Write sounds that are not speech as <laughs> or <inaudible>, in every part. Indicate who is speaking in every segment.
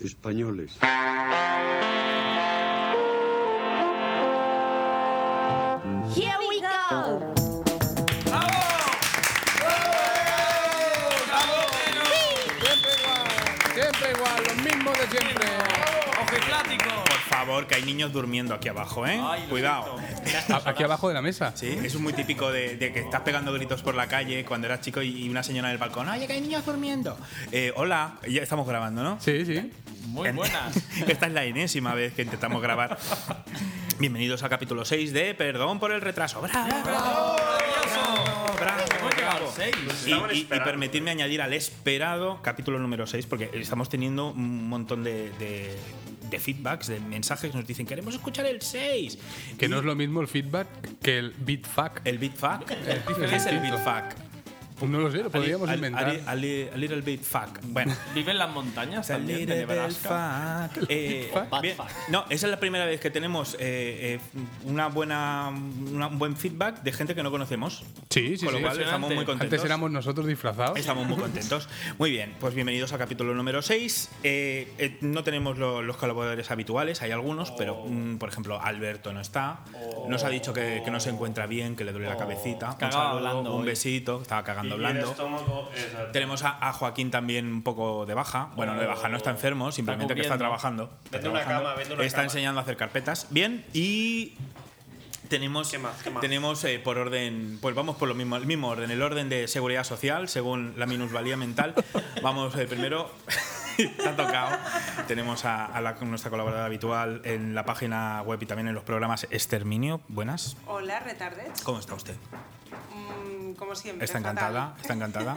Speaker 1: españoles.
Speaker 2: Here we go.
Speaker 3: Siempre igual, los mismos de siempre.
Speaker 4: ¡Ojo clásico!
Speaker 5: Por favor, que hay niños durmiendo aquí abajo, ¿eh?
Speaker 4: Ay, lo
Speaker 5: Cuidado.
Speaker 3: A- Aquí abajo de la mesa.
Speaker 5: Sí, eso es muy típico de, de que estás pegando gritos por la calle cuando eras chico y y una señora en el balcón, oye, que hay niños durmiendo. Eh, hola, ya estamos grabando, ¿no?
Speaker 3: Sí, sí.
Speaker 4: Muy buenas.
Speaker 5: <laughs> Esta es la enésima vez que intentamos grabar. Bienvenidos al capítulo 6 de Perdón por el retraso. ¡Bravo!
Speaker 4: ¡Maravilloso!
Speaker 5: ¡Bravo!
Speaker 4: Hemos llegado al seis.
Speaker 5: Y, y- y permitirme añadir al esperado capítulo número 6, porque estamos teniendo un montón de, de- de feedbacks, de mensajes que nos dicen, queremos escuchar el 6.
Speaker 3: Que no es lo mismo el feedback que el beat fuck.
Speaker 5: ¿El beatfuck? ¿Qué es el beatfuck?
Speaker 3: No lo sé, lo podríamos
Speaker 5: A li-
Speaker 3: inventar.
Speaker 5: A, li- a li- a little bit fuck. Bueno.
Speaker 4: <laughs> ¿Vive en las montañas
Speaker 5: A
Speaker 4: también de
Speaker 5: little bit
Speaker 4: Nebraska? <laughs>
Speaker 5: fuck. Eh,
Speaker 3: Bad
Speaker 5: bien, No, esa es la primera vez que tenemos eh, eh, una buena, una- un buen feedback de gente que no conocemos.
Speaker 3: sí, sí,
Speaker 5: Con lo
Speaker 3: sí.
Speaker 5: cual estamos muy
Speaker 4: Antes
Speaker 5: contentos.
Speaker 3: Antes éramos nosotros disfrazados.
Speaker 5: Estamos muy contentos. Muy bien, pues bienvenidos al capítulo número 6. no tenemos lo- los colaboradores habituales, hay algunos,
Speaker 4: Oh.
Speaker 5: pero mm, por ejemplo Alberto no está. Nos ha dicho que, que no se encuentra bien, que le duele la cabecita. Un,
Speaker 4: Cagaba
Speaker 5: saludo,
Speaker 4: hablando
Speaker 5: un
Speaker 4: hoy.
Speaker 5: besito, estaba cagando hablando. Tenemos a, a Joaquín también un poco de baja. Bueno, no de baja, no
Speaker 6: Oh,
Speaker 5: está enfermo, simplemente que está
Speaker 4: cubriendo.
Speaker 5: trabajando. Está,
Speaker 6: Vete a una
Speaker 5: trabajando.
Speaker 6: cama, vete a una
Speaker 5: Está
Speaker 6: cama.
Speaker 5: enseñando a hacer carpetas. Bien, y tenemos,
Speaker 6: ¿Qué más? ¿Qué más?
Speaker 5: tenemos eh, por orden, pues vamos por lo mismo, el mismo orden, el orden de seguridad social, según la minusvalía
Speaker 6: <laughs>
Speaker 5: mental. vamos eh, primero, <laughs> está tocado. Tenemos a, a la- nuestra colaboradora habitual en la página web y también en los programas Exterminio. Buenas,
Speaker 7: Hola, retardes.
Speaker 5: ¿cómo está usted?
Speaker 7: Mm, como siempre.
Speaker 5: Está
Speaker 7: fatal.
Speaker 5: encantada,
Speaker 7: <laughs>
Speaker 5: está encantada.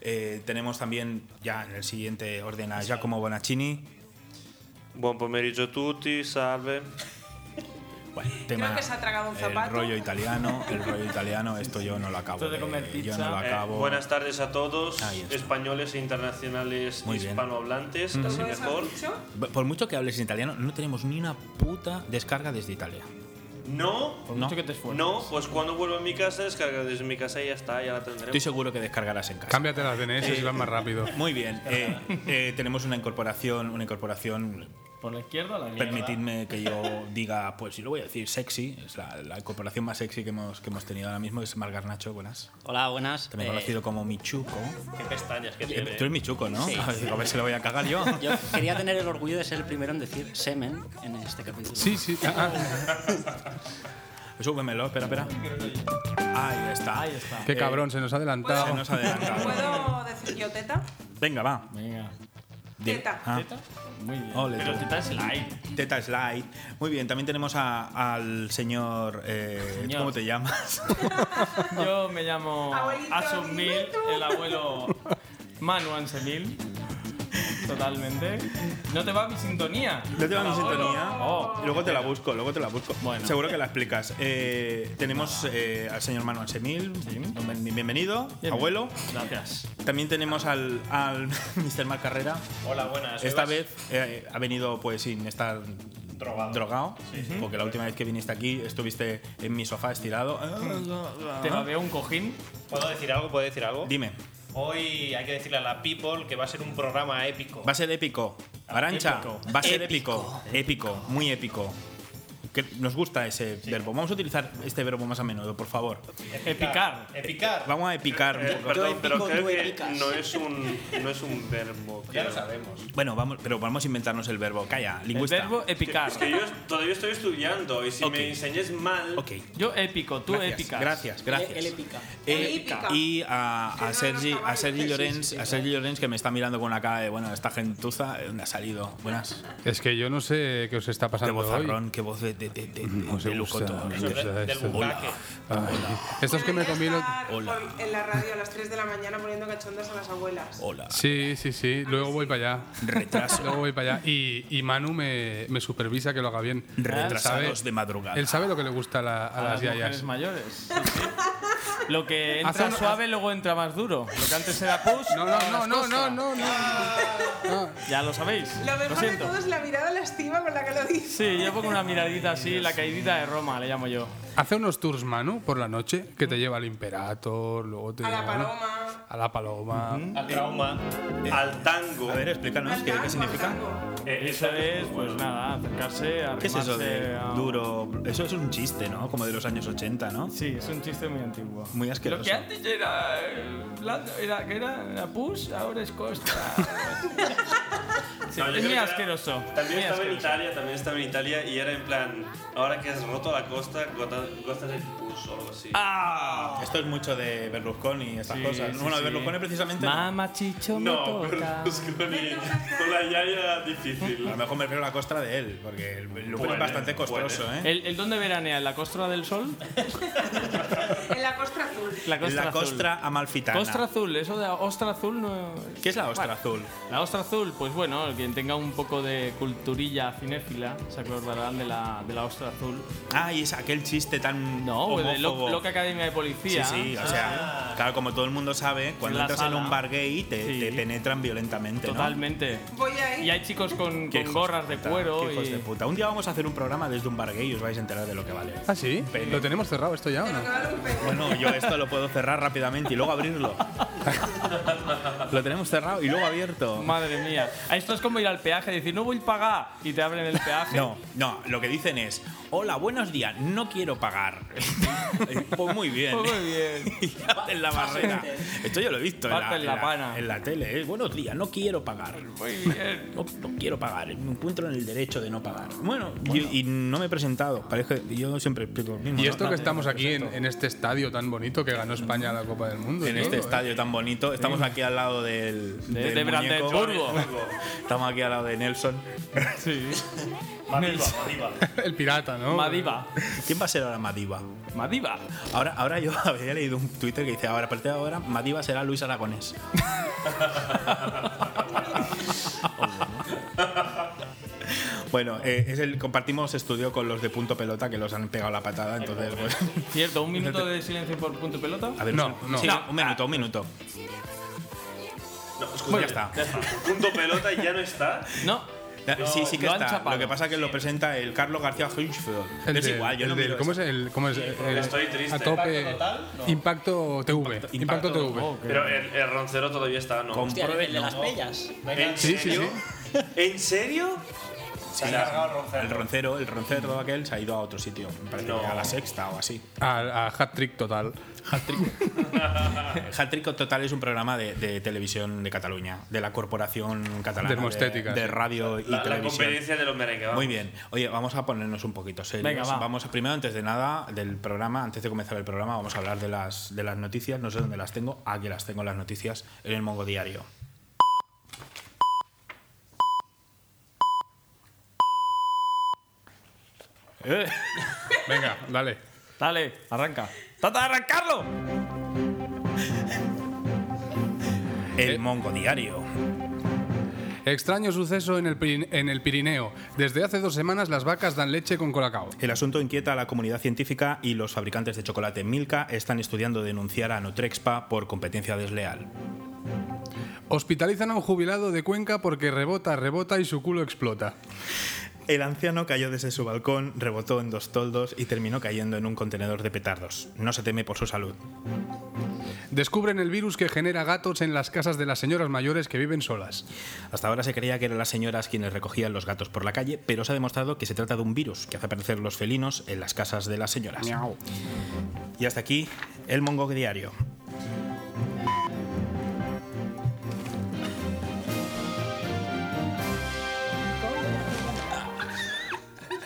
Speaker 5: Eh, tenemos también ya en el siguiente orden a Giacomo Bonaccini.
Speaker 6: Buon pomeriggio a tutti, salve.
Speaker 5: Ah, Bueno, tema,
Speaker 7: que se ha tragado un zapato.
Speaker 5: El rollo italiano, el rollo italiano, esto yo no lo acabo.
Speaker 4: Esto de comer
Speaker 5: Yo
Speaker 4: pizza.
Speaker 5: no lo
Speaker 6: Eh,
Speaker 5: acabo.
Speaker 6: buenas tardes a todos,
Speaker 5: Ahí está.
Speaker 6: españoles e internacionales
Speaker 5: Muy bien. Mm.
Speaker 6: hispanohablantes, casi
Speaker 7: ¿Todo eso
Speaker 6: mejor.
Speaker 7: has dicho?
Speaker 5: Por mucho que hables en italiano, no tenemos ni una puta descarga desde Italia.
Speaker 6: No,
Speaker 4: Por
Speaker 5: No.
Speaker 4: mucho que te esfuerces.
Speaker 6: no, pues cuando vuelvo a mi casa, descarga desde mi casa y ya está, ya la
Speaker 5: Estoy
Speaker 6: tendremos.
Speaker 5: seguro que descargarás en casa. Eh,
Speaker 3: Cámbiate las DNS y vas más rápido.
Speaker 5: Muy bien. eh, eh, tenemos una incorporación, una incorporación.
Speaker 4: Por la izquierda o la mierda.
Speaker 5: Permitidme que yo diga, pues si lo voy a decir, sexy. Es la, la incorporación más sexy que hemos, que hemos tenido ahora mismo es Margar Nacho. Buenas.
Speaker 8: Hola, buenas.
Speaker 5: También
Speaker 8: Eh,
Speaker 5: conocido como Michuco.
Speaker 6: Qué pestañas que
Speaker 5: Eh, Tú eres Michuco, ¿no?
Speaker 8: Sí.
Speaker 5: Digo, a ver si lo voy a cagar yo.
Speaker 8: Yo quería tener el orgullo de ser el primero en decir semen en este capítulo.
Speaker 3: Sí, sí. ah, ah,
Speaker 5: Súbemelo, espera, espera. Ahí está. Eh,
Speaker 4: Ahí está.
Speaker 3: qué cabrón, se nos ha
Speaker 5: Se
Speaker 3: adelantado.
Speaker 5: nos
Speaker 3: <laughs>
Speaker 5: ha adelantado.
Speaker 7: ¿Puedo decir yo teta?
Speaker 5: Venga, va.
Speaker 4: Venga.
Speaker 5: Di-
Speaker 7: Teta.
Speaker 5: Ah,
Speaker 4: ¿Teta? Muy bien.
Speaker 5: Ole,
Speaker 4: Pero
Speaker 5: tú.
Speaker 4: teta es light.
Speaker 5: Teta Slide. Muy bien, también tenemos a- al señor, eh,
Speaker 4: Señor.
Speaker 5: ¿Cómo te llamas?
Speaker 4: <laughs> Yo me llamo
Speaker 7: Abuelito,
Speaker 4: Asumil, el abuelo Manu Ansemil. Totalmente. ¿No te va mi sintonía?
Speaker 5: No te va mi sintonía.
Speaker 4: Oh.
Speaker 5: luego te la busco, luego te la busco.
Speaker 4: Bueno.
Speaker 5: Seguro que la explicas. Eh, tenemos eh, al señor Manuel Semil. Bienvenido, abuelo.
Speaker 4: Gracias.
Speaker 5: También tenemos al, al <laughs> Mr. Marc Carrera.
Speaker 6: Hola, buenas. hoy
Speaker 5: Esta
Speaker 6: vas-
Speaker 5: vez eh, ha venido pues sin estar
Speaker 6: Drogado.
Speaker 5: porque la última vez que viniste aquí estuviste en mi sofá estirado.
Speaker 4: Mm. Te babeo un cojín.
Speaker 6: ¿Puedo decir algo? ¿Puedo decir algo?
Speaker 5: Dime,
Speaker 6: Hoy hay que decirle a la people que va a ser un programa épico.
Speaker 5: va a ser épico. Arancha,
Speaker 6: Épico.
Speaker 5: va a ser épico. Épico, muy épico. Que nos gusta ese verbo. Vamos a utilizar este verbo más a menudo, por favor.
Speaker 4: Epicar.
Speaker 6: Epicar.
Speaker 5: Vamos a epicar un
Speaker 6: Eh,
Speaker 5: poco.
Speaker 6: perdón,
Speaker 8: Yo
Speaker 6: pero
Speaker 8: épico,
Speaker 6: creo
Speaker 8: tú
Speaker 6: que
Speaker 8: épicas.
Speaker 6: no es un, no es un verbo. Ya lo sabemos.
Speaker 5: Bueno, vamos, pero vamos a inventarnos el verbo. Calla,
Speaker 4: El
Speaker 5: lingüista.
Speaker 4: verbo epicar.
Speaker 6: Es que yo est- todavía estoy estudiando y si
Speaker 5: Ok.
Speaker 6: me enseñes mal,
Speaker 5: Ok.
Speaker 4: Yo épico, tú
Speaker 5: gracias,
Speaker 4: épicas.
Speaker 5: Gracias, gracias.
Speaker 8: El- el épica.
Speaker 5: Eh,
Speaker 7: Épica.
Speaker 5: y a,
Speaker 7: Que no
Speaker 5: a Sergi,
Speaker 7: eran los
Speaker 5: a Sergi
Speaker 7: caballos.
Speaker 5: Llorens, a Sergi Llorens que me está mirando con la cara de bueno, esta gentuza, ¿dónde ha salido? Buenas.
Speaker 3: Es que yo no sé qué os está
Speaker 5: Qué
Speaker 3: pasando hoy. <laughs>
Speaker 5: vozarrón, qué voz de, de, de, de-
Speaker 3: Os
Speaker 5: de
Speaker 3: gusta,
Speaker 5: locutor.
Speaker 3: os gusta
Speaker 6: del
Speaker 3: esto.
Speaker 6: bucaque.
Speaker 3: Ay, Estos que me comí... los-
Speaker 5: Hola.
Speaker 7: Hola. En la radio a las 3 de la mañana poniendo cachondas a las abuelas.
Speaker 5: Hola.
Speaker 3: Sí, sí, sí. Luego voy para allá. Luego
Speaker 5: Retraso.
Speaker 3: voy para allá. Y, y Manu me, me supervisa que lo haga bien.
Speaker 5: Retrasados
Speaker 3: Sabe-
Speaker 5: de madrugada.
Speaker 3: Él sabe lo que le gusta a, la- a
Speaker 4: A
Speaker 3: las
Speaker 4: las mujeres
Speaker 3: yayas.
Speaker 4: mayores. Sí,
Speaker 7: <laughs>
Speaker 4: sí. Lo que
Speaker 3: Haz
Speaker 4: entra
Speaker 3: una-
Speaker 4: suave luego entra más duro. Lo que antes era push.
Speaker 3: No,
Speaker 4: ahora
Speaker 3: no, no,
Speaker 4: es
Speaker 3: no,
Speaker 4: cosa.
Speaker 3: no, no, no.
Speaker 4: Ya lo sabéis.
Speaker 7: Lo
Speaker 4: Lo
Speaker 7: mejor de
Speaker 4: siento.
Speaker 7: todo es la mirada lastiva con la que lo dice.
Speaker 4: Sí, yo pongo una miradita así, la caidita de Roma, le llamo yo.
Speaker 3: Hace unos tours, Manu, por la noche, que te lleva al Imperator, luego te
Speaker 7: A la
Speaker 3: lleva-
Speaker 7: paloma.
Speaker 3: A la paloma.
Speaker 6: al trauma, al tango.
Speaker 5: A ver, Eh, explícanos qué, qué significa.
Speaker 7: Tango.
Speaker 4: Eh, Eso es, pues nada, acercarse, a
Speaker 5: ¿Qué es eso de
Speaker 4: a...
Speaker 5: duro? Eso es un chiste, ¿no? Como de los años 80, ¿no?
Speaker 4: Sí, es un chiste muy antiguo.
Speaker 5: Muy asqueroso.
Speaker 4: Lo que antes era. eh, blando- era que era, era push, ahora es
Speaker 5: <laughs>
Speaker 4: costa. Sí,
Speaker 6: No, yo
Speaker 4: es
Speaker 6: creo
Speaker 4: muy
Speaker 6: que era-
Speaker 4: asqueroso.
Speaker 6: También
Speaker 4: muy
Speaker 6: estaba en
Speaker 4: asqueroso.
Speaker 6: Italia, también estaba en Italia y era en plan, ahora que has roto la costa, gota- gotas de pus o algo así.
Speaker 4: ¡Ah!
Speaker 5: Esto es mucho de Berlusconi y estas
Speaker 4: Sí,
Speaker 5: cosas.
Speaker 4: sí,
Speaker 5: bueno, de
Speaker 4: sí.
Speaker 5: Berlusconi precisamente. no.
Speaker 4: Mamá chicho me
Speaker 6: no,
Speaker 4: toca.
Speaker 6: pero Berlusconi con la yaya difícil.
Speaker 5: A lo mejor me refiero a la costra de él, porque el Lupin
Speaker 6: Puede,
Speaker 5: es bastante costoso,
Speaker 6: puede.
Speaker 5: ¿eh?
Speaker 4: ¿El, el dónde veranea? ¿En la costra del sol?
Speaker 7: <laughs> En la Costa Azul.
Speaker 4: La
Speaker 5: En
Speaker 4: costra
Speaker 5: la
Speaker 4: azul.
Speaker 5: costra amalfitana.
Speaker 4: Costra azul, eso de ostra azul no.
Speaker 5: ¿Qué es la ostra
Speaker 4: Bueno,
Speaker 5: azul?
Speaker 4: La ostra azul, pues bueno, quien tenga un poco de culturilla cinéfila se acordarán de la, de la ostra azul.
Speaker 5: Ah, y es aquel chiste tan
Speaker 4: Pues- No, o de
Speaker 5: homófobo.
Speaker 4: Lo- Loca Academia de
Speaker 5: Sí,
Speaker 4: Policía. Ah.
Speaker 5: sí, o sea, claro, como todo el mundo sabe, cuando
Speaker 4: En la
Speaker 5: entras
Speaker 4: sala.
Speaker 5: en un bar gay te,
Speaker 4: Sí.
Speaker 5: te penetran violentamente, ¿no?
Speaker 4: Totalmente.
Speaker 7: Voy a
Speaker 4: Y
Speaker 7: ir.
Speaker 4: hay chicos con,
Speaker 5: Qué
Speaker 4: con
Speaker 5: hijos
Speaker 4: gorras de
Speaker 5: puta,
Speaker 4: cuero
Speaker 5: qué hijos
Speaker 4: y...
Speaker 5: de puta. Un día vamos a hacer un programa desde un bar gay y os vais a enterar de lo que vale.
Speaker 3: ¿Ah, sí? ¿Lo tenemos cerrado esto ya o
Speaker 7: Pero que
Speaker 3: no?
Speaker 7: vale un pelo.
Speaker 5: Bueno, yo esto lo puedo cerrar rápidamente y
Speaker 3: <laughs>
Speaker 5: luego abrirlo. lo tenemos cerrado y luego abierto.
Speaker 4: Madre mía. Esto es como ir al peaje y decir, no voy a pagar. Y te abren el peaje.
Speaker 5: No, no, lo que dicen es, hola, buenos días, no quiero pagar.
Speaker 3: <laughs>
Speaker 5: pues muy bien.
Speaker 4: Pues muy bien.
Speaker 5: Y hacen <laughs> la barrera. Esto yo lo he visto en la,
Speaker 4: Parten la pana.
Speaker 5: en la tele. ¿eh? Buenos días, no quiero pagar. <laughs>
Speaker 4: Muy bien.
Speaker 5: No, no quiero pagar, me encuentro en el derecho de no pagar. Bueno, Y, y no me he presentado. Parece que yo siempre explico lo mismo.
Speaker 3: Y
Speaker 5: ¿no?
Speaker 3: esto
Speaker 5: No,
Speaker 3: que
Speaker 5: no,
Speaker 3: estamos
Speaker 5: no,
Speaker 3: aquí en, en este estadio tan bonito que ganó España la Copa del Mundo. y
Speaker 5: en este
Speaker 3: todo, ¿eh?
Speaker 5: estadio tan bonito, estamos aquí al lado del.
Speaker 4: De-
Speaker 5: del
Speaker 4: de
Speaker 5: muñeco. <laughs>
Speaker 4: Brandenburgo.
Speaker 5: Estamos aquí al lado de Nelson.
Speaker 4: Sí.
Speaker 6: Madiba, Madiba.
Speaker 3: <laughs> El pirata, ¿no?
Speaker 5: Ah.
Speaker 4: Madiba.
Speaker 5: ¿Quién va a ser ahora Madiba?
Speaker 4: Madiba.
Speaker 5: Ahora, ahora yo <laughs> había leído un Twitter que dice: ahora, a partir de ahora, Madiba será
Speaker 4: <laughs>
Speaker 5: Luis Aragonés. Bueno, eh, es el, compartimos estudio con los de Punto Pelota que los han pegado la patada, entonces, pues.
Speaker 4: Cierto, un minuto de silencio por punto y pelota.
Speaker 5: A ver,
Speaker 3: No,
Speaker 5: un-
Speaker 3: no.
Speaker 5: sí,
Speaker 3: No.
Speaker 5: un
Speaker 4: ah,
Speaker 5: minuto, un minuto.
Speaker 6: No, escucha,
Speaker 5: Bueno, ya está.
Speaker 6: Punto pelota ya no está.
Speaker 4: No.
Speaker 5: sí, sí que
Speaker 4: lo han
Speaker 5: está.
Speaker 4: chapado.
Speaker 5: Lo que pasa es que lo presenta el Carlos García Hirschfeld.
Speaker 3: El
Speaker 5: Es
Speaker 3: del-
Speaker 5: igual, yo
Speaker 3: el
Speaker 5: no
Speaker 3: del-
Speaker 5: miro
Speaker 3: ¿Cómo es
Speaker 5: eso.
Speaker 3: el.? ¿Cómo es? el-
Speaker 6: Estoy triste.
Speaker 3: A tope.
Speaker 6: ¿Impacto total? No.
Speaker 3: Impacto TV. Impacto,
Speaker 5: impacto-
Speaker 3: TV.
Speaker 4: Oh, qué-
Speaker 6: Pero el, el roncero todavía está, ¿no?
Speaker 5: Con-
Speaker 8: Hostia, el de las pellas.
Speaker 6: ¿En
Speaker 3: Sí, sí, sí.
Speaker 6: serio? ¿En serio? Se ha cargado el roncero.
Speaker 5: El roncero, el roncero aquel se ha ido a otro sitio. Me parece
Speaker 6: No.
Speaker 5: que a la sexta o así.
Speaker 3: A, a hat trick total.
Speaker 6: Ah.
Speaker 5: Hat-Trick Total es un programa de, de televisión de Cataluña, de la corporación catalana.
Speaker 3: De Hermostética,
Speaker 5: De, de
Speaker 3: sí.
Speaker 5: radio y
Speaker 6: La, la
Speaker 5: televisión.
Speaker 6: competencia de los merengues. vamos.
Speaker 5: Muy bien. Oye, vamos a ponernos un poquito serios.
Speaker 4: Venga, va.
Speaker 5: Vamos a- primero, antes de nada, del programa, antes de comenzar el programa, vamos a hablar de las, de las noticias. No sé dónde las tengo. Aquí las tengo las noticias en el Mongo Diario. <laughs> Eh,
Speaker 3: Venga, dale.
Speaker 4: Dale, arranca. ¡Trata de arrancarlo!
Speaker 5: El Mongo Diario.
Speaker 3: Extraño suceso en el, Pirin- en el Pirineo. Desde hace dos semanas las vacas dan leche con colacao.
Speaker 5: El asunto inquieta a la comunidad científica y los fabricantes de chocolate Milka están estudiando denunciar a Notrexpa por competencia desleal.
Speaker 3: Hospitalizan a un jubilado de Cuenca porque rebota, rebota y su culo explota.
Speaker 5: El anciano cayó desde su balcón, rebotó en dos toldos y terminó cayendo en un contenedor de petardos. No se teme por su salud.
Speaker 3: Descubren el virus que genera gatos en las casas de las señoras mayores que viven solas.
Speaker 5: Hasta ahora se creía que eran las señoras quienes recogían los gatos por la calle, pero se ha demostrado que se trata de un virus que hace aparecer los felinos en las casas de las señoras. Y hasta aquí el Mongo Diario.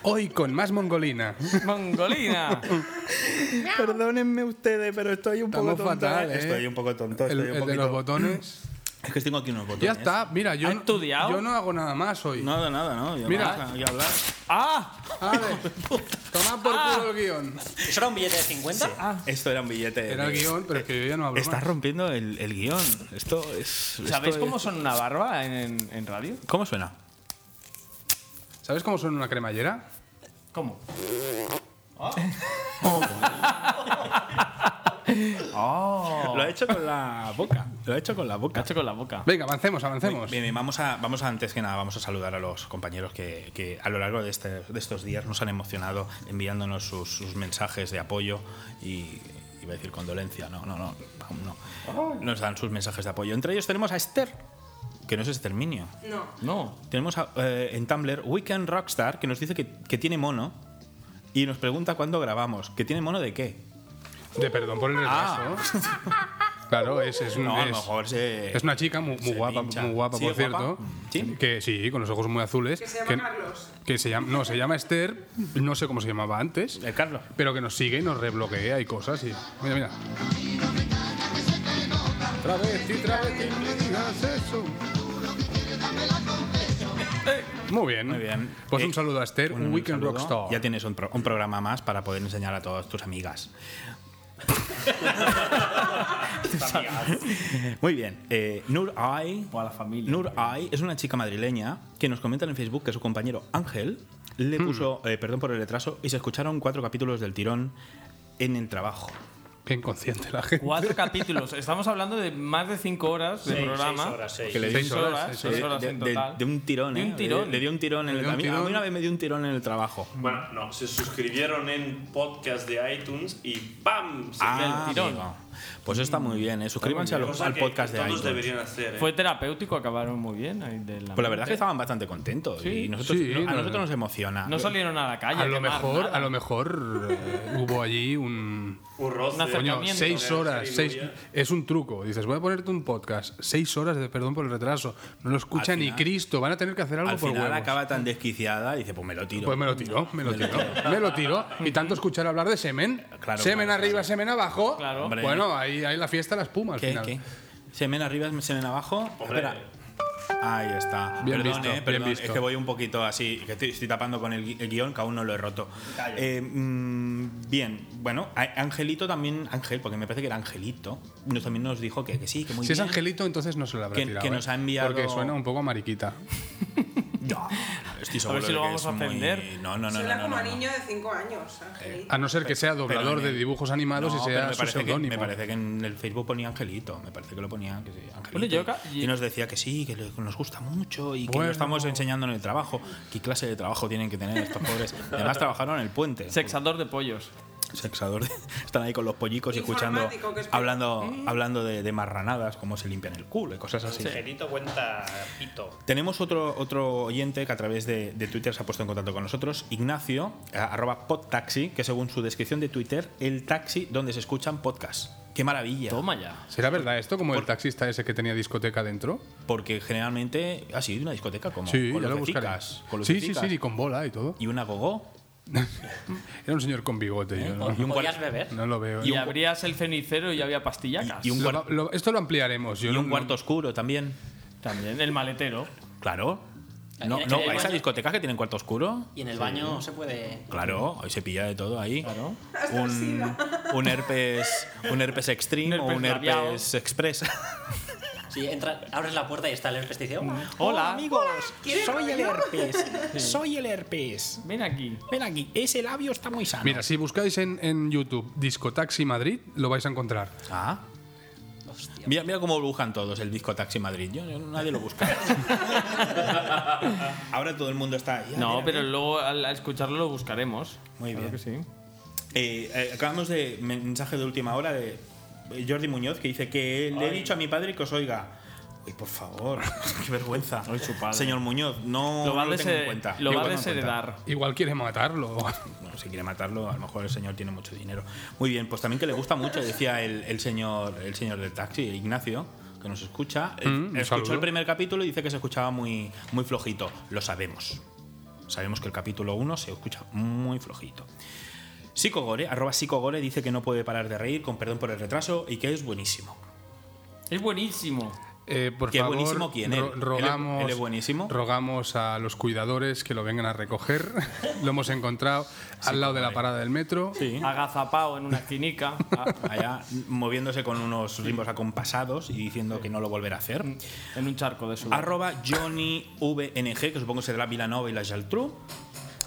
Speaker 3: Hoy con más mongolina. <laughs>
Speaker 4: ¡Mongolina!
Speaker 5: Perdónenme ustedes, pero estoy un
Speaker 3: Estamos fatal, ¿eh?
Speaker 5: Estoy un poco tonto.
Speaker 3: El,
Speaker 5: Estoy
Speaker 3: el
Speaker 5: un
Speaker 3: de
Speaker 5: poquito-
Speaker 3: los botones.
Speaker 5: Es que tengo aquí unos botones.
Speaker 3: Ya está, mira, yo,
Speaker 4: ¿Ha estudiado?
Speaker 3: yo no hago nada más hoy.
Speaker 5: Nada, nada, ¿no? Ya
Speaker 3: Mira.
Speaker 5: vamos a- ya hablar.
Speaker 4: ¡Ah!
Speaker 3: A ver, tomad por
Speaker 5: Ah.
Speaker 3: culo el guión.
Speaker 8: ¿Eso era un billete de 50?
Speaker 5: Esto era un billete.
Speaker 3: Era el
Speaker 5: de-
Speaker 3: guión, pero es que yo ya no hablo
Speaker 5: Estás
Speaker 3: más.
Speaker 5: rompiendo el, el guión. Esto es.
Speaker 4: ¿Sabéis
Speaker 5: esto es-
Speaker 4: cómo son una barba en, en- en radio?
Speaker 5: ¿Cómo suena?
Speaker 3: ¿Sabes cómo suena una cremallera?
Speaker 4: ¿Cómo? Oh.
Speaker 5: Lo ha hecho con la boca. Lo ha hecho con la boca.
Speaker 4: Cacho con la boca.
Speaker 3: Venga, avancemos, avancemos.
Speaker 5: Bien, bien, vamos a, vamos a- antes que nada, vamos a saludar a los compañeros que, que a lo largo de, este- de estos días nos han emocionado enviándonos sus, sus mensajes de apoyo y iba a decir condolencia, no, no, no, aún no. Nos dan sus mensajes de apoyo. Entre ellos tenemos a Esther. que no es exterminio.
Speaker 7: No.
Speaker 4: No.
Speaker 5: Tenemos a- eh, en Tumblr Weekend Rockstar que nos dice que, que tiene mono y nos pregunta cuándo grabamos. ¿Que tiene mono de qué?
Speaker 3: De perdón por el retraso. Claro, es, es, un-
Speaker 5: Ah. <laughs> No, a lo
Speaker 3: es-
Speaker 5: mejor se-
Speaker 3: es una chica muy, muy
Speaker 5: se
Speaker 3: guapa,
Speaker 5: pincha.
Speaker 3: muy guapa,
Speaker 5: ¿Sí,
Speaker 3: por
Speaker 5: es guapa?
Speaker 3: cierto.
Speaker 5: ¿Sí?
Speaker 3: Que sí, con los ojos muy azules.
Speaker 7: Que se llama Carlos.
Speaker 3: que se llama- no, se llama Esther, no sé cómo se llamaba antes,
Speaker 5: El Carlos.
Speaker 3: pero que nos sigue y nos rebloquea y cosas. Y, mira, mira. Travesti, travesti, no me digas eso. Muy bien.
Speaker 5: Muy bien.
Speaker 3: Pues
Speaker 5: Eh,
Speaker 3: un saludo a Esther,
Speaker 5: un-
Speaker 3: un
Speaker 5: un
Speaker 3: Weekend
Speaker 5: saludo.
Speaker 3: Rockstar.
Speaker 5: Ya tienes un, pro- un programa más para poder enseñar a todas tus amigas. <laughs> Muy bien. Eh, Nur Ai.
Speaker 4: O a la familia.
Speaker 5: Nur Ai es una chica madrileña que nos comenta en Facebook que su compañero Ángel
Speaker 3: Hmm.
Speaker 5: le puso, eh, perdón por el retraso, y se escucharon cuatro capítulos del tirón en el trabajo.
Speaker 3: Qué inconsciente la gente.
Speaker 4: Cuatro capítulos. Estamos hablando de más de cinco horas de
Speaker 1: Seis,
Speaker 4: programa.
Speaker 1: seis horas, seis.
Speaker 5: Que le
Speaker 3: Seis
Speaker 4: Seis
Speaker 5: dio-
Speaker 3: horas,
Speaker 4: horas,
Speaker 3: seis
Speaker 4: seis horas
Speaker 5: de,
Speaker 4: en
Speaker 5: de-
Speaker 4: total.
Speaker 5: de un tirón,
Speaker 4: De
Speaker 5: ¿eh?
Speaker 4: un tirón.
Speaker 5: Le, le dio un tirón en
Speaker 3: Le
Speaker 5: el
Speaker 3: dio un
Speaker 5: a mí- A
Speaker 3: tirón.
Speaker 5: mí una vez me dio un tirón en el trabajo.
Speaker 6: Bueno, no, se suscribieron en podcast de iTunes y ¡pam! Se
Speaker 5: Ah,
Speaker 6: ve el
Speaker 4: tirón.
Speaker 5: amigo. Pues está muy bien, ¿eh? suscríbanse a
Speaker 6: tiro.
Speaker 5: los-
Speaker 6: Cosa
Speaker 5: al
Speaker 6: que
Speaker 5: podcast de
Speaker 6: todos
Speaker 5: iTunes.
Speaker 6: deberían hacer. ¿eh?
Speaker 4: Fue terapéutico, acabaron muy bien. ahí de
Speaker 5: Pues la verdad es que
Speaker 4: mente.
Speaker 5: estaban bastante contentos
Speaker 4: Sí,
Speaker 5: y nosotros,
Speaker 3: sí,
Speaker 5: no- a
Speaker 3: no-
Speaker 5: nosotros nos emociona.
Speaker 4: No salieron a la calle.
Speaker 3: A lo
Speaker 4: quemar
Speaker 3: mejor,
Speaker 4: nada.
Speaker 3: a lo mejor eh, hubo allí un
Speaker 6: un roce.
Speaker 4: Una cerca-
Speaker 3: coño,
Speaker 4: Tratamiento.
Speaker 3: seis horas,
Speaker 6: Sí,
Speaker 3: seis
Speaker 6: Nuria.
Speaker 3: es un truco. Dices, voy a ponerte un podcast, seis horas de perdón por el retraso, no lo escucha
Speaker 5: Al
Speaker 3: ni
Speaker 5: final-
Speaker 3: Cristo, van a tener que hacer algo
Speaker 5: Al
Speaker 3: por
Speaker 5: final
Speaker 3: huevos.
Speaker 5: acaba tan desquiciada y dice, pues me lo tiro.
Speaker 3: Pues me lo tiro, me lo tiro, me lo tiro. Y tanto escuchar hablar de semen,
Speaker 5: Claro,
Speaker 3: semen
Speaker 5: claro,
Speaker 3: arriba,
Speaker 5: claro.
Speaker 3: semen abajo.
Speaker 4: Claro.
Speaker 5: Hombre.
Speaker 3: Bueno, ahí, ahí la fiesta la espuma al
Speaker 5: ¿Qué?
Speaker 3: final.
Speaker 5: ¿Qué? Semen arriba, semen abajo.
Speaker 6: Hombre.
Speaker 5: Espera. Ahí está.
Speaker 3: Bien
Speaker 5: perdón,
Speaker 3: visto,
Speaker 5: eh,
Speaker 3: bien
Speaker 5: perdón.
Speaker 3: visto.
Speaker 5: Es que voy un poquito así, que estoy, estoy tapando con el, gui- el guión, que aún no lo he roto. Eh, mm, bien, bueno, a- Angelito también, Ángel, porque me parece que era Angelito, nos, también nos dijo que, que sí, que muy
Speaker 3: Si es
Speaker 5: bien.
Speaker 3: Angelito, entonces no se lo habrá
Speaker 5: Que-
Speaker 3: tirado.
Speaker 5: que
Speaker 3: ¿eh?
Speaker 5: nos ha enviado-
Speaker 3: Porque suena un poco
Speaker 4: <laughs>
Speaker 3: a mariquita.
Speaker 5: No, estoy seguro
Speaker 4: ver si
Speaker 5: de
Speaker 4: lo
Speaker 5: que
Speaker 4: vamos
Speaker 5: es
Speaker 4: a
Speaker 5: muy-
Speaker 4: ofender.
Speaker 5: No, no, no.
Speaker 7: Suena
Speaker 5: no,
Speaker 7: como
Speaker 5: no, Eh,
Speaker 7: a
Speaker 5: no.
Speaker 7: niño de 5 años, Angelito.
Speaker 3: A no ser que sea doblador
Speaker 5: Pero
Speaker 3: de
Speaker 5: en-
Speaker 3: dibujos animados
Speaker 5: No,
Speaker 3: y
Speaker 5: pero
Speaker 3: sea
Speaker 5: me
Speaker 3: su
Speaker 5: parece, que,
Speaker 3: seudónimo.
Speaker 5: me parece que en el Facebook ponía Angelito, me parece que lo ponía que sí, Angelito.
Speaker 4: Bueno, yo ca-
Speaker 5: y, nos decía que sí, que le- que nos gusta mucho y que
Speaker 3: Bueno.
Speaker 5: lo estamos enseñando en el trabajo. ¿Qué clase de trabajo tienen que tener estos pobres? Además trabajaron en el puente.
Speaker 4: Sexador de pollos.
Speaker 5: Sexador. <laughs> Están ahí con los pollicos y escuchando,
Speaker 7: Informático, que es-
Speaker 5: hablando, hablando de, de marranadas, cómo se limpian el culo y cosas así.
Speaker 1: Angelito cuenta pito.
Speaker 5: Tenemos otro, otro oyente que a través de, de Twitter se ha puesto en contacto con nosotros, Ignacio, a- arroba podtaxi, que según su descripción de Twitter, el taxi donde se escuchan podcasts. ¡Qué maravilla!
Speaker 4: Toma ya.
Speaker 3: ¿Será verdad esto? Como el taxista ese que tenía discoteca dentro.
Speaker 5: Porque generalmente ha sido una discoteca como
Speaker 3: Sí,
Speaker 5: con
Speaker 3: ya lo buscaré.
Speaker 5: lucecicas, con
Speaker 3: Sí, sí,
Speaker 5: lucecicas
Speaker 3: sí, y con bola y todo.
Speaker 5: y una gogó
Speaker 3: <laughs>
Speaker 5: ¿Eh?
Speaker 3: Era un señor con bigote, yo no,
Speaker 5: y un
Speaker 8: ¿Podías
Speaker 5: cuar-
Speaker 8: beber?
Speaker 3: no lo veo. ¿eh?
Speaker 4: Y, abrías el cenicero y había pastillacas.
Speaker 5: Y- y un-
Speaker 3: Lo- lo- esto lo ampliaremos. Yo
Speaker 5: y
Speaker 3: no-
Speaker 5: un cuarto oscuro también.
Speaker 4: También el maletero.
Speaker 5: Claro. No,
Speaker 8: ¿En el
Speaker 5: no,
Speaker 8: baño?
Speaker 5: esas discotecas que tienen cuarto oscuro.
Speaker 8: Y en el baño se puede...
Speaker 5: Claro, hoy se pilla de todo ahí.
Speaker 4: Claro.
Speaker 5: Un, <laughs> un herpes un herpes extreme
Speaker 4: Un
Speaker 5: o un
Speaker 4: herpes labial.
Speaker 5: herpes express.
Speaker 8: Si entra, abres la puerta y está el herpes, te dice, "Oh,
Speaker 5: Mm.
Speaker 8: "Hola".
Speaker 4: Hola.
Speaker 9: Soy el herpes. Soy el herpes.
Speaker 4: Ven aquí.
Speaker 9: Ven aquí, ese labio está muy sano.
Speaker 3: Mira, si buscáis en, en YouTube Discotaxi Madrid, lo vais a encontrar.
Speaker 5: Ah. Mira, mira cómo buscan todos el disco Taxi Madrid. Yo, yo- nadie lo busca. <laughs> Ahora todo el mundo está. "Ya,
Speaker 4: No,
Speaker 5: mira,
Speaker 4: pero luego al al escucharlo lo buscaremos.
Speaker 5: Muy
Speaker 4: Claro
Speaker 5: bien.
Speaker 4: que sí.
Speaker 5: Eh, eh, acabamos de mensaje de última hora de eh, Jordi Muñoz que dice que le he dicho a mi padre que os oiga. Ay, por favor, <laughs> qué vergüenza. Señor Muñoz, no
Speaker 4: Lo va a
Speaker 5: no tengo en
Speaker 4: dese-
Speaker 5: cuenta.
Speaker 4: lo va a
Speaker 5: tengo en cuenta.
Speaker 4: desheredar.
Speaker 3: Igual quiere matarlo.
Speaker 5: Bueno, si quiere matarlo, a lo mejor el señor tiene mucho dinero. Muy bien, pues también que le gusta mucho, decía el, el señor, el señor del taxi, Ignacio, que nos escucha. Eh,
Speaker 3: Mm, un
Speaker 5: Escuchó
Speaker 3: saludo.
Speaker 5: el primer capítulo y dice que se escuchaba muy, muy flojito. Lo sabemos. Sabemos que el capítulo 1 se escucha muy flojito. Psicogore, arroba psicogore, dice que no puede parar de reír, con perdón por el retraso, y que es buenísimo.
Speaker 4: Es buenísimo.
Speaker 3: Eh, por
Speaker 5: Qué
Speaker 3: favor,
Speaker 5: buenísimo, ¿quién?
Speaker 3: ro-
Speaker 5: ¿Él?
Speaker 3: rogamos,
Speaker 5: ¿Él es buenísimo?
Speaker 3: rogamos a los cuidadores que lo vengan a recoger. <laughs> lo hemos encontrado al lado de la parada del metro.
Speaker 4: Agazapao en una esquinica. a-
Speaker 5: Allá moviéndose con unos ritmos acompasados y diciendo que no lo volverá a hacer.
Speaker 4: Mm. en un charco de su.
Speaker 5: Arroba JohnnyVNG, que supongo será Vilanova y la Geltrú,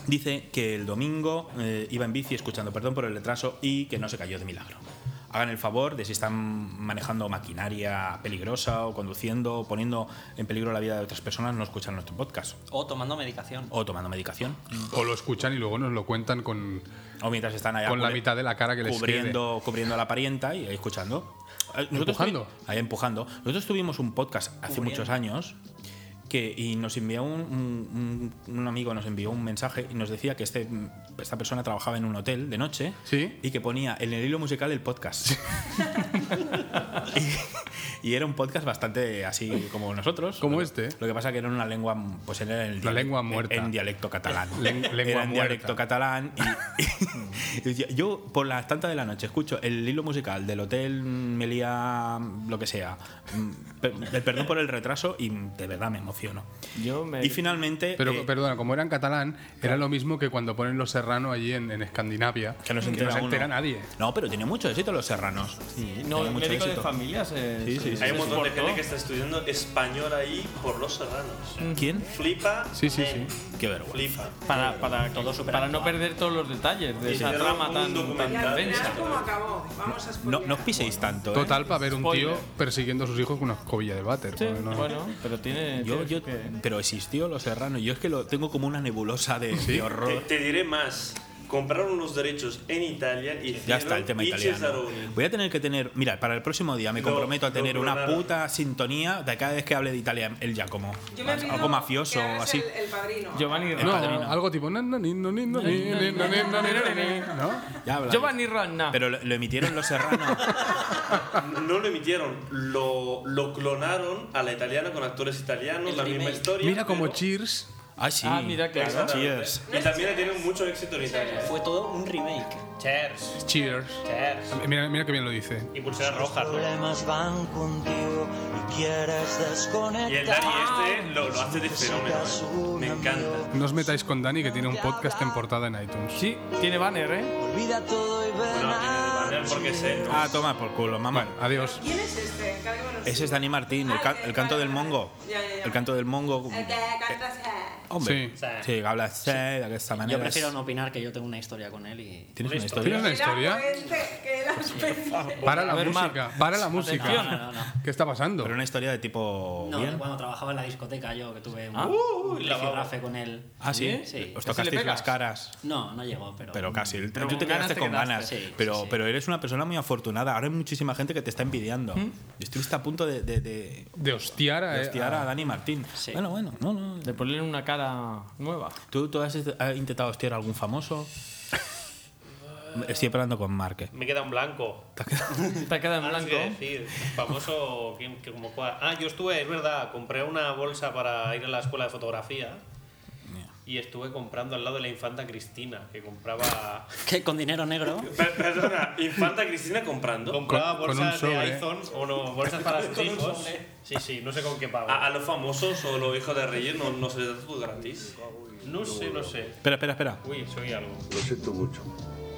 Speaker 5: dice que el domingo eh, iba en bici escuchando perdón por el retraso y que no se cayó de milagro. hagan el favor de si están manejando maquinaria peligrosa o conduciendo o poniendo en peligro la vida de otras personas, no escuchan nuestro podcast.
Speaker 10: O tomando medicación.
Speaker 5: O tomando medicación.
Speaker 3: O lo escuchan y luego nos lo cuentan con,
Speaker 5: O <laughs> mientras están allá
Speaker 3: con la
Speaker 5: cubri-
Speaker 3: mitad de la cara que les
Speaker 5: cubriendo, cubriendo a la parienta y ahí escuchando. Eh, nosotros
Speaker 3: Empujando.
Speaker 5: tuvi- Ahí empujando. Nosotros tuvimos un podcast hace
Speaker 10: Cubriendo.
Speaker 5: muchos años que, y nos envió un, un- un- un amigo nos envió un mensaje y nos decía que este, esta persona trabajaba en un hotel de noche
Speaker 3: Sí.
Speaker 5: y que ponía en el hilo musical el podcast. <laughs> y, y era un podcast bastante así como nosotros.
Speaker 3: Como
Speaker 5: Lo que-
Speaker 3: este.
Speaker 5: Lo que pasa que era una lengua, pues era el
Speaker 3: La
Speaker 5: dialec-
Speaker 3: lengua muerta.
Speaker 5: En dialecto catalán.
Speaker 3: Len- lengua
Speaker 5: <laughs> era en
Speaker 3: muerta.
Speaker 5: dialecto catalán y, y <laughs> decía, yo por las tantas de la noche escucho el hilo musical del hotel Melía, lo que sea. Mm, per- el perdón por el retraso y mm, de verdad me emociono.
Speaker 4: Yo me.
Speaker 5: Y finalmente,
Speaker 3: Pero
Speaker 5: eh,
Speaker 3: perdona, como era en catalán, era lo mismo que cuando ponen los serrano allí en, en Escandinavia.
Speaker 5: que no se entera, uno.
Speaker 3: nadie.
Speaker 5: No, pero tiene mucho éxito los serranos. ¿eh?
Speaker 4: Sí, no,
Speaker 5: Tenía mucho
Speaker 4: médico de
Speaker 5: éxito.
Speaker 4: familia se-
Speaker 5: Sí, sí,
Speaker 4: se-
Speaker 5: sí.
Speaker 4: se
Speaker 6: Hay un montón de gente
Speaker 4: exportó.
Speaker 6: que está estudiando español ahí por los serranos.
Speaker 5: ¿Quién?
Speaker 6: Flipa.
Speaker 3: Sí, sí,
Speaker 4: Eh,
Speaker 6: men.
Speaker 3: sí.
Speaker 5: Qué vergüenza.
Speaker 6: Flipa.
Speaker 4: Para, para, para no perder todos los detalles de
Speaker 6: Y
Speaker 4: esa
Speaker 6: hicieron
Speaker 4: trama
Speaker 6: un
Speaker 4: tan, tan
Speaker 7: Y
Speaker 6: documental.
Speaker 7: al
Speaker 4: densa.
Speaker 7: final, ¿cómo acabó? Vamos a
Speaker 5: No,
Speaker 7: spoilear.
Speaker 5: no os piséis tanto. ¿eh?
Speaker 3: Total, para ver un
Speaker 4: Spoiler.
Speaker 3: tío persiguiendo a sus hijos con una escobilla de váter.
Speaker 4: Sí,
Speaker 3: porque no-
Speaker 4: bueno, pero tiene.
Speaker 5: Yo,
Speaker 4: tiene
Speaker 5: yo-
Speaker 4: que-
Speaker 5: pero existió Los Serranos. Yo es que lo tengo como una nebulosa de, de
Speaker 6: Te,
Speaker 5: horror.
Speaker 6: te diré más. Compraron los derechos en Italia y
Speaker 5: Ya está el tema
Speaker 6: hicieron Itches
Speaker 5: italiano.
Speaker 6: Aroni.
Speaker 5: Voy a tener que tener. Mira, para el próximo día me
Speaker 6: Lo-
Speaker 5: comprometo a
Speaker 6: lo
Speaker 5: tener una
Speaker 6: clonaron.
Speaker 5: puta sintonía de cada vez que hable de Italia el Giacomo.
Speaker 7: Yo me
Speaker 5: Más-
Speaker 7: pido
Speaker 5: Algo mafioso
Speaker 7: que hagas
Speaker 5: o así.
Speaker 7: El, el padrino.
Speaker 4: Giovanni
Speaker 3: No,
Speaker 4: Rana.
Speaker 5: Padrino.
Speaker 3: algo tipo. "Na, na, ni, no, ni, no, ni, ni, no, ni, no, ni, no, ni", ¿no?
Speaker 5: Ya hablaré.
Speaker 4: Giovanni Rana.
Speaker 5: Pero lo, lo emitieron Los Serranos.
Speaker 6: No lo emitieron, lo, lo clonaron a la italiana con actores italianos,
Speaker 10: El
Speaker 6: la misma
Speaker 10: remake.
Speaker 6: historia.
Speaker 3: Mira como
Speaker 6: pero-
Speaker 3: Cheers.
Speaker 5: Ah, sí.
Speaker 4: Ah, mira, claro.
Speaker 6: Exactamente.
Speaker 5: Cheers.
Speaker 6: Y también tienen mucho éxito en Italia.
Speaker 10: Fue todo un remake.
Speaker 1: Cheers.
Speaker 3: Cheers.
Speaker 1: Cheers.
Speaker 3: Mira, mira que bien lo dice.
Speaker 1: Y pulseras rojas, ¿no?
Speaker 6: Y el Dani este lo, lo hace de fenómeno. ¿eh? Me encanta.
Speaker 3: No os metáis con Dani, que tiene un podcast en portada en iTunes.
Speaker 4: Sí, tiene banner, ¿eh?
Speaker 6: Bueno, tiene el banner porque es él, ¿no?
Speaker 5: Ah, toma por culo, mamá.
Speaker 3: Bueno, adiós.
Speaker 7: ¿Quién es este? Carguémonos.
Speaker 5: Ese es Dani Martín, el, ca- el canto del mongo.
Speaker 7: Ya, ya, Eh, ya.
Speaker 5: Oh, El canto del mongo. Eh,
Speaker 7: El que cantas.
Speaker 5: Hombre.
Speaker 3: Sí.
Speaker 5: Sí, que habla así, de esta manera.
Speaker 8: Yo prefiero no opinar que yo tengo una historia con él y.
Speaker 5: ¿Tienes una
Speaker 3: ¿Tienes
Speaker 5: historia?
Speaker 3: una historia?
Speaker 7: Que era puente.
Speaker 3: Para la
Speaker 4: A ver, Mar.
Speaker 3: música, para la
Speaker 8: No, no,
Speaker 3: música.
Speaker 8: no. no.
Speaker 3: ¿Qué está pasando?
Speaker 5: Pero una historia de tipo.
Speaker 8: No,
Speaker 5: bien.
Speaker 8: de cuando trabajaba en la discoteca yo que tuve un
Speaker 4: Ah.
Speaker 8: rifirrafe con él.
Speaker 5: Ah,
Speaker 10: ¿Eh?
Speaker 5: sí.
Speaker 8: Sí.
Speaker 5: Os
Speaker 4: ¿Casi le
Speaker 5: tocasteis
Speaker 4: pegas?
Speaker 5: las caras.
Speaker 8: No, no llegó, pero.
Speaker 5: Pero casi. El-
Speaker 4: Pero
Speaker 5: tú te
Speaker 4: con ganas
Speaker 5: quedaste
Speaker 4: te
Speaker 5: con
Speaker 4: quedaste.
Speaker 5: ganas.
Speaker 8: Sí, sí,
Speaker 5: pero,
Speaker 8: sí.
Speaker 5: pero eres una persona muy afortunada. Ahora hay muchísima gente que te está envidiando. Yo Estuviste a punto de, de, de-
Speaker 3: De hostiar a.
Speaker 4: eh,
Speaker 5: de hostiar
Speaker 4: ah.
Speaker 5: a Dani Martín.
Speaker 8: Sí.
Speaker 5: Bueno, bueno, no, no.
Speaker 4: De ponerle una cara nueva.
Speaker 5: ¿Tú, tú has, has intentado hostiar a algún famoso? Estoy hablando con Marque.
Speaker 1: Me queda un blanco.
Speaker 4: <laughs> Te queda en
Speaker 1: Ah, sí,
Speaker 4: blanco.
Speaker 1: decir, famoso que, que como cua- Ah, yo estuve, es verdad, compré una bolsa para ir a la escuela de fotografía. Y estuve comprando al lado de la infanta Cristina, que compraba,
Speaker 8: Que con dinero
Speaker 4: <laughs>
Speaker 8: negro.
Speaker 6: Per- Perdona, Infanta Cristina comprando.
Speaker 1: compraba
Speaker 3: Con- con
Speaker 1: bolsas
Speaker 3: un sobre.
Speaker 1: de iPhone o no,
Speaker 6: <laughs>
Speaker 1: bolsas para sus hijos. Sí, sí, no sé con qué pago.
Speaker 6: A, a los famosos o los hijos de reyes no, no se les da todo gratis.
Speaker 1: No sé, no sé.
Speaker 5: Espera, espera, espera.
Speaker 1: Uy, soy algo.
Speaker 11: Lo siento mucho.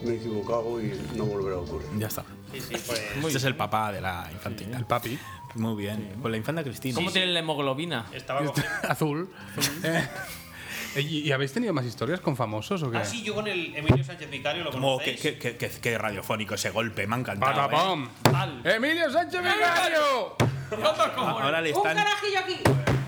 Speaker 11: Me he equivocado y no volverá a ocurrir.
Speaker 5: Ya está.
Speaker 1: Sí, sí, pues.
Speaker 5: este es el papá de la infantita.
Speaker 3: El papi.
Speaker 5: Muy bien. Con la infanta Cristina.
Speaker 4: ¿Cómo tiene la hemoglobina?
Speaker 1: Estaba
Speaker 5: Este-
Speaker 3: <laughs>
Speaker 5: <laughs>
Speaker 1: cogiendo.
Speaker 3: Azul. <laughs> Eh, ¿Y, y habéis tenido más historias con famosos o qué?
Speaker 1: Ah, sí, yo con el Emilio Sánchez Vicario lo
Speaker 5: Como que,
Speaker 1: conocéis.
Speaker 5: que- que- que- que radiofónico ese golpe. Me ha encantado. ¿eh?
Speaker 3: ¡Patapam!
Speaker 4: Al.
Speaker 3: ¡Emilio Sánchez Vicario!
Speaker 5: Ahora le
Speaker 7: Un
Speaker 5: están,
Speaker 7: carajillo aquí.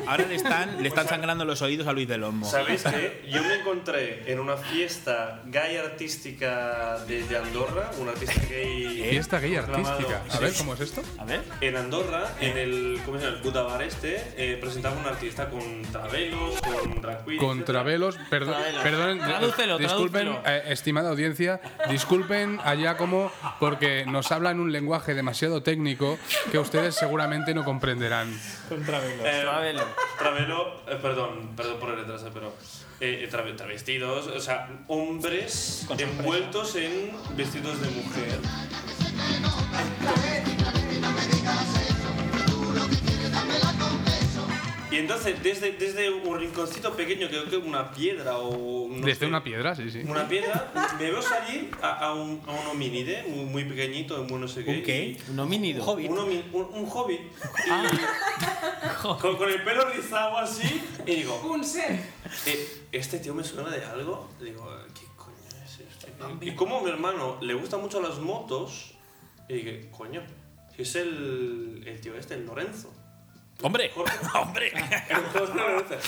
Speaker 5: ahora le están, le están sangrando los oídos a Luis del Olmo.
Speaker 6: ¿Sabéis qué? Yo me encontré en una fiesta gay artística de, de Andorra, una artista gay.
Speaker 3: Fiesta gay
Speaker 6: proclamado-
Speaker 3: artística. A
Speaker 6: Sí.
Speaker 3: ver, ¿cómo es esto?
Speaker 5: A ver.
Speaker 6: En Andorra, en el, ¿cómo se llama? El Buda Bar este, eh, presentaba un artista con travelos, con drag queens,
Speaker 3: Con
Speaker 6: etcétera.
Speaker 3: Travelos, perdón, perdonen,
Speaker 4: Tradúcelo,
Speaker 3: disculpen,
Speaker 4: tradúcelo.
Speaker 3: eh, estimada audiencia, disculpen allá como porque nos hablan un lenguaje demasiado técnico que ustedes seguramente no comprenderán.
Speaker 6: Eh,
Speaker 4: Travelo.
Speaker 6: Travelo, eh, perdón, perdón por el retraso, pero eh, tra- travestidos, o sea, hombres envueltos en vestidos de mujer. Y entonces, desde, desde un rinconcito pequeño, creo que una piedra o... no sé,
Speaker 3: Desde una piedra, sí, sí.
Speaker 6: Una piedra, me veo salir a, a un, a un hominide muy, muy pequeñito, muy no sé qué.
Speaker 5: ¿Un qué?
Speaker 4: Un homínido.
Speaker 6: Un, homi- un, un hobbit. Y- con, con el pelo rizado así. Y digo,
Speaker 7: Un ser.
Speaker 6: eh, ¿este tío me suena de algo? Digo, ¿qué coño es este? tío? Y como mi hermano le gustan mucho las motos, Y dije, coño, si es el, el tío este, el Lorenzo.
Speaker 5: <laughs> ¡Hombre!
Speaker 6: ¡Hombre!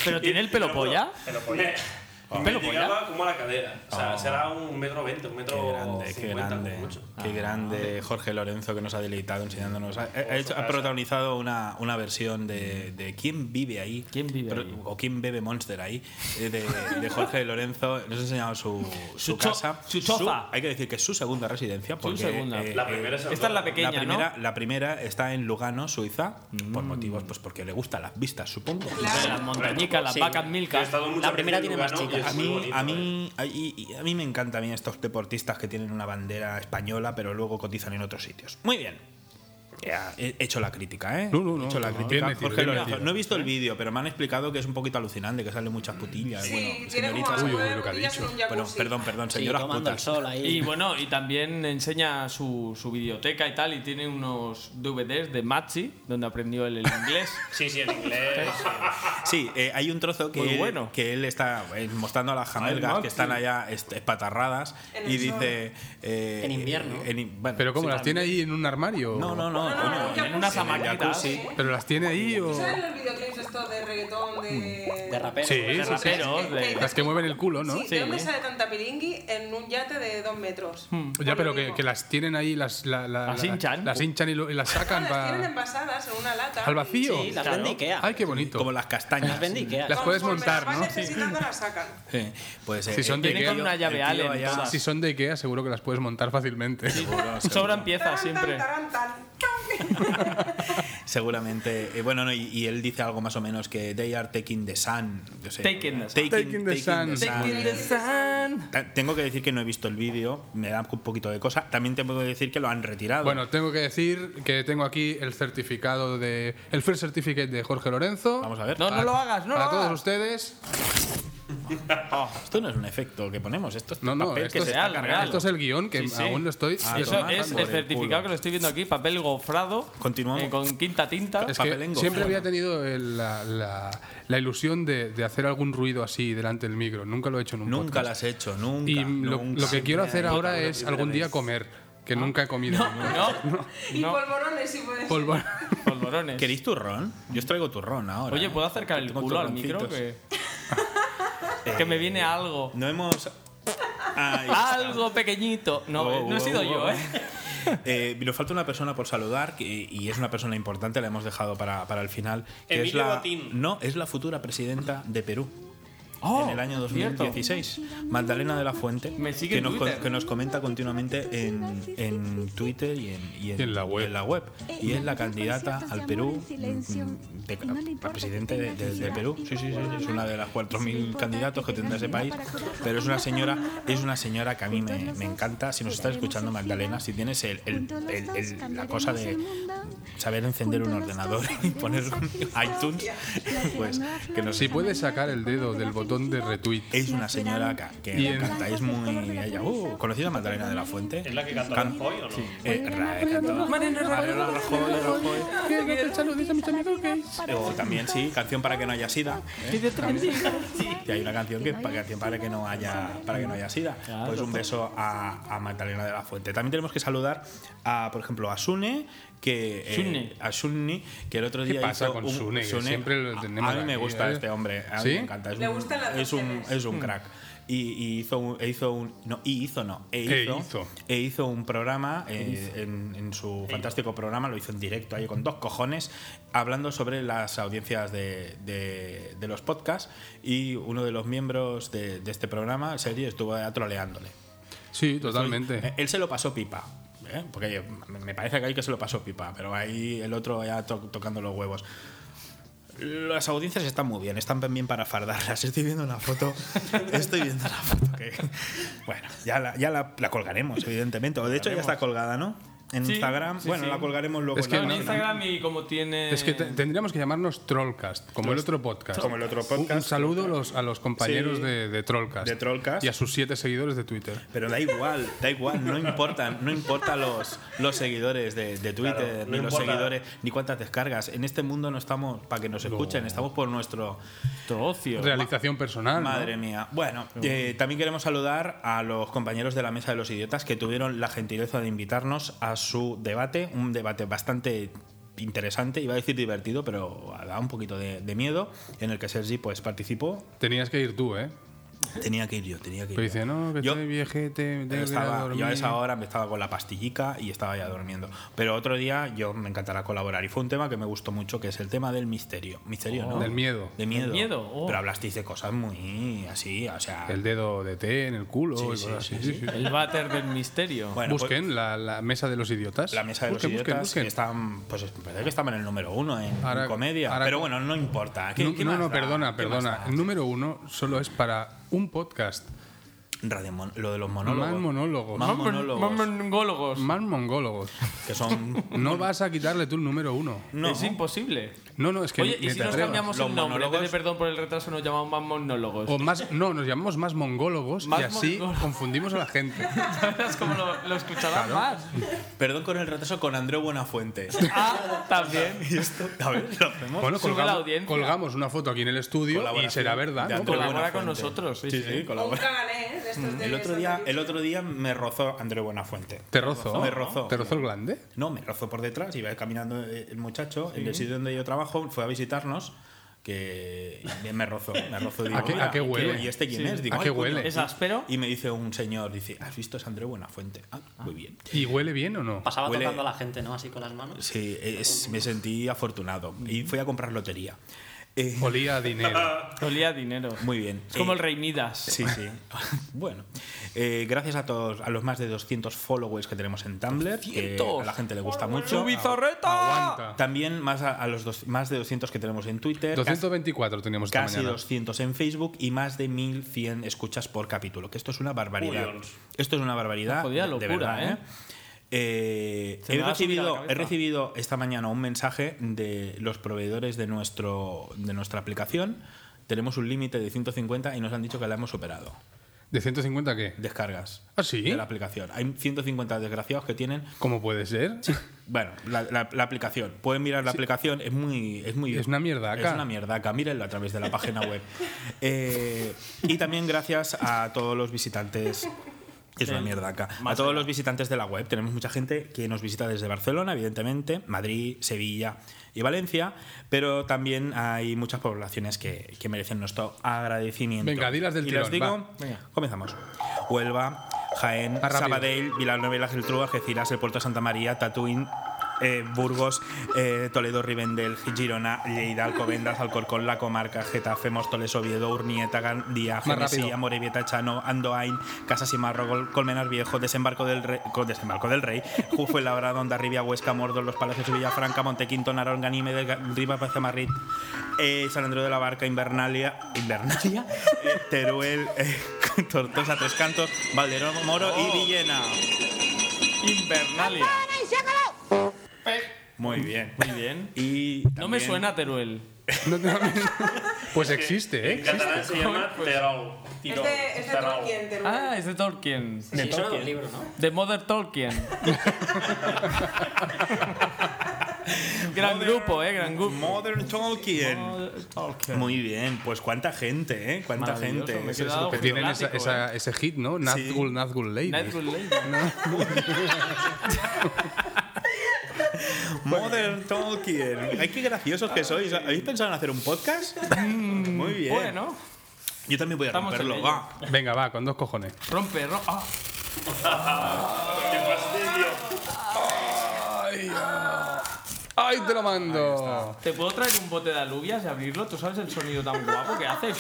Speaker 4: ¿Pero tiene el pelo polla?
Speaker 6: Pelo polla.
Speaker 5: Ah.
Speaker 4: ¿Un
Speaker 6: Me
Speaker 4: pelo polla?
Speaker 6: llegaba como a la cadera. O sea,
Speaker 5: Oh.
Speaker 6: será un metro veinte, un metro
Speaker 5: Qué grande, qué
Speaker 6: cincuenta como
Speaker 5: grande.
Speaker 6: mucho. Ah,
Speaker 5: Qué grande Jorge Lorenzo que nos ha deleitado enseñándonos. Ha, ha
Speaker 6: Por
Speaker 5: hecho-
Speaker 6: su
Speaker 5: ha
Speaker 6: casa.
Speaker 5: protagonizado una, una versión de, de ¿Quién vive ahí?
Speaker 4: ¿Quién vive
Speaker 5: Pero-
Speaker 4: ahí?
Speaker 5: O ¿Quién bebe Monster ahí? eh, De, de Jorge Lorenzo. Nos ha enseñado su, su,
Speaker 4: cho-
Speaker 5: casa.
Speaker 4: su choza.
Speaker 5: hay que decir que es su segunda residencia. Porque,
Speaker 4: segunda.
Speaker 5: eh,
Speaker 6: La
Speaker 5: eh,
Speaker 6: primera es el
Speaker 4: Esta es la pequeña, Mm.
Speaker 5: la primera, la primera está en Lugano, Suiza, por motivos, pues porque le gustan las vistas, supongo.
Speaker 4: ¿no? Las montañicas, las
Speaker 8: Sí.
Speaker 4: vacas
Speaker 6: Yo he
Speaker 4: milcas.
Speaker 6: estado muchas
Speaker 8: La primera
Speaker 6: veces en
Speaker 8: tiene más
Speaker 6: Lugano y
Speaker 8: chicas.
Speaker 6: es
Speaker 5: A
Speaker 6: muy
Speaker 5: mí,
Speaker 6: bonito, eh.
Speaker 5: a, mí, a- y- y- a mí me encantan a mí estos deportistas que tienen una bandera española, pero luego cotizan en otros sitios. Muy bien. Ya, he hecho la crítica, ¿eh?
Speaker 3: No, no, no,
Speaker 5: He hecho la
Speaker 3: no,
Speaker 5: crítica.
Speaker 3: bien metido,
Speaker 5: Jorge
Speaker 3: bien
Speaker 5: Lorenzo.
Speaker 3: metido.
Speaker 5: No he visto el vídeo, pero me han explicado que es un poquito alucinante, que salen muchas putillas.
Speaker 7: Sí,
Speaker 5: bueno,
Speaker 7: tiene como
Speaker 5: señoritas.
Speaker 3: uy,
Speaker 7: algo
Speaker 3: uy,
Speaker 7: de
Speaker 3: lo que ha
Speaker 7: rodillas en
Speaker 3: dicho.
Speaker 7: un jacuzzi.
Speaker 5: Bueno, perdón, perdón,
Speaker 10: Sí,
Speaker 5: señoras
Speaker 10: tomando el
Speaker 5: putas.
Speaker 10: sol ahí.
Speaker 4: Y bueno, y también enseña su, su videoteca y tal, y tiene unos DVDs de Machi, donde aprendió el, el inglés.
Speaker 1: Sí, sí, en inglés.
Speaker 5: <laughs> Sí, eh, hay un trozo que,
Speaker 4: Muy
Speaker 5: él-
Speaker 4: bueno.
Speaker 5: que él está eh, mostrando a las jamelgas
Speaker 4: Max,
Speaker 5: que están
Speaker 4: sí.
Speaker 5: allá est- espatarradas
Speaker 7: En el
Speaker 5: y
Speaker 7: sol.
Speaker 5: dice. eh,
Speaker 8: En invierno.
Speaker 5: en in- bueno,
Speaker 3: ¿Pero cómo?
Speaker 5: sí,
Speaker 3: ¿Las tiene ahí en un armario?
Speaker 5: No, no,
Speaker 7: No,
Speaker 5: no.
Speaker 7: no,
Speaker 5: coño,
Speaker 7: no,
Speaker 5: en-
Speaker 7: que
Speaker 4: En unas
Speaker 7: Sí, en el
Speaker 4: hamaquitas.
Speaker 5: jacuzzi.
Speaker 3: ¿Pero las tiene ahí o...?
Speaker 7: ¿Sabes los videoclips estos de reggaetón,
Speaker 3: Mm.
Speaker 7: de.
Speaker 10: De rapero.
Speaker 3: Sí,
Speaker 7: de
Speaker 3: sí,
Speaker 4: raperos,
Speaker 7: Sí,
Speaker 4: de-
Speaker 7: sí, sí.
Speaker 3: Las que mueven el culo, ¿no?
Speaker 7: Sí, ¿de
Speaker 4: Sí.
Speaker 7: dónde sale tanta piringui en un yate de dos metros?
Speaker 3: Hmm. Ya,
Speaker 7: Os lo
Speaker 3: pero que,
Speaker 7: digo.
Speaker 3: que las tienen ahí, las... la- la-
Speaker 4: Las
Speaker 3: la-
Speaker 4: hinchan.
Speaker 3: Las hinchan y, lo- y las
Speaker 7: Ah, <laughs>
Speaker 3: sacan
Speaker 7: las tienen
Speaker 3: para...
Speaker 7: envasadas en una lata.
Speaker 3: ¿Al vacío?
Speaker 10: Sí, las
Speaker 4: Claro.
Speaker 10: vende Ikea.
Speaker 3: Ay, qué bonito.
Speaker 5: Como las castañas.
Speaker 10: Las vende Ikea.
Speaker 3: Las puedes montar,
Speaker 7: las
Speaker 3: ¿no?
Speaker 7: vas necesitando las sacan.
Speaker 3: <laughs>
Speaker 5: Sí, pues
Speaker 3: Si son de
Speaker 5: el
Speaker 3: Ikea.
Speaker 5: tío-
Speaker 4: Una llave
Speaker 5: el tío
Speaker 4: Allen,
Speaker 5: allá-
Speaker 4: todas.
Speaker 3: Si son de Ikea, seguro que las puedes montar fácilmente.
Speaker 5: Seguro,
Speaker 4: Sobran piezas
Speaker 7: Taran,
Speaker 4: siempre.
Speaker 7: Tan, taran, tan.
Speaker 5: Seguramente. Eh, bueno, no, y, y él dice algo más o menos que they are taking the sun. yo sé.
Speaker 4: Taking the sun.
Speaker 3: Taking the sun.
Speaker 5: sun. Ta- Tengo que decir que no he visto el vídeo, me da un poquito de cosa. También tengo que decir que lo han retirado.
Speaker 3: Bueno, tengo que decir que tengo aquí el certificado de... El First Certificate de Jorge Lorenzo.
Speaker 5: vamos a ver.
Speaker 4: No, no lo hagas, no lo
Speaker 3: Para todos
Speaker 4: hagas.
Speaker 3: ustedes.
Speaker 5: Ah, esto no es un efecto que ponemos, esto es
Speaker 3: No, no,
Speaker 5: papel
Speaker 3: esto
Speaker 5: que
Speaker 3: es,
Speaker 5: se está
Speaker 4: real,
Speaker 5: cargando.
Speaker 3: esto es el guión que
Speaker 4: Sí, sí.
Speaker 3: aún lo estoy...
Speaker 5: Ah,
Speaker 4: Eso
Speaker 5: tomar
Speaker 4: es
Speaker 5: por
Speaker 4: el
Speaker 5: el
Speaker 4: certificado
Speaker 5: culo.
Speaker 4: que lo estoy viendo aquí, papel gofrado.
Speaker 5: Continuamos.
Speaker 4: eh, con quinta tinta.
Speaker 3: Es
Speaker 5: Papel
Speaker 3: que
Speaker 5: engofado.
Speaker 3: siempre había tenido el- la, la- la ilusión de, de hacer algún ruido así delante del micro. Nunca lo he hecho en un
Speaker 5: Nunca
Speaker 3: podcast.
Speaker 5: lo has hecho, nunca.
Speaker 3: Y lo,
Speaker 5: nunca.
Speaker 3: lo que quiero hacer
Speaker 6: Siempre
Speaker 3: ahora
Speaker 6: hay una
Speaker 3: es
Speaker 6: primera
Speaker 3: algún día
Speaker 6: vez.
Speaker 3: comer, que nunca he comido.
Speaker 4: No,
Speaker 7: Y
Speaker 4: no,
Speaker 7: polvorones, si puedes.
Speaker 3: Polvo-
Speaker 4: polvorones.
Speaker 5: ¿Queréis turrón? Yo os traigo turrón ahora.
Speaker 4: Oye, ¿puedo
Speaker 5: ¿eh?
Speaker 4: acercar el
Speaker 5: Tengo
Speaker 4: culo al
Speaker 5: turroncitos.
Speaker 4: micro? Que, que me viene algo.
Speaker 5: Eh, No hemos... Ahí está. Oh,
Speaker 4: Algo pequeñito. No,
Speaker 5: Wow,
Speaker 4: no he
Speaker 5: wow,
Speaker 4: sido
Speaker 5: wow.
Speaker 4: yo, ¿eh?
Speaker 5: <laughs> Eh, nos falta una persona por saludar que- y es una persona importante, la hemos dejado para, para el final. Que es
Speaker 1: Emilio
Speaker 5: la,
Speaker 1: Botín.
Speaker 5: No, es la futura presidenta de Perú.
Speaker 4: Oh,
Speaker 5: en el año
Speaker 4: cierto.
Speaker 5: 2016, Magdalena de la Fuente,
Speaker 4: Me sigue
Speaker 5: que,
Speaker 4: en
Speaker 5: nos, con-
Speaker 4: Twitter.
Speaker 5: que nos comenta continuamente en, en Twitter y en, y en-
Speaker 3: Y en la web.
Speaker 5: y en la web. Y es la candidata
Speaker 2: conciertos de
Speaker 5: al
Speaker 2: amor
Speaker 5: Perú,
Speaker 2: en silencio,
Speaker 5: mm, de-
Speaker 2: y no le importa
Speaker 5: a presidente
Speaker 2: que
Speaker 5: de-
Speaker 2: tenga
Speaker 5: de- del
Speaker 2: ansiedad
Speaker 5: Perú.
Speaker 2: y
Speaker 5: Sí, sí, sí,
Speaker 2: poco
Speaker 5: es
Speaker 2: más.
Speaker 5: una de las 4.000 candidatos que tendrá ese país. Pero es una señora, es una señora que a mí me, me encanta. Si nos estás escuchando, Magdalena, si tienes el- el- el- el- la cosa de saber encender un ordenador <laughs> y poner un iTunes, <laughs> pues que nos
Speaker 3: Si puedes sacar el dedo del botón de retweet.
Speaker 5: es una señora ca- que
Speaker 3: Y
Speaker 5: me
Speaker 3: en-
Speaker 5: encanta, es muy ella. Uh, ¿Conocéis a Magdalena de la Fuente?
Speaker 1: ¿Es la que canta
Speaker 5: Can-
Speaker 1: Rajoy o no?
Speaker 3: Pues
Speaker 5: Eh, ra- cantó- Mariano Rajoy, Rajoy. O también, sí, canción para que no haya sida. ¿eh? Y hay una canción que es pa- canción para que no haya para que no haya sida. Pues un beso a, a Magdalena de la Fuente. También tenemos que saludar a, por ejemplo, a Sune, que eh,
Speaker 4: Sune.
Speaker 5: a Sune, que el otro
Speaker 3: ¿Qué
Speaker 5: día
Speaker 3: pasa
Speaker 5: hizo
Speaker 3: con
Speaker 5: un-
Speaker 3: Sune? Que siempre lo
Speaker 5: a-
Speaker 3: tenemos
Speaker 5: a, mí me
Speaker 3: aquí,
Speaker 5: gusta
Speaker 3: ¿eh?
Speaker 5: este hombre, a mí
Speaker 3: ¿Sí?
Speaker 5: me encanta, es
Speaker 7: Le
Speaker 5: un-
Speaker 7: gustan las
Speaker 5: es un
Speaker 7: canciones.
Speaker 5: es un crack. Y, y hizo un, e hizo un no y hizo no e
Speaker 3: E
Speaker 5: hizo,
Speaker 3: hizo.
Speaker 5: e hizo un programa eh, en, en su fantástico programa, lo hizo en directo ahí con dos cojones, hablando sobre las audiencias de, de- de los podcasts y uno de los miembros de, de este programa, Sergi, estuvo troleándole.
Speaker 3: Sí, totalmente.
Speaker 5: Eh, Él se lo pasó pipa. ¿eh? Porque me- me parece que ahí que se lo pasó pipa, pero ahí el otro ya to- tocando los huevos. Las audiencias están muy bien, están bien para fardarlas. <laughs> Estoy viendo una foto. <laughs> Estoy viendo una foto que. Bueno, ya la, ya la, la colgaremos, evidentemente. O de hecho, ya está colgada, ¿no? En
Speaker 4: Sí,
Speaker 5: Instagram.
Speaker 4: sí,
Speaker 5: bueno,
Speaker 4: sí.
Speaker 5: la colgaremos luego.
Speaker 3: Es
Speaker 5: en
Speaker 3: que
Speaker 5: la
Speaker 4: En
Speaker 3: no-
Speaker 5: página.
Speaker 4: Instagram y como tiene.
Speaker 3: Es que te- tendríamos que llamarnos Trollcast, como el otro podcast.
Speaker 5: Como el otro
Speaker 3: Un- Un
Speaker 5: podcast.
Speaker 3: saludo a los, a los compañeros
Speaker 5: Sí.
Speaker 3: de, de Trollcast.
Speaker 5: De Trollcast.
Speaker 3: Y a sus siete seguidores de Twitter.
Speaker 5: Pero da igual, da igual, no importan, no importa los, los seguidores de, de Twitter,
Speaker 6: Claro, no
Speaker 5: ni los
Speaker 6: importa.
Speaker 5: seguidores, ni cuántas descargas. En este mundo no estamos para que nos escuchen, estamos por nuestro,
Speaker 4: Otro ocio.
Speaker 3: Realización personal. ¿no?
Speaker 5: Madre mía. Bueno, eh, también queremos saludar a los compañeros de la Mesa de los Idiotas que tuvieron la gentileza de invitarnos a su debate, un debate bastante interesante, iba a decir divertido, pero da un poquito de, de miedo, en el que Sergi pues participó.
Speaker 3: Tenías que ir tú, ¿eh?
Speaker 5: Tenía que ir yo, tenía que ir.
Speaker 3: Pero dice, no, que
Speaker 5: Yo-
Speaker 3: estoy viejete, me tengo que ir
Speaker 5: Yo,
Speaker 3: a
Speaker 5: estaba, yo a
Speaker 3: dormir".
Speaker 5: esa hora me estaba con la pastillica y estaba ya durmiendo. Pero otro día yo me encantará colaborar. Y fue un tema que me gustó mucho, que es el tema del misterio. Misterio,
Speaker 3: Oh.
Speaker 5: ¿no?
Speaker 3: Del miedo.
Speaker 5: De miedo.
Speaker 3: Del miedo, oh.
Speaker 5: Pero hablasteis de cosas muy así, o sea...
Speaker 3: El dedo de té en el culo
Speaker 5: Sí,
Speaker 3: y
Speaker 5: sí,
Speaker 3: cosas
Speaker 5: sí,
Speaker 3: así.
Speaker 5: sí.
Speaker 4: El váter del misterio.
Speaker 5: Bueno, pues,
Speaker 3: busquen la, la mesa de los idiotas.
Speaker 5: La mesa de
Speaker 3: Busquen,
Speaker 5: los
Speaker 3: busquen,
Speaker 5: idiotas
Speaker 3: busquen.
Speaker 5: que estaban, pues es- parece que estaban en el número uno ¿eh? en, en
Speaker 3: Ahora-
Speaker 5: comedia.
Speaker 3: ahora-
Speaker 5: pero bueno, no importa. ¿Qué-
Speaker 3: no,
Speaker 5: qué
Speaker 3: no,
Speaker 5: más
Speaker 3: no,
Speaker 5: da?
Speaker 3: perdona,
Speaker 5: ¿Qué más
Speaker 3: perdona.
Speaker 5: da?
Speaker 3: El número uno solo es para un podcast.
Speaker 5: Radio Mon- lo de los monólogos.
Speaker 3: Más monólogos.
Speaker 5: Más monólogos.
Speaker 4: <laughs> mongólogos.
Speaker 3: Más mongólogos.
Speaker 5: Que son.
Speaker 3: <laughs> No vas a quitarle tú el número uno.
Speaker 5: No.
Speaker 4: Es imposible.
Speaker 3: No, no, es que
Speaker 4: Oye,
Speaker 3: ni
Speaker 4: ¿y si
Speaker 3: te
Speaker 4: nos
Speaker 3: atrevas.
Speaker 4: cambiamos
Speaker 5: Los
Speaker 4: el nombre? En vez de
Speaker 5: monólogos-
Speaker 4: perdón por el retraso, nos llamamos más monólogos.
Speaker 3: O más, no, nos llamamos más mongólogos
Speaker 4: Más
Speaker 3: y así
Speaker 4: mongólogos.
Speaker 3: confundimos a la gente.
Speaker 4: ¿Sabes cómo lo, lo escucharás
Speaker 3: Claro.
Speaker 4: más?
Speaker 5: Perdón con el retraso con Andreu Buenafuente.
Speaker 4: Ah, también.
Speaker 5: <laughs> y esto, a ver, lo hacemos.
Speaker 3: Bueno,
Speaker 4: Sube la
Speaker 3: colgamos,
Speaker 4: audiencia.
Speaker 3: colgamos una foto aquí en el estudio y
Speaker 5: Colaboración
Speaker 3: será verdad.
Speaker 5: de
Speaker 3: ¿no?
Speaker 5: Andreu
Speaker 4: Colabora
Speaker 5: Buenafuente.
Speaker 4: con nosotros, sí,
Speaker 5: Sí,
Speaker 4: sí.
Speaker 5: sí,
Speaker 7: O un
Speaker 5: colabora.
Speaker 7: cagalé, ¿eh? de estos de
Speaker 5: Mm. El otro, día,
Speaker 7: Santa
Speaker 5: el otro día me rozó Andreu Buenafuente.
Speaker 3: ¿Te rozó?
Speaker 5: Me rozó.
Speaker 3: ¿Te rozó el glande?
Speaker 5: No, me rozó por detrás, iba caminando el muchacho, el del sitio donde yo trabajo, fue a visitarnos, que y me rozó, me rozó.
Speaker 3: <laughs>
Speaker 5: Digo,
Speaker 3: ¿A qué- a
Speaker 5: "Mira,
Speaker 3: qué huele?
Speaker 5: ¿Y este quién
Speaker 4: Sí.
Speaker 5: es? Digo,
Speaker 3: ¿A qué
Speaker 5: "Ay, coño".
Speaker 3: huele?
Speaker 4: ¿Es áspero?
Speaker 5: Y me dice un señor, dice, ¿has visto es Andreu Buenafuente? Ah, muy bien.
Speaker 3: ¿Y huele bien o no?
Speaker 8: Pasaba
Speaker 5: Huele-
Speaker 8: tocando a la gente, ¿no? Así con las manos.
Speaker 5: Sí, es- me sentí afortunado y fui a comprar lotería. Eh,
Speaker 3: Olía a dinero.
Speaker 4: <laughs> Olía a dinero.
Speaker 5: muy bien.
Speaker 4: Es como
Speaker 5: Eh,
Speaker 4: el Rey Midas.
Speaker 5: Sí, sí. <laughs> bueno, eh, gracias a todos, a los más de 200 followers que tenemos en Tumblr, que a la gente le gusta mucho.
Speaker 4: ¡Su bizarreta!
Speaker 3: Aguanta.
Speaker 5: También más a, a los dos- más de 200 que tenemos en Twitter.
Speaker 3: 224 teníamos esta
Speaker 5: casi
Speaker 3: mañana.
Speaker 5: 200 en Facebook y más de 1100 escuchas por capítulo, que esto es una barbaridad.
Speaker 6: Uy, Dios.
Speaker 5: Esto es una barbaridad.
Speaker 4: Jodida
Speaker 5: de- de
Speaker 4: locura,
Speaker 5: verdad,
Speaker 4: ¿eh?
Speaker 5: Eh,
Speaker 4: Se
Speaker 5: he,
Speaker 4: me va a subir a la
Speaker 5: recibido, he
Speaker 4: cabeza.
Speaker 5: recibido esta mañana un mensaje de los proveedores de, nuestro, de nuestra aplicación. Tenemos un límite de 150 y nos han dicho que la hemos superado.
Speaker 3: ¿De 150 qué?
Speaker 5: Descargas
Speaker 3: ¿Ah, sí?
Speaker 5: de la aplicación. Hay 150 desgraciados que tienen
Speaker 3: ¿Cómo puede ser?
Speaker 5: bueno, la, la- la aplicación. Pueden mirar la aplicación, es muy, es muy.
Speaker 3: Es una mierdaca.
Speaker 5: Es una mierdaca. Mírenlo a través de la
Speaker 3: <laughs>
Speaker 5: página web. Eh, y también gracias a todos los visitantes. Es una mierdaca. A todos los visitantes de la web. Tenemos mucha gente que nos visita desde Barcelona, evidentemente, Madrid, Sevilla y Valencia. Pero también hay muchas poblaciones que, que merecen nuestro agradecimiento.
Speaker 3: Venga, di las del
Speaker 5: Y
Speaker 3: tirón,
Speaker 5: las digo,
Speaker 3: va.
Speaker 5: Venga, comenzamos. Huelva, Jaén,
Speaker 3: Más rápido.
Speaker 5: Sabadell, Vilanova y la Geltrú, Algeciras, el Puerto de Santa María, Tatuín, eh, Burgos, eh, Toledo, Rivendel, Girona, Lleida, Alcobendas, Alcorcón, La Comarca, Getafe, Móstoles, Oviedo, Urnieta, Gandía,
Speaker 3: rápido.
Speaker 5: Genesía, Morevieta, Chano, Andoain, Casas y Marrogol, Colmenar Viejo, Desembarco del Rey, co- Desembarco del Rey, <laughs> Labrada, Ondarribia, Huesca, Mordor, Los Palacios de Villafranca, Montequinto, Narón, Ganímedes, Ga- Rivas, Pazamarrit, eh, San Andreu de la Barca, Invernalia,
Speaker 4: <laughs>
Speaker 5: Invernalia, eh, Teruel, eh, <laughs> Tortosa, Tres Cantos, Valderón, Moro y Villena.
Speaker 4: Oh. Invernalia.
Speaker 5: Muy bien.
Speaker 4: <laughs> Muy bien.
Speaker 5: Y
Speaker 4: No me
Speaker 5: también-
Speaker 4: suena Teruel.
Speaker 3: No te- pues existe,
Speaker 6: En
Speaker 3: ¿eh?
Speaker 6: catalán se llama Terol.
Speaker 7: Cruz. Este, este
Speaker 6: Terol.
Speaker 7: Tolkien, Teruel.
Speaker 4: Pues- Ah, es de Tolkien.
Speaker 8: Sí, eso era de un libro, ¿no?
Speaker 4: De Mother Tolkien.
Speaker 5: <laughs>
Speaker 4: gran grupo, eh, gran grupo.
Speaker 5: Modern Tolkien.
Speaker 4: Mother Tolkien.
Speaker 5: Muy bien, pues cuánta gente, ¿eh? Cuánta
Speaker 4: Maravilloso,
Speaker 5: gente.
Speaker 4: me he
Speaker 5: Eso es
Speaker 4: quedado ¿eh?
Speaker 5: lo que-
Speaker 3: Que tienen esa-
Speaker 4: Chocolático,
Speaker 3: esa- ese hit, ¿no? Nazgul, Nazgul Lady.
Speaker 4: Nightwood Lady.
Speaker 5: Modern Tolkien. Ay, qué graciosos que sois. ¿Habéis pensado en hacer un podcast?
Speaker 3: Mm,
Speaker 5: Muy bien.
Speaker 4: Bueno,
Speaker 5: Yo también voy a
Speaker 4: Estamos en
Speaker 5: romperlo,
Speaker 4: ello.
Speaker 5: va.
Speaker 3: Venga, va, con dos cojones.
Speaker 4: rompe, rompe.
Speaker 6: <laughs> ¡Qué fastidio!
Speaker 3: ¡Ay, te lo mando!
Speaker 4: ¿Te puedo traer un bote de alubias y abrirlo? ¿Tú sabes el sonido tan guapo que hace?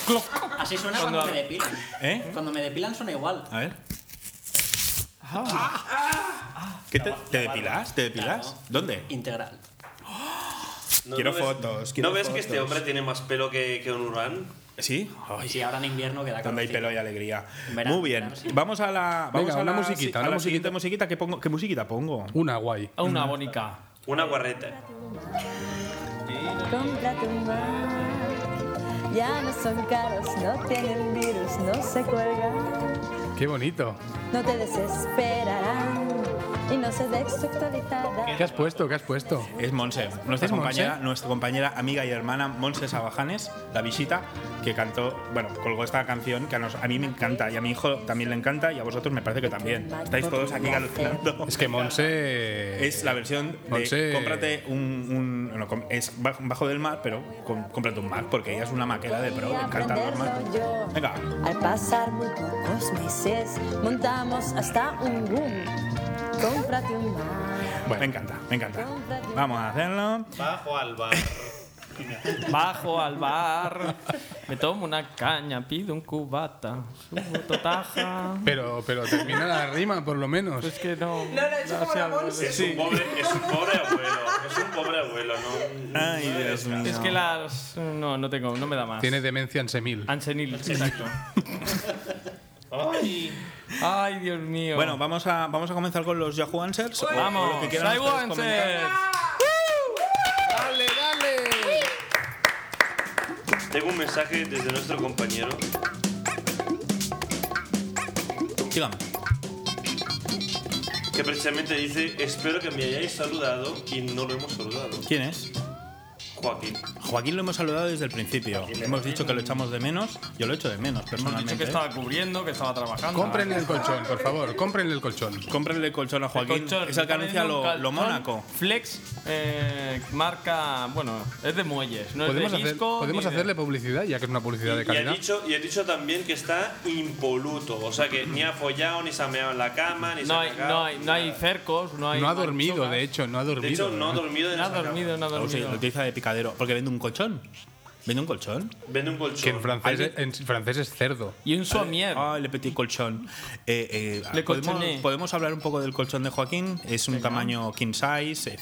Speaker 8: Así suena
Speaker 4: Cuando-
Speaker 8: cuando, me depilan.
Speaker 5: ¿Eh?
Speaker 8: Cuando me depilan suena igual.
Speaker 5: A ver.
Speaker 4: Ah.
Speaker 5: ¿Qué te, te depilas? ¿Te depilas?
Speaker 8: Claro.
Speaker 5: ¿Dónde?
Speaker 8: Integral.
Speaker 6: No,
Speaker 5: Quiero
Speaker 6: no ves-
Speaker 5: fotos, quiero
Speaker 6: ¿No ves que este
Speaker 5: fotos.
Speaker 6: hombre tiene más pelo que, que un Urán?
Speaker 5: ¿Sí?
Speaker 8: Y si ahora en invierno queda
Speaker 5: Donde hay
Speaker 8: calorcito.
Speaker 5: pelo y alegría.
Speaker 8: En verano,
Speaker 5: Muy bien.
Speaker 8: en verano, sí.
Speaker 5: Vamos a la. Vamos
Speaker 3: Venga,
Speaker 5: a la,
Speaker 3: una musiquita,
Speaker 5: a
Speaker 3: una
Speaker 5: la siguiente
Speaker 3: musiquita.
Speaker 5: musiquita. ¿Qué, pongo, ¿Qué musiquita pongo?
Speaker 3: Una guay.
Speaker 4: Una bonica.
Speaker 6: Una guarreta.
Speaker 2: Cómprate un Mac. Ya no son caros, no tienen virus, no se cuelgan.
Speaker 3: ¡Qué bonito!
Speaker 2: No te desesperarán. y no se desactualizada.
Speaker 3: ¿Qué has puesto? ¿Qué has puesto?
Speaker 5: Es Monse, nuestra
Speaker 3: ¿Es
Speaker 5: compañera,
Speaker 3: Monse?
Speaker 5: nuestra compañera amiga y hermana Monse Sabajanes, la visita, que cantó, bueno, colgó esta canción que a, nos- a mí me encanta y a mi hijo también le encanta y a vosotros me parece que también. Estáis todos aquí alucinando.
Speaker 3: Es que Monse.
Speaker 5: Es la versión de
Speaker 3: Monse-
Speaker 5: cómprate un, un- bueno, com- es baj- bajo del mar, pero com- cómprate un Mac porque ella es una maquera de pro, le encanta los Mac.
Speaker 2: yo.
Speaker 5: Venga.
Speaker 2: Al pasar muy pocos meses, montamos hasta un boom. Cómprate un mar.
Speaker 5: Bueno, me encanta, me encanta. Vamos a hacerlo.
Speaker 1: Bajo al bar.
Speaker 4: Bajo al bar, me tomo una caña, pido un cubata, subo totaja.
Speaker 3: Pero, pero termina la rima, por lo menos.
Speaker 4: Es que no.
Speaker 7: No, no, es como la Monse.
Speaker 6: Es un pobre, es un pobre abuelo. Es un pobre abuelo, ¿no?
Speaker 5: Ay, Dios mío.
Speaker 4: Es que las. No, no tengo, no me da más.
Speaker 3: Tiene demencia en semil.
Speaker 4: Ansenil, exacto.
Speaker 6: Ay.
Speaker 4: Ay, Dios mío.
Speaker 5: Bueno, vamos a, vamos a comenzar con los Yahoo Answers. o- o lo
Speaker 4: vamos.
Speaker 5: que quieran
Speaker 4: ¡Sai
Speaker 5: ustedes comentar.
Speaker 4: Wanser!
Speaker 3: ¡Dale, dale!
Speaker 6: Tengo un mensaje desde nuestro compañero.
Speaker 5: Dígame.
Speaker 6: que precisamente dice, espero que me hayáis saludado y no lo hemos saludado.
Speaker 5: ¿Quién es?
Speaker 6: Joaquín.
Speaker 5: Joaquín lo hemos saludado desde el principio. Hemos dicho que lo echamos de menos. Yo lo echo de menos,
Speaker 4: Hemos
Speaker 5: personalmente.
Speaker 4: dicho que estaba cubriendo, que estaba trabajando.
Speaker 3: Cómprenle el colchón, por favor, cómprenle el colchón.
Speaker 5: Cómprenle el colchón a Joaquín.
Speaker 4: Colchón,
Speaker 5: es el que
Speaker 4: ponen
Speaker 5: anuncia
Speaker 4: un
Speaker 5: lo, lo
Speaker 4: calzón
Speaker 5: Mónaco.
Speaker 4: Flex, eh, marca. Bueno, es de muelles, no es de
Speaker 3: Podemos, hacer-
Speaker 4: disco.
Speaker 3: podemos
Speaker 4: ni de-
Speaker 3: hacerle publicidad, ya que es una publicidad de
Speaker 6: Y ha,
Speaker 3: calidad.
Speaker 6: dicho, y ha dicho también que está impoluto, o sea que ni ha follado, ni se ha meado en la cama, ni se
Speaker 4: No
Speaker 6: ha
Speaker 4: hay,
Speaker 6: cagado,
Speaker 4: no, hay, no hay
Speaker 6: nada.
Speaker 4: cercos, no hay.
Speaker 3: No ha dormido,
Speaker 4: manchugas.
Speaker 3: de hecho, no ha
Speaker 6: De
Speaker 3: dormido.
Speaker 6: hecho, no ha dormido en
Speaker 4: No ha
Speaker 6: esa cama.
Speaker 4: dormido, no ha
Speaker 5: Oh, sí,
Speaker 4: dormido.
Speaker 5: lo utiliza de picadero. Porque vende un colchón. ¿Vende un colchón?
Speaker 6: Vende un
Speaker 3: Que en
Speaker 6: colchón.
Speaker 3: francés, es- en francés es cerdo.
Speaker 4: Y un somier.
Speaker 5: Ah, le petit colchón. Eh, eh,
Speaker 4: Le
Speaker 5: ¿podemos,
Speaker 4: colchoné.
Speaker 5: podemos hablar un poco del colchón de Joaquín? Es un tamaño king size, eh,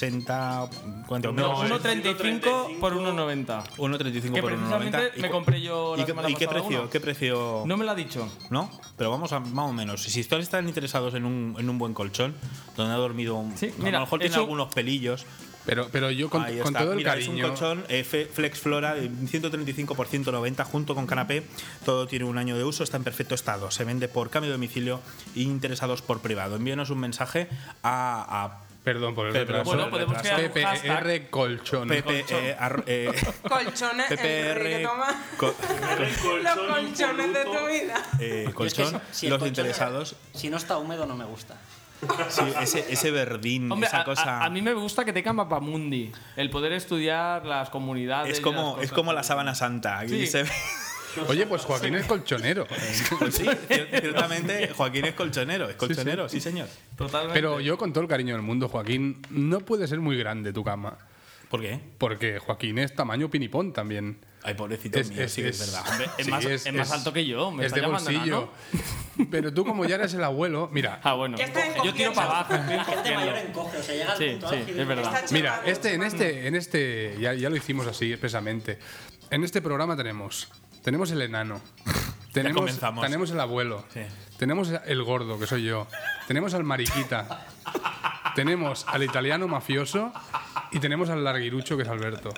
Speaker 5: 160, ¿cuánto?
Speaker 4: No,
Speaker 6: es
Speaker 4: 1.35 por 1.90.
Speaker 5: 1,35
Speaker 4: Que
Speaker 5: por 1,90.
Speaker 4: precisamente
Speaker 5: ¿Y
Speaker 4: me
Speaker 5: cu-
Speaker 4: compré yo la
Speaker 5: ¿Y qué,
Speaker 4: semana
Speaker 5: y qué
Speaker 4: pasada
Speaker 5: precio?
Speaker 4: uno.
Speaker 5: ¿Qué precio?
Speaker 4: No me lo ha dicho.
Speaker 5: ¿No? Pero vamos a más o menos. Si ustedes están interesados en un, en un buen colchón, donde ha dormido un-
Speaker 4: Sí,
Speaker 5: a
Speaker 4: mira,
Speaker 5: lo mejor
Speaker 4: es
Speaker 5: tiene
Speaker 4: un-
Speaker 5: algunos pelillos.
Speaker 3: Pero, pero yo con,
Speaker 5: ahí
Speaker 3: con
Speaker 5: está.
Speaker 3: todo el
Speaker 5: Mira, Es
Speaker 3: cariño.
Speaker 5: un colchón eh, Fe- Flex Flora de 135 por 190 junto con canapé. Todo tiene un año de uso, está en perfecto estado. Se vende por cambio de domicilio e interesados por privado. Envíenos un mensaje a,
Speaker 3: Perdón por el
Speaker 5: Pero,
Speaker 3: retraso.
Speaker 5: bueno,
Speaker 4: podemos crear un hashtag.
Speaker 3: PPR
Speaker 5: a
Speaker 3: colchón.
Speaker 5: PP, eh, arro-
Speaker 4: <laughs>
Speaker 5: eh,
Speaker 7: Colchón, eh, el
Speaker 5: PPR
Speaker 7: que toma
Speaker 5: co-
Speaker 6: El
Speaker 7: <laughs>
Speaker 6: colchón
Speaker 7: los colchones de tu
Speaker 6: impoluto.
Speaker 7: vida.
Speaker 5: eh,
Speaker 8: Yo es que
Speaker 5: colchón.
Speaker 8: si el
Speaker 5: Los
Speaker 8: colchón-
Speaker 5: interesados,
Speaker 8: Si no está húmedo, no me gusta.
Speaker 5: sí, ese, ese verdín,
Speaker 4: Hombre,
Speaker 5: esa
Speaker 4: a- a-
Speaker 5: cosa.
Speaker 4: A, mí me gusta que tenga mapamundi. El poder estudiar las comunidades.
Speaker 5: es
Speaker 4: y las
Speaker 5: como,
Speaker 4: cosas.
Speaker 5: es como la sábana santa. aquí
Speaker 4: Sí.
Speaker 5: se ve.
Speaker 3: Oye, pues Joaquín es colchonero.
Speaker 5: <laughs> Pues sí, cier- ciertamente Joaquín es colchonero, es colchonero, sí, señor.
Speaker 4: Totalmente.
Speaker 3: Pero yo con todo el cariño del mundo, Joaquín, no puede ser muy grande tu cama.
Speaker 5: ¿Por qué?
Speaker 3: Porque Joaquín es tamaño pinipón también.
Speaker 5: Ay, pobrecito mío, sí que
Speaker 3: <laughs>
Speaker 5: es, verdad. Hombre,
Speaker 4: es
Speaker 3: sí,
Speaker 4: más- es más alto que yo, me
Speaker 3: es
Speaker 4: está
Speaker 3: de
Speaker 4: llamando
Speaker 3: bolsillo.
Speaker 4: <laughs>
Speaker 3: Pero tú, como ya eres el abuelo, mira,
Speaker 4: Ah, bueno.
Speaker 7: Ya está
Speaker 4: Yo tiro
Speaker 7: encogiendo.
Speaker 4: para abajo. estoy
Speaker 8: La gente
Speaker 4: encogiendo.
Speaker 8: mayor encoge, o sea, llega al
Speaker 4: Sí,
Speaker 8: punto
Speaker 4: sí,
Speaker 8: álgido.
Speaker 4: es verdad.
Speaker 7: Está
Speaker 3: Mira,
Speaker 7: chupando,
Speaker 3: este, en
Speaker 7: chupando.
Speaker 3: este, en este, ya, ya lo hicimos así expresamente. En este programa tenemos, tenemos el enano, tenemos,
Speaker 5: comenzamos.
Speaker 3: tenemos el abuelo,
Speaker 5: Sí.
Speaker 3: tenemos el gordo que soy yo, tenemos al mariquita, tenemos al italiano mafioso y tenemos al larguirucho que es Alberto.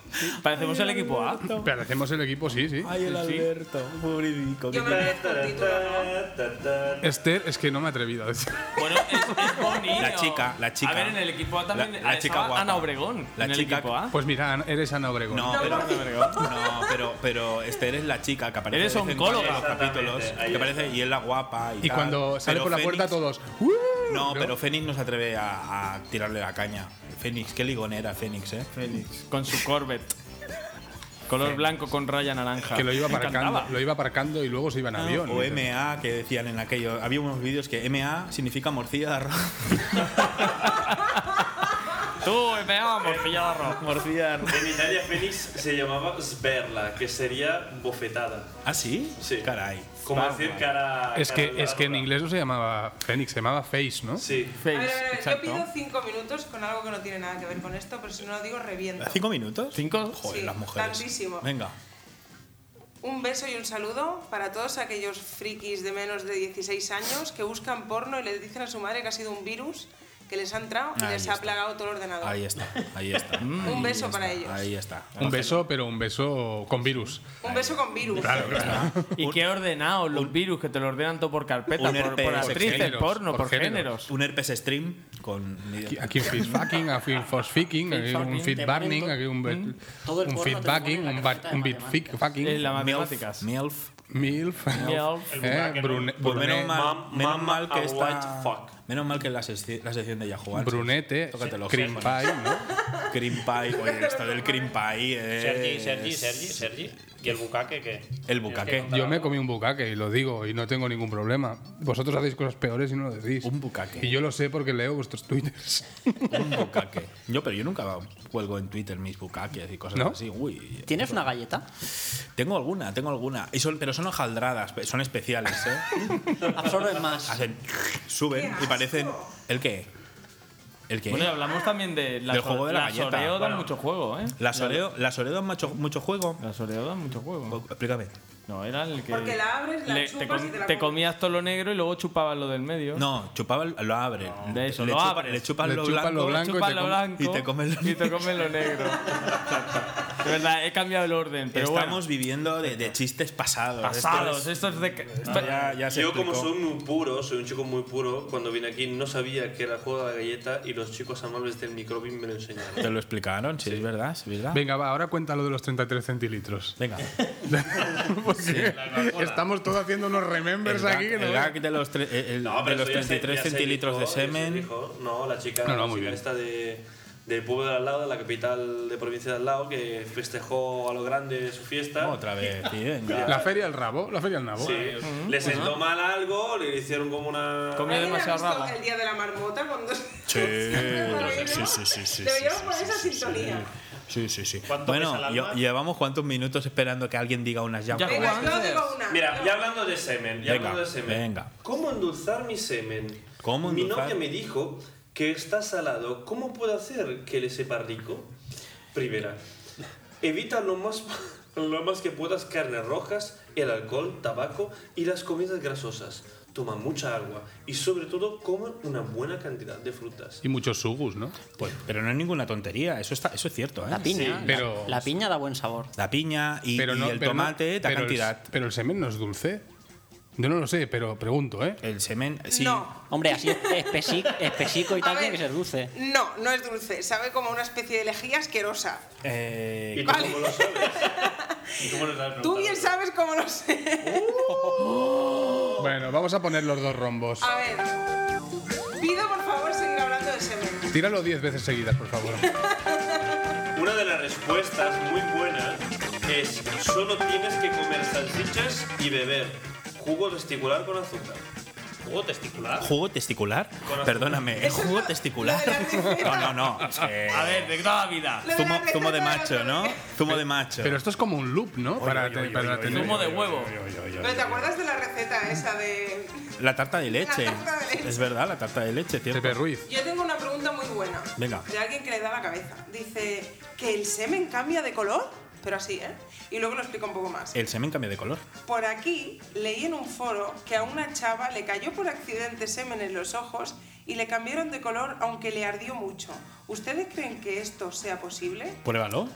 Speaker 4: Parecemos el equipo A.
Speaker 3: Parecemos el equipo, sí, sí.
Speaker 5: Ay, el Alberto, pobrecico.
Speaker 7: Yo me merezco el título, ¿no?
Speaker 3: Esther es que no me he atrevido a decir.
Speaker 4: Bueno, es, es Bonnie.
Speaker 5: La chica, la chica.
Speaker 4: A ver, en el equipo A
Speaker 5: La-
Speaker 4: también.
Speaker 5: la chica
Speaker 4: estaba
Speaker 5: guapa.
Speaker 4: Ana Obregón.
Speaker 5: La
Speaker 4: en el
Speaker 5: chica-
Speaker 4: equipo A.
Speaker 3: Pues mira, Ana- eres Ana Obregón.
Speaker 5: No, pero, <laughs> no, pero, pero Esther es la chica que aparece
Speaker 4: Eres
Speaker 5: de vez en cuando en los
Speaker 4: oncóloga.
Speaker 5: capítulos.
Speaker 6: Exactamente, ahí
Speaker 5: Que aparece y es la guapa. Y,
Speaker 3: y
Speaker 5: tal.
Speaker 3: cuando sale
Speaker 5: Pero
Speaker 3: por la puerta
Speaker 5: Fénix-
Speaker 3: todos... "¡Uh!",
Speaker 5: No, pero Fénix no se atreve a, a tirarle la caña. Fénix, qué ligonera Fénix, ¿eh?
Speaker 4: Con su Corvette.
Speaker 5: <laughs>
Speaker 4: Color blanco con raya naranja.
Speaker 3: Que lo iba
Speaker 4: Me
Speaker 3: aparcando,
Speaker 4: encantaba.
Speaker 3: lo iba aparcando y luego se iba en avión.
Speaker 5: Ah, O MA, que decían en aquello. Había unos vídeos que MA significa morcilla de arroz.
Speaker 4: <laughs> Tú, me amo, pillado arroz.
Speaker 5: Morcilla de arroz.
Speaker 6: En Italia Fénix se llamaba Sberla, que sería bofetada.
Speaker 5: ¿Ah, sí?
Speaker 6: Sí. Ah,
Speaker 5: Caray.
Speaker 6: Como decir cara.
Speaker 3: Es
Speaker 6: cara
Speaker 3: que, es que en
Speaker 6: larga.
Speaker 3: inglés no se llamaba Fénix, se llamaba Face, ¿no?
Speaker 6: Sí.
Speaker 7: A ver, a ver,
Speaker 4: Face,
Speaker 7: yo
Speaker 4: exacto.
Speaker 7: pido cinco minutos con algo que no tiene nada que ver con esto, pero si no lo digo reviento.
Speaker 5: ¿Cinco minutos?
Speaker 4: Cinco.
Speaker 5: Joder,
Speaker 7: Sí,
Speaker 5: las mujeres.
Speaker 7: tantísimo.
Speaker 5: Venga.
Speaker 7: Un beso y un saludo para todos aquellos frikis de menos de 16 años que buscan porno y le dicen a su madre que ha sido un virus que les ha entrado y
Speaker 5: Ahí
Speaker 7: les ha
Speaker 5: está.
Speaker 7: plagado todo el ordenador.
Speaker 5: Ahí está, ahí <laughs> está.
Speaker 7: Un beso
Speaker 5: Ahí
Speaker 7: para
Speaker 5: está,
Speaker 7: ellos.
Speaker 5: Ahí está.
Speaker 3: Un beso, pero un beso con virus.
Speaker 7: Un beso con virus.
Speaker 4: Y qué ordenado los virus que te lo ordenan todo por carpeta, por, por actrices,
Speaker 5: géneros,
Speaker 4: porno, por, género.
Speaker 5: Un herpes stream con.
Speaker 3: Aquí un feedbacking, aquí un fosficking, aquí un
Speaker 5: Feedfucking.
Speaker 3: feedbacking, aquí un, be-
Speaker 5: Mm. Todo el
Speaker 3: un
Speaker 5: porno te lo
Speaker 3: feedbacking,
Speaker 5: pone en la
Speaker 3: un,
Speaker 5: cajita
Speaker 3: ba-
Speaker 5: de
Speaker 3: un bit fucking.
Speaker 5: En las matemáticas. Milf.
Speaker 3: Milf.
Speaker 5: Milf.
Speaker 3: Eh,
Speaker 5: El
Speaker 3: brune-
Speaker 5: Pues menos
Speaker 3: brune-
Speaker 5: mal, menos mal que
Speaker 6: a
Speaker 5: está.
Speaker 6: white fuck.
Speaker 5: Menos mal que la, sec- la sección de Yahoo. Answers.
Speaker 3: Brunete,
Speaker 5: Tócate los
Speaker 3: cream
Speaker 5: cojones.
Speaker 3: pie,
Speaker 5: Cream pie, oye, esto del cream pie. es-
Speaker 1: Sergi, Sergi, Sergi, Sergi. ¿Y el bucaque qué?
Speaker 5: El
Speaker 1: bucaque.
Speaker 3: Yo me comí un bucaque y lo digo y no tengo ningún problema. Vosotros hacéis cosas peores y no lo decís. Un
Speaker 5: bucaque.
Speaker 3: Y yo lo sé porque leo vuestros twitters.
Speaker 5: Un bucaque. Yo, pero yo nunca cuelgo en Twitter mis bucaques y cosas
Speaker 3: ¿No?
Speaker 5: así. Uy. eh.
Speaker 8: ¿Tienes una galleta?
Speaker 5: Tengo alguna, tengo alguna. Y son, pero son hojaldradas, pe- son especiales,
Speaker 8: <laughs>
Speaker 5: ¿eh?
Speaker 8: Absorben más.
Speaker 5: Hacen, suben y parecen. ¿El qué? ¿El qué?
Speaker 4: Bueno, y hablamos también de la
Speaker 5: Del juego de la galleta.
Speaker 4: Oreo
Speaker 5: Bueno.
Speaker 4: dan mucho juego, ¿eh?
Speaker 5: ¿Las Oreo, las Oreo dan macho- mucho juego?
Speaker 4: Las Oreo dan mucho juego.
Speaker 5: Explícame.
Speaker 4: No, era el que.
Speaker 7: Porque la abres, la
Speaker 4: le-
Speaker 7: chupas
Speaker 4: te, com-
Speaker 7: y te la
Speaker 4: te
Speaker 7: comes.
Speaker 4: comías todo lo negro y luego chupabas lo del medio.
Speaker 5: No, chupaba, el- lo abre.
Speaker 4: De eso,
Speaker 5: le
Speaker 4: lo
Speaker 5: chupa-
Speaker 4: abres.
Speaker 5: le chupan
Speaker 4: Le
Speaker 5: lo
Speaker 4: chupan
Speaker 5: blanco,
Speaker 4: lo blanco y te com-
Speaker 5: <laughs> y te comen lo
Speaker 4: y te comen lo negro.
Speaker 5: <laughs>
Speaker 4: Exacto. De verdad, he cambiado el orden, pero bueno.
Speaker 5: Estamos viviendo de, de chistes pasados.
Speaker 4: Pasados,
Speaker 5: Esto es-
Speaker 4: esto es de.
Speaker 5: Ah, ya- ya se
Speaker 6: Yo como
Speaker 5: explicó.
Speaker 6: soy muy puro, soy un chico muy puro, cuando vine aquí no sabía que era el juego de la galleta y los chicos amables del microbin me lo enseñaron.
Speaker 5: Te lo explicaron, sí, es verdad, sí, es verdad.
Speaker 3: Venga, va, ahora cuenta lo de los 33 centilitros.
Speaker 5: Venga.
Speaker 3: <laughs> Porque estamos todos haciendo unos remembers
Speaker 5: El gag-
Speaker 3: aquí. que no
Speaker 5: el
Speaker 3: veas.
Speaker 5: gag de los, tre- eh, el-
Speaker 6: No,
Speaker 5: de
Speaker 6: pero
Speaker 5: los
Speaker 6: eso ya se-
Speaker 5: 33
Speaker 6: ya se
Speaker 5: centilitros de
Speaker 6: dijo, ya se
Speaker 5: semen.
Speaker 6: dijo. No, la chica,
Speaker 5: No, no,
Speaker 6: la
Speaker 5: muy
Speaker 6: chica
Speaker 5: bien.
Speaker 6: esta de, del pueblo de al lado, de la capital de provincia de al lado, que festejó a lo grande su fiesta.
Speaker 5: Otra vez, sí, venga.
Speaker 3: La feria del rabo, la feria del nabo.
Speaker 6: Sí. Ah, Le sentó mal algo, le hicieron como una...
Speaker 7: ¿Alguien ha visto el día de la marmota cuando <laughs>
Speaker 5: Sí, sí, sí, sí, sí,
Speaker 7: deberíamos poner esa sintonía?
Speaker 5: sí, sí, sí.
Speaker 6: ¿Cuánto pesa el
Speaker 5: Bueno,
Speaker 6: alma?
Speaker 5: yo- llevamos cuántos minutos esperando que alguien diga unas ya.
Speaker 7: Venga, yo digo una.
Speaker 6: Mira, ya hablando de semen, ya
Speaker 5: Venga,
Speaker 6: hablando de semen.
Speaker 5: venga.
Speaker 6: ¿Cómo endulzar mi semen?
Speaker 5: ¿Cómo
Speaker 6: mi
Speaker 5: endulzar?
Speaker 6: novia me dijo que está salado. ¿Cómo puedo hacer que le sepa rico? Primera, evita lo más, <laughs> lo más que puedas carnes rojas, el alcohol, tabaco y las comidas grasosas. Toma mucha agua y sobre todo come una buena cantidad de frutas.
Speaker 3: Y muchos sugus, ¿no?
Speaker 5: Pues, pero no es ninguna tontería, eso está, eso es cierto, ¿eh?
Speaker 8: La piña.
Speaker 5: Sí,
Speaker 8: la-
Speaker 5: pero
Speaker 8: la, piña da buen sabor.
Speaker 5: la piña y,
Speaker 3: Pero
Speaker 5: y
Speaker 3: no-
Speaker 5: el
Speaker 3: pero no-
Speaker 5: tomate, la
Speaker 3: pero el-
Speaker 5: cantidad.
Speaker 3: pero el semen no es dulce. Yo no lo sé, pero pregunto, ¿eh?
Speaker 5: El semen, sí.
Speaker 8: Hombre, así espesi- espesico y
Speaker 7: A
Speaker 8: tal tiene
Speaker 7: ver.
Speaker 8: que ser dulce.
Speaker 7: No, no es dulce, sabe como una especie de lejía asquerosa.
Speaker 5: Eh,
Speaker 6: ¿Y tú cómo lo sabes? ¿Y cómo lo sabes?
Speaker 7: Tú bien sabes cómo lo sé. <laughs>
Speaker 5: <laughs>
Speaker 3: Bueno, vamos a poner los dos rombos.
Speaker 7: A ver, pido por favor seguir hablando de semen.
Speaker 3: Tíralo 10 veces seguidas, por favor.
Speaker 6: Una de las respuestas muy buenas es solo tienes que comer salchichas y beber jugo testicular con azúcar. ¿Jugo testicular?
Speaker 5: ¿Jugo testicular?
Speaker 6: Con azúcar.
Speaker 5: Perdóname, ¿es jugo testicular? No, no, no. es que-
Speaker 4: A ver, de toda la vida.
Speaker 5: Zumo, zumo de macho, ¿no? Zumo de macho.
Speaker 3: Pero esto es como un loop, ¿no? para te- para tener-
Speaker 4: Zumo de huevo.
Speaker 7: Pero ¿te acuerdas de la receta esa de...?
Speaker 5: La tarta de leche.
Speaker 7: La tarta de leche.
Speaker 5: Es verdad, la tarta de leche, cierto.
Speaker 3: Pepe Ruiz.
Speaker 7: Yo tengo una pregunta muy buena.
Speaker 5: Venga.
Speaker 7: De alguien que le da la cabeza. Dice que el semen cambia de color, pero así, ¿eh? Y luego lo explico un poco más.
Speaker 5: El semen cambia de color.
Speaker 7: Por aquí leí en un foro que a una chava le cayó por accidente semen en los ojos y le cambiaron de color aunque le ardió mucho. ¿Ustedes creen que esto sea posible?
Speaker 5: Pruébalo.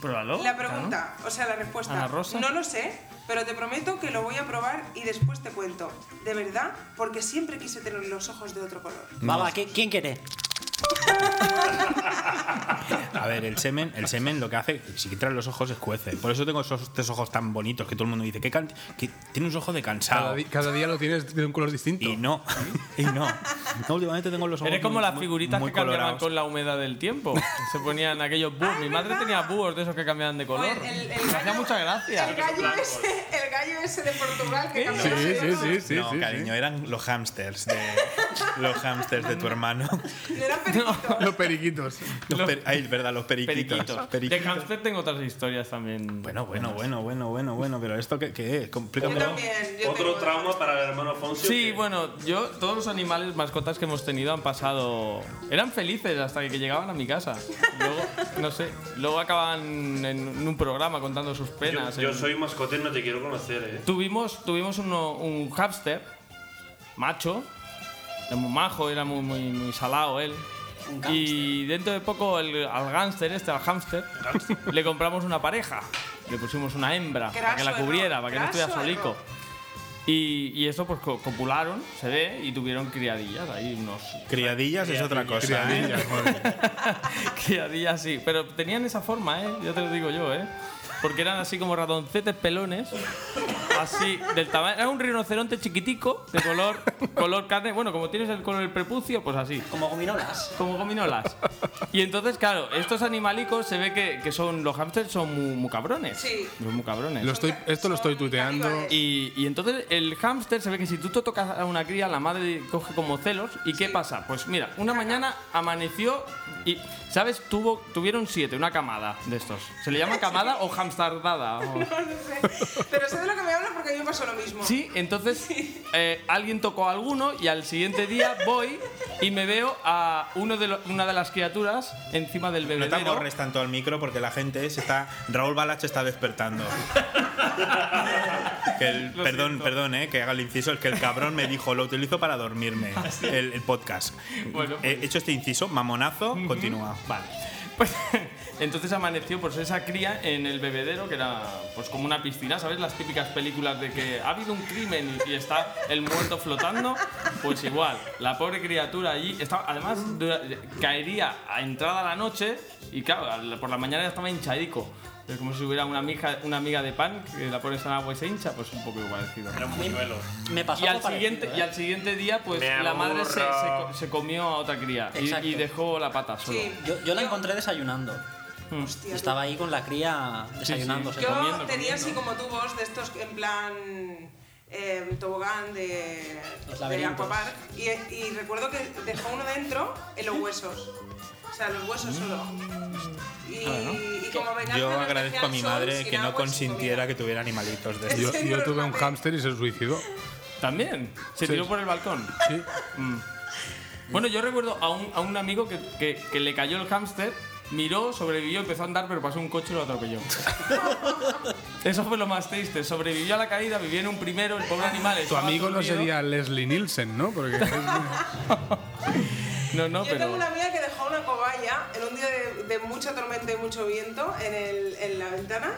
Speaker 4: Pruébalo.
Speaker 7: La pregunta, o sea, la respuesta.
Speaker 4: Ana Rosa.
Speaker 7: No lo sé, pero te prometo que lo voy a probar y después te cuento. De verdad, porque siempre quise tener los ojos de otro color.
Speaker 8: Baba, ¿qué- Ah, ¿quién quiere?
Speaker 5: A ver, el semen, el semen lo que hace, si quitas los ojos, es cuece. Por eso tengo esos tres ojos tan bonitos que todo el mundo dice que, tiene un ojo de
Speaker 3: Cada,
Speaker 5: cansado.
Speaker 3: di- cada día lo tienes de un color distinto.
Speaker 5: Y no, <laughs> y no. No, últimamente tengo los ojos.
Speaker 4: Eres como
Speaker 5: muy-
Speaker 4: las
Speaker 5: muy-
Speaker 4: figuritas
Speaker 5: muy
Speaker 4: que cambiaban
Speaker 5: colorados.
Speaker 4: con la humedad del
Speaker 5: <laughs>
Speaker 4: tiempo. Se ponían aquellos búhos. Mi madre tenía búhos de esos que cambiaban de
Speaker 7: O
Speaker 4: color.
Speaker 7: el- el- el
Speaker 4: Me hacía
Speaker 7: gallo-
Speaker 4: mucha
Speaker 7: El
Speaker 4: gracia.
Speaker 7: gallo, ese, el gallo ese de Portugal que cambió
Speaker 3: Sí,
Speaker 7: de
Speaker 3: sí,
Speaker 7: color.
Speaker 3: sí, sí.
Speaker 5: no,
Speaker 3: sí,
Speaker 5: cariño, eran los hamsters de los hamsters de tu hermano.
Speaker 7: No era periquito.
Speaker 3: sí. Los periquitos.
Speaker 5: Los per- ay, es verdad, los periquitos.
Speaker 4: Periquitos.
Speaker 5: Periquitos.
Speaker 4: De hamster tengo otras historias también.
Speaker 5: Bueno, bueno, bueno, bueno, bueno, bueno, pero esto qué, qué es?
Speaker 7: Yo
Speaker 5: Complícamelo.
Speaker 7: también. Yo
Speaker 6: Otro
Speaker 7: tengo-
Speaker 6: trauma para el hermano Fonsi.
Speaker 4: Sí, bueno, yo, todos los animales, mascotas que hemos tenido han pasado. Eran felices hasta que llegaban a mi casa. Luego, no sé, luego acababan en un programa contando sus
Speaker 6: yo,
Speaker 4: penas.
Speaker 6: yo
Speaker 4: en-
Speaker 6: soy mascote y no te quiero conocer, ¿eh?
Speaker 4: Tuvimos, tuvimos uno- un hámster macho Era muy majo, era muy, muy, muy salado él. Y dentro de poco el- al gángster este, al hámster, le compramos una pareja. Le pusimos una hembra para que la
Speaker 7: Craso
Speaker 4: cubriera,
Speaker 7: error,
Speaker 4: para que no estuviera
Speaker 7: craso
Speaker 4: solico.
Speaker 7: error.
Speaker 4: Y, y eso pues co- copularon, se ve, y tuvieron criadillas, ahí unos...
Speaker 5: Criadillas es otra cosa,
Speaker 4: Criadillas,
Speaker 5: <laughs> ¿eh?
Speaker 4: criadillas, sí. Pero tenían esa forma, ¿eh? Ya te lo digo yo, ¿eh? Porque eran así como radoncetes pelones, así del tamaño... Era un rinoceronte chiquitico, de color, color carne... Bueno, como tienes el color del prepucio, pues así. Como gominolas. Como gominolas. Y entonces, claro, estos animalicos se ve que, que son... Los hámsters son muy, muy cabrones.
Speaker 7: Sí.
Speaker 4: Son muy cabrones.
Speaker 3: Lo estoy, esto lo estoy tuiteando.
Speaker 4: Y, y entonces el hámster se ve que si tú te tocas a una cría, la madre coge como celos. ¿Y qué pasa? Pues mira, una mañana amaneció y, ¿sabes? Tuvo, tuvieron siete, una camada de estos. ¿Se le llama camada o hamstardada? O-
Speaker 7: <laughs> No, no sé. Pero sé de lo que me hablas porque a mí me pasó lo mismo.
Speaker 4: Sí, entonces eh, alguien tocó a alguno y al siguiente día voy y me veo a uno de lo- una de las criaturas encima del
Speaker 5: No te
Speaker 4: bebedero.
Speaker 5: amorres tanto al micro porque la gente se está. Raúl Balach está despertando. Que el- perdón, perdón, eh, que haga el inciso. Es que el cabrón me dijo, lo utilizo para dormirme. El, el podcast. He hecho este inciso, mamonazo, continúa.
Speaker 4: Vale. Entonces amaneció pues esa cría en el bebedero que era pues como una piscina, ¿sabes? Las típicas películas de que ha habido un crimen y está el muerto flotando, pues igual, la pobre criatura allí estaba además dura- caería a entrada la noche y claro, al- por la mañana ya estaba hinchadico. Es como si hubiera una amiga, una amiga de pan que la pones en agua y se hincha, pues un poco igual. Era un
Speaker 1: buñuelo.
Speaker 4: Me
Speaker 10: pasó
Speaker 4: y al
Speaker 10: algo parecido,
Speaker 4: siguiente
Speaker 10: ¿eh?
Speaker 4: y al siguiente día pues
Speaker 10: Me
Speaker 4: la madre se, se
Speaker 10: aburro.
Speaker 4: co- se comió a otra cría y,
Speaker 10: Exacto.
Speaker 4: y dejó la pata solo. Hmm.
Speaker 10: Yo, yo la encontré desayunando. Estaba ahí con la cría desayunando.
Speaker 4: sí.
Speaker 10: se
Speaker 4: Yo
Speaker 10: comiendo,
Speaker 7: Yo tenía
Speaker 10: comiendo.
Speaker 7: así como tubos de estos en plan eh, tobogán de,
Speaker 10: Los
Speaker 7: de
Speaker 10: laberintos.
Speaker 7: Aquapark y, y recuerdo que dejó uno dentro en los huesos. O sea, los huesos solo.
Speaker 10: Mm.
Speaker 7: Y, y como venganza
Speaker 5: Yo
Speaker 7: nos
Speaker 5: agradezco a mi
Speaker 7: dejé al sol
Speaker 5: madre
Speaker 7: sin
Speaker 5: que no
Speaker 7: agua y sin
Speaker 5: consintiera que
Speaker 7: <laughs>
Speaker 5: tuviera animalitos de
Speaker 3: Yo,
Speaker 5: estos.
Speaker 3: yo tuve un hámster y se suicidó.
Speaker 4: ¿También? ¿Se
Speaker 3: Sí.
Speaker 4: tiró por el balcón? Mm.
Speaker 3: Sí.
Speaker 4: Bueno, yo recuerdo a un, a un amigo que, que- que le cayó el hámster, miró, sobrevivió, empezó a andar, pero pasó un coche y lo
Speaker 3: <laughs>
Speaker 4: atropelló. Eso fue lo más triste. Sobrevivió a la caída, vivió en un primero, el pobre animal.
Speaker 3: Tu
Speaker 4: estaba
Speaker 3: amigo no
Speaker 4: aturdido.
Speaker 3: sería Leslie Nielsen, ¿no? Porque
Speaker 5: <laughs>
Speaker 4: No, no,
Speaker 7: Yo tengo
Speaker 4: pero...
Speaker 7: una amiga que dejó una cobaya en un día de, de mucha tormenta y mucho viento en, el- en la ventana.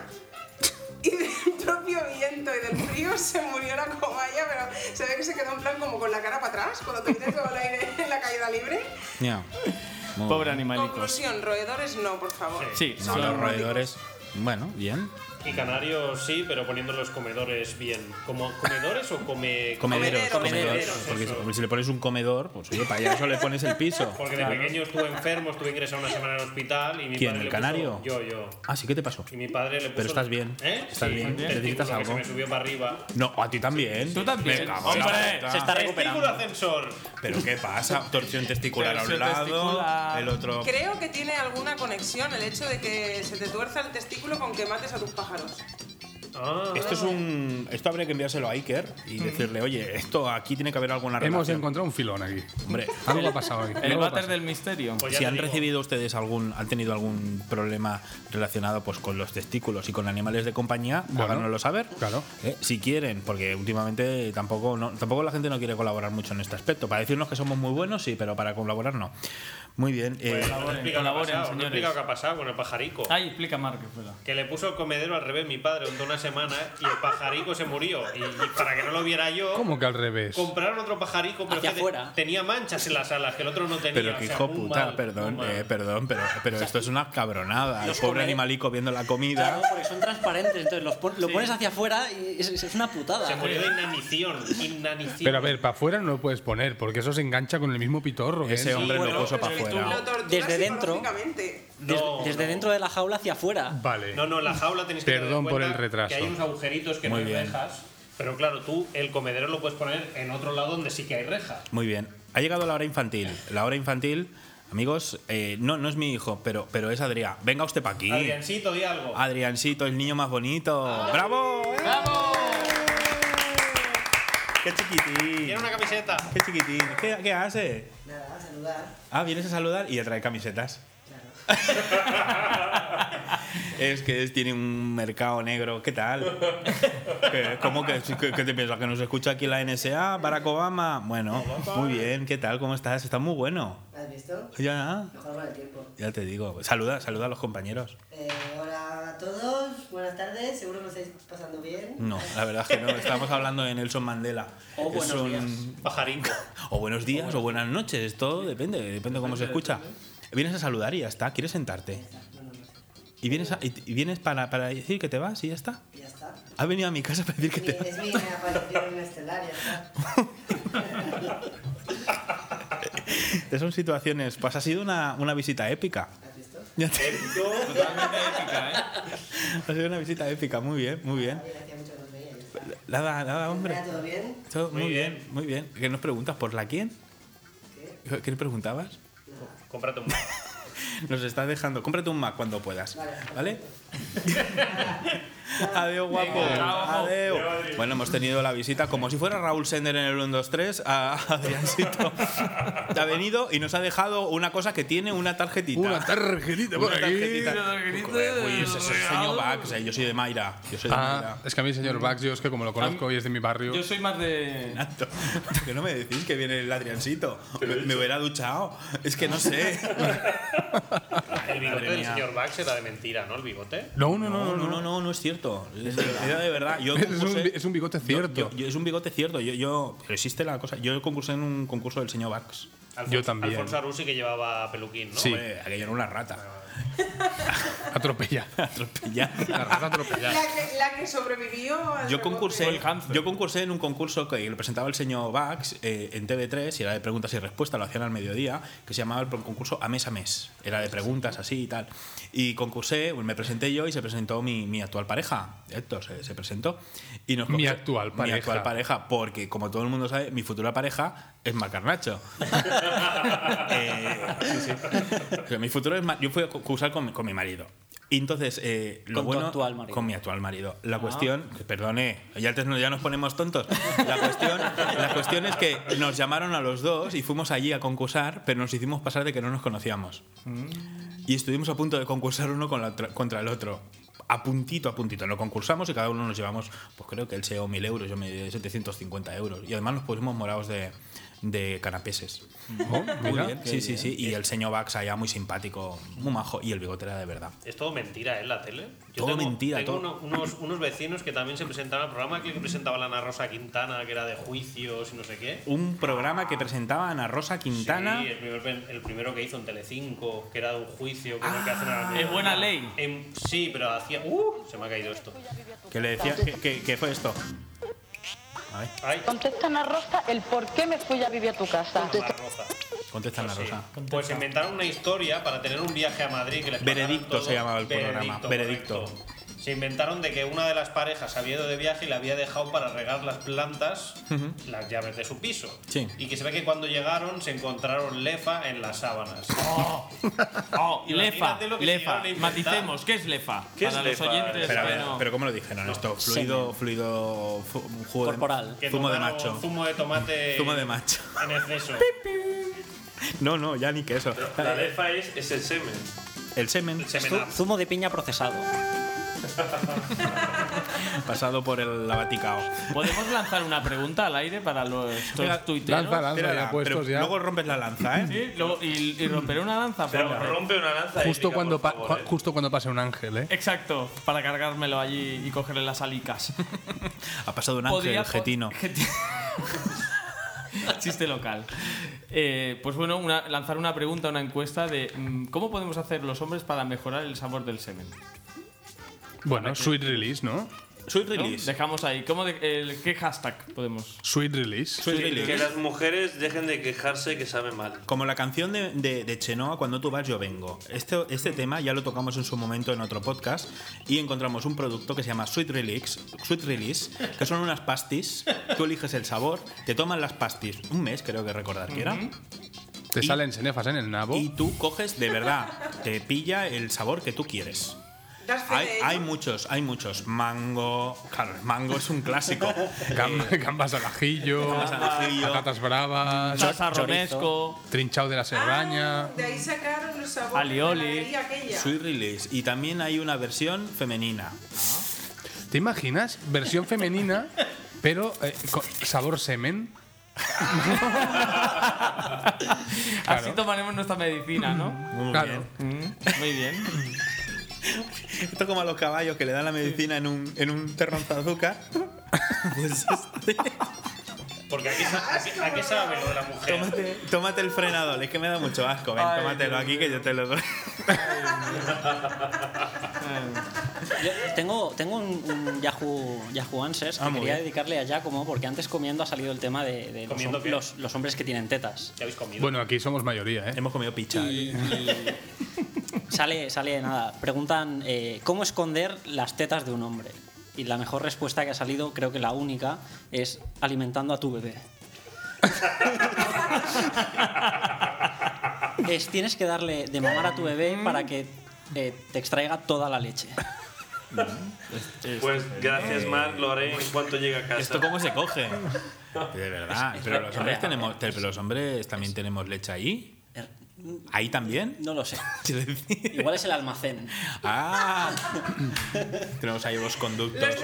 Speaker 7: Y del <laughs> propio viento y del frío se murió la cobaya, pero se ve que se quedó en plan como con la cara para atrás, cuando te viene todo el aire <laughs> en la caída libre.
Speaker 4: Pobre animalico.
Speaker 7: Conclusión, roedores no, por favor.
Speaker 4: Sí,
Speaker 5: No, los roedores. Bueno, bien.
Speaker 1: Y canarios sí, pero poniendo los comedores bien. ¿Como comedores o come...
Speaker 5: Comederos, comederos. Porque si,
Speaker 1: eso.
Speaker 5: porque si le pones un comedor, pues oye, para allá solo le pones el piso.
Speaker 1: <laughs> Porque de
Speaker 5: Claro.
Speaker 1: pequeño estuve enfermo, estuve ingresado una semana en el hospital y mi
Speaker 5: ¿Quién,
Speaker 1: padre
Speaker 5: el
Speaker 1: le puso-
Speaker 5: canario?
Speaker 1: Yo, yo.
Speaker 5: Ah, sí, ¿qué te pasó?
Speaker 1: Y mi padre le puso...
Speaker 5: Pero estás bien.
Speaker 1: ¿Eh?
Speaker 5: Estás
Speaker 1: Sí,
Speaker 5: bien.
Speaker 1: un
Speaker 5: Necesitas
Speaker 1: testículo
Speaker 5: algo.
Speaker 1: Que se me subió para arriba.
Speaker 5: No, a ti también.
Speaker 4: Tú también.
Speaker 5: Me cago en la
Speaker 1: ¡Hombre!
Speaker 5: puta.
Speaker 1: Testículo ascensor.
Speaker 5: Pero ¿qué pasa? Torsión testicular a un
Speaker 4: Torsión
Speaker 5: lado,
Speaker 4: testicular.
Speaker 5: el otro.
Speaker 7: Creo que tiene alguna conexión el hecho de que se te tuerza el testículo con que mates a tus pájaros.
Speaker 5: Esto es un. Esto habría que enviárselo a Iker y decirle, oye, esto aquí tiene que haber alguna
Speaker 3: hemos
Speaker 5: relación.
Speaker 3: encontrado un filón aquí.
Speaker 5: Hombre.
Speaker 3: Algo ha pasado aquí.
Speaker 4: El
Speaker 3: Algo ha
Speaker 4: váter
Speaker 3: pasado. Pues
Speaker 4: del misterio.
Speaker 1: Pues
Speaker 5: si han recibido ustedes algún, han tenido algún problema relacionado pues con los testículos y con animales de compañía,
Speaker 3: Bueno,
Speaker 5: háganoslo saber.
Speaker 3: claro.
Speaker 5: Eh, si quieren, porque últimamente tampoco, no, tampoco la gente no quiere colaborar mucho en este aspecto. Para decirnos que somos muy buenos, sí, pero para colaborar no. Muy bien. eh,
Speaker 1: Pues no he explicado qué ha
Speaker 4: colaboren,
Speaker 1: pasado, no he
Speaker 4: señores.
Speaker 1: explicado qué ha pasado con el pajarico.
Speaker 4: Ay, explica, Mark, que fue la-
Speaker 1: Que le puso el comedero al revés mi padre durante una semana y el pajarico se murió. Y, y para que no lo viera yo,
Speaker 3: ¿Cómo que al revés?
Speaker 1: compraron otro pajarico, pero
Speaker 10: Hacia
Speaker 1: es que te-
Speaker 10: afuera.
Speaker 1: tenía manchas en las alas que el otro no tenía.
Speaker 5: pero
Speaker 1: o
Speaker 5: que
Speaker 1: sea,
Speaker 5: hijo
Speaker 1: muy
Speaker 5: puta,
Speaker 1: mal,
Speaker 5: perdón,
Speaker 1: muy mal.
Speaker 5: eh, perdón, pero, pero esto es una cabronada. El
Speaker 10: los
Speaker 5: pobre
Speaker 10: come-
Speaker 5: animalico viendo la comida.
Speaker 10: Claro, porque son transparentes, entonces los pon- lo pones hacia afuera y es, es una putada.
Speaker 1: Se murió de inanición. Inanición.
Speaker 3: Pero a ver, para afuera no lo puedes poner, porque eso se engancha con el mismo pitorro. ¿eh? que
Speaker 5: Ese
Speaker 3: entra.
Speaker 5: hombre
Speaker 10: bueno,
Speaker 5: lo puso
Speaker 10: pero
Speaker 5: para
Speaker 10: es que tú-
Speaker 5: afuera.
Speaker 7: Lo torturas
Speaker 10: Desde dentro.
Speaker 7: psicológicamente.
Speaker 10: Des-
Speaker 1: No,
Speaker 10: desde
Speaker 1: no.
Speaker 10: dentro de la jaula hacia afuera.
Speaker 3: Vale.
Speaker 1: No, no, en la jaula tenéis que
Speaker 3: Perdón
Speaker 1: tener
Speaker 3: por
Speaker 1: en
Speaker 3: el
Speaker 1: cuenta
Speaker 3: retraso.
Speaker 1: Que hay unos agujeritos que
Speaker 5: Muy
Speaker 1: no hay
Speaker 5: bien.
Speaker 1: rejas. Pero claro, tú el comedero lo puedes poner en otro lado donde sí que hay rejas.
Speaker 5: Muy bien. Ha llegado la hora infantil. La hora infantil, amigos, eh, no, no es mi hijo, pero, pero es Adrián. Venga usted para aquí.
Speaker 1: Adriancito, Ah. di algo.
Speaker 5: Adriancito, el niño más bonito. ¡Bravo!
Speaker 4: ¡Bravo!
Speaker 5: ¡Qué chiquitín!
Speaker 1: Tiene una camiseta.
Speaker 5: ¡Qué chiquitín! ¿Qué, qué hace?
Speaker 12: Nada, a saludar.
Speaker 5: Ah, vienes a saludar y a traer camisetas. <laughs> es que es- tiene un mercado negro. ¿Qué
Speaker 1: <laughs>
Speaker 5: tal? ¿Qué- ¿Cómo que, que- que te piensas? ¿Que nos escucha aquí la NSA? ¿Barack Obama? Bueno, muy bien. ¿Qué tal? ¿Cómo estás? Está muy bueno.
Speaker 12: ¿Has visto?
Speaker 5: Ya,
Speaker 12: Mejor con el tiempo.
Speaker 5: ya te digo. Saluda, saluda a los compañeros.
Speaker 12: Eh, hola a todos, buenas tardes, seguro que lo estáis pasando bien.
Speaker 5: No, la verdad es que no. Estamos hablando de Nelson Mandela.
Speaker 12: O
Speaker 5: Es
Speaker 12: buenos
Speaker 5: un-
Speaker 1: Pajarinco.
Speaker 5: O buenos días o buenas noches. Todo depende, depende de cómo se escucha. Vienes a saludar y ya está. ¿Quieres sentarte? ¿Y vienes, a- y, y vienes para, para decir que te vas y ya está?
Speaker 12: Y ya está.
Speaker 5: ¿Has venido a mi casa para decir que
Speaker 12: Mi-
Speaker 5: te vas?
Speaker 12: es mi aparición estelar, ya está.
Speaker 5: <laughs> Esas son situaciones. Pues ha sido una, una visita épica. Ya
Speaker 4: Eh,
Speaker 5: te- Ha sido una visita épica. Muy bien, muy bien. Nada, nada, hombre.
Speaker 12: Mira, ¿Todo bien?
Speaker 5: Todo muy bien, muy bien. ¿Qué nos preguntas? ¿Por la quién? ¿Qué, nos preguntabas?
Speaker 1: Cómprate un Mac.
Speaker 5: Nos estás dejando. Cómprate un Mac cuando puedas. ¿Vale? Adiós, guapo. Adiós. Bueno, hemos tenido la visita como si fuera Raúl Sender en el 123 a
Speaker 3: <laughs>
Speaker 5: Adriancito. ha venido y nos ha dejado una cosa que tiene una tarjetita.
Speaker 3: Una tarjetita por
Speaker 5: Una
Speaker 3: aquí.
Speaker 5: tarjetita.
Speaker 3: Una
Speaker 5: Uy, pues ese es el señor Bax. Yo soy de Mayra. Yo soy de
Speaker 3: Ah,
Speaker 5: Mayra.
Speaker 3: es que a mí, señor Bax, yo es que como lo conozco y es de mi barrio.
Speaker 4: Yo soy más de.
Speaker 5: Nato. Que no me decís que viene el Adriancito. Me, me hubiera duchado. Es que no sé.
Speaker 1: El bigote
Speaker 5: Madre
Speaker 1: del
Speaker 5: mía.
Speaker 1: señor Bax era de mentira, ¿no? El bigote.
Speaker 3: No, no,
Speaker 5: no, no, no, no, no, es cierto. Es de verdad. Era de verdad. Yo
Speaker 3: <laughs> Es
Speaker 5: concursé-
Speaker 3: un bi- es un bigote
Speaker 5: yo-
Speaker 3: cierto.
Speaker 5: yo- yo- es un bigote cierto. Yo, yo, pero existe la cosa. Yo concursé en un concurso del señor Bax.
Speaker 3: Yo también.
Speaker 1: Alfonso Arusi que llevaba peluquín, ¿no?
Speaker 5: Sí. Hombre, aquello era una
Speaker 3: <laughs>
Speaker 5: rata. <laughs>
Speaker 3: Atropella.
Speaker 5: Atropella.
Speaker 3: La rata atropella.
Speaker 7: La que, la que sobrevivió al
Speaker 5: Yo
Speaker 7: rebote.
Speaker 5: concursé, yo concursé en un concurso que lo presentaba el señor Bax eh, en TV3 y era de preguntas y respuestas, lo hacían al mediodía, que se llamaba el concurso A Mes a Mes. Era de preguntas así y tal. Y concursé, pues, me presenté yo y se presentó mi, mi actual pareja. Héctor se, se presentó. Y nos
Speaker 3: Mi
Speaker 5: concursó-
Speaker 3: actual
Speaker 5: Mi
Speaker 3: pareja.
Speaker 5: actual pareja, porque como todo el mundo sabe, mi futura pareja es
Speaker 3: <laughs>
Speaker 5: Eh, Macarnacho. O sea, mi futuro es. ma- Yo fui a cu- cursar con, mi- con mi marido. Y entonces, eh, lo
Speaker 10: Con tu
Speaker 5: bueno.
Speaker 10: actual marido.
Speaker 5: Con mi actual marido.
Speaker 3: Ah.
Speaker 5: La cuestión. que Perdone, ya, antes no- ya nos ponemos tontos. La cuestión, la cuestión es que nos llamaron a los dos y fuimos allí a concursar, pero nos hicimos pasar de que no nos conocíamos. Y estuvimos a punto de concursar uno con la otra- contra el otro. A puntito, a puntito. Lo concursamos y cada uno nos llevamos, pues creo que él se llevó 1000 euros, yo me llevé 750 euros. Y además nos pusimos morados de, de canapeses. muy
Speaker 3: Oh, mira.
Speaker 5: bien.
Speaker 3: Qué
Speaker 5: Sí, sí,
Speaker 3: bien.
Speaker 5: sí. Y el señor Bax allá muy simpático, muy majo. Y el bigote era de verdad.
Speaker 1: Es todo mentira, ¿eh? La tele.
Speaker 5: Todo mentira,
Speaker 1: Tengo
Speaker 5: todo.
Speaker 1: uno- unos, unos vecinos que también se presentaban al programa, que presentaba la Ana Rosa Quintana, que era de juicios y no sé qué.
Speaker 5: Un programa que presentaba Ana Rosa Quintana.
Speaker 1: Sí, el, primer pen- el primero que hizo en Telecinco, que era de un juicio, que es lo que hacen
Speaker 5: Ah,
Speaker 1: ahora mismo.
Speaker 4: En Buena Ley.
Speaker 1: En- sí, pero hacía... ¡Uh! Se me ha caído esto. Pues
Speaker 5: Que le decía. ¿Qué que, que fue esto? A ver,
Speaker 13: Contesta Ana Rosa el por qué me fui a vivir a tu casa.
Speaker 5: <laughs>
Speaker 1: Ana Rosa.
Speaker 5: contesta Ana Rosa.
Speaker 1: Pues inventaron una historia para tener un viaje a Madrid que les pagaran
Speaker 5: Veredicto
Speaker 1: todo.
Speaker 5: se llamaba el programa. Veredicto.
Speaker 1: correcto. Se inventaron de que una de las parejas había ido de viaje y le había dejado para regar las plantas las llaves de su piso.
Speaker 5: Sí.
Speaker 1: Y que se ve que cuando llegaron se encontraron lefa en las sábanas.
Speaker 4: Oh, lefa,
Speaker 1: Imagínate lo que
Speaker 4: lefa.
Speaker 1: llegaron a inventar.
Speaker 4: Maticemos, ¿qué es lefa?
Speaker 1: ¿Qué es
Speaker 4: Para los
Speaker 1: lefa?
Speaker 4: oyentes
Speaker 5: Pero, a
Speaker 4: que
Speaker 5: ver,
Speaker 4: no.
Speaker 5: pero ¿cómo lo dijeron esto? Fluido, fluido, fu- un jugo de-
Speaker 10: Corporal.
Speaker 1: Que
Speaker 5: zumo de
Speaker 1: tomaron
Speaker 5: macho.
Speaker 1: Zumo de tomate.
Speaker 5: Zumo de macho.
Speaker 1: En exceso.
Speaker 5: No, no, ya ni que eso.
Speaker 6: La lefa es, es el semen.
Speaker 5: El semen
Speaker 10: Zu- Zumo de piña procesado.
Speaker 5: pasado por el abaticao.
Speaker 4: ¿Podemos lanzar una pregunta al aire para los
Speaker 5: Mira,
Speaker 4: estos tuiteros?
Speaker 3: lanza, lanza,
Speaker 5: Espérala,
Speaker 3: ya puestos,
Speaker 5: pero
Speaker 3: ya.
Speaker 5: Luego rompes la lanza, ¿eh?
Speaker 4: Sí, luego- y, y romper una lanza.
Speaker 6: Pero
Speaker 4: por favor.
Speaker 6: rompe una lanza
Speaker 3: Justo
Speaker 6: épica,
Speaker 3: cuando,
Speaker 6: por
Speaker 3: pa-
Speaker 6: favor,
Speaker 3: cua-
Speaker 6: ¿eh?
Speaker 3: justo cuando pase un ángel, ¿eh?
Speaker 4: Exacto, para cargármelo allí y cogerle las
Speaker 5: <laughs>
Speaker 4: alicas.
Speaker 5: Ha pasado un ángel
Speaker 4: Podría-
Speaker 5: getino.
Speaker 4: <laughs> Geti- Chiste local. Eh, pues bueno, una- lanzar una pregunta, una encuesta de mm, cómo podemos hacer los hombres para mejorar el sabor del semen.
Speaker 3: Bueno, sweet release, ¿no?
Speaker 5: Sweet
Speaker 4: ¿No?
Speaker 5: release.
Speaker 4: Dejamos ahí. ¿Cómo de- el- ¿Qué hashtag podemos?
Speaker 3: Sweet release.
Speaker 5: Sweet
Speaker 6: Que
Speaker 5: release.
Speaker 6: las mujeres dejen de quejarse que sabe mal.
Speaker 5: Como la canción de, de- de Chenoa, Cuando tú vas, yo vengo. Este, este tema ya lo tocamos en su momento en otro podcast y encontramos un producto que se llama Sweet Release, Sweet Release que son unas pastis. Tú eliges el sabor, te toman las pastis un mes, creo que recordar que era.
Speaker 3: Te
Speaker 5: Y-
Speaker 3: salen cenefas en el nabo.
Speaker 5: Y tú coges, de verdad, te pilla el sabor que tú quieres.
Speaker 7: Das fe
Speaker 5: Hay,
Speaker 7: de ello.
Speaker 5: hay muchos, hay muchos. Mango, claro, el mango es un clásico.
Speaker 3: <laughs>
Speaker 5: Eh,
Speaker 3: Gam- Gambas al ajillo,
Speaker 5: Gambas al ajillo.
Speaker 3: patatas bravas,
Speaker 4: Salsa romesco.
Speaker 3: trinchao de la
Speaker 7: Ah,
Speaker 3: serraña.
Speaker 7: De ahí sacaron los sabor.
Speaker 5: Alioli.
Speaker 7: La aquella.
Speaker 5: Sweet release. Y también hay una versión femenina. Ah.
Speaker 3: ¿Te imaginas? Versión
Speaker 5: <laughs>
Speaker 3: femenina, pero eh, con sabor semen.
Speaker 4: Así tomaremos nuestra medicina, ¿no? Mm.
Speaker 5: Muy Claro.
Speaker 4: bien. Muy bien.
Speaker 5: Esto como a los caballos que le dan la medicina en un, en un terrón de azúcar. Pues este.
Speaker 1: Porque aquí, sa- aquí- ¿a qué sabe lo de la mujer?
Speaker 5: Tómate, tómate el frenador, es que me da mucho asco. Ven,
Speaker 1: Ay,
Speaker 5: tómatelo
Speaker 1: Dios
Speaker 5: aquí que yo te lo doy.
Speaker 6: <laughs>
Speaker 10: Yo tengo, tengo un, un Yahoo, Yahoo Answers que
Speaker 5: Ah, muy
Speaker 10: quería
Speaker 5: bien.
Speaker 10: dedicarle a Giacomo porque antes comiendo ha salido el tema de, de los,
Speaker 3: ¿Comiendo
Speaker 10: hom-
Speaker 3: qué?
Speaker 10: los- los hombres que tienen tetas.
Speaker 1: ¿Ya habéis comido?
Speaker 3: Bueno, aquí somos mayoría, ¿eh?
Speaker 5: Hemos comido picha.
Speaker 10: Sale, sale de nada. Preguntan eh, cómo esconder las tetas de un hombre. Y la mejor respuesta que ha salido, creo que la única, es alimentando a tu bebé. es, tienes que darle de mamar a tu bebé para que eh, te extraiga toda la leche.
Speaker 6: Pues gracias, Mark, lo haré en cuanto llegue a casa.
Speaker 5: Este, eh, ¿Esto cómo se coge? De verdad.
Speaker 10: Es- es
Speaker 5: Pero
Speaker 10: re-
Speaker 5: los hombres,
Speaker 10: real, ¿eh? Er,
Speaker 5: tenemos, pero los hombres también tenemos leche ahí. ¿Ahí también?
Speaker 10: No lo sé. Igual es el almacén.
Speaker 5: Ah. Tenemos ahí los conductos.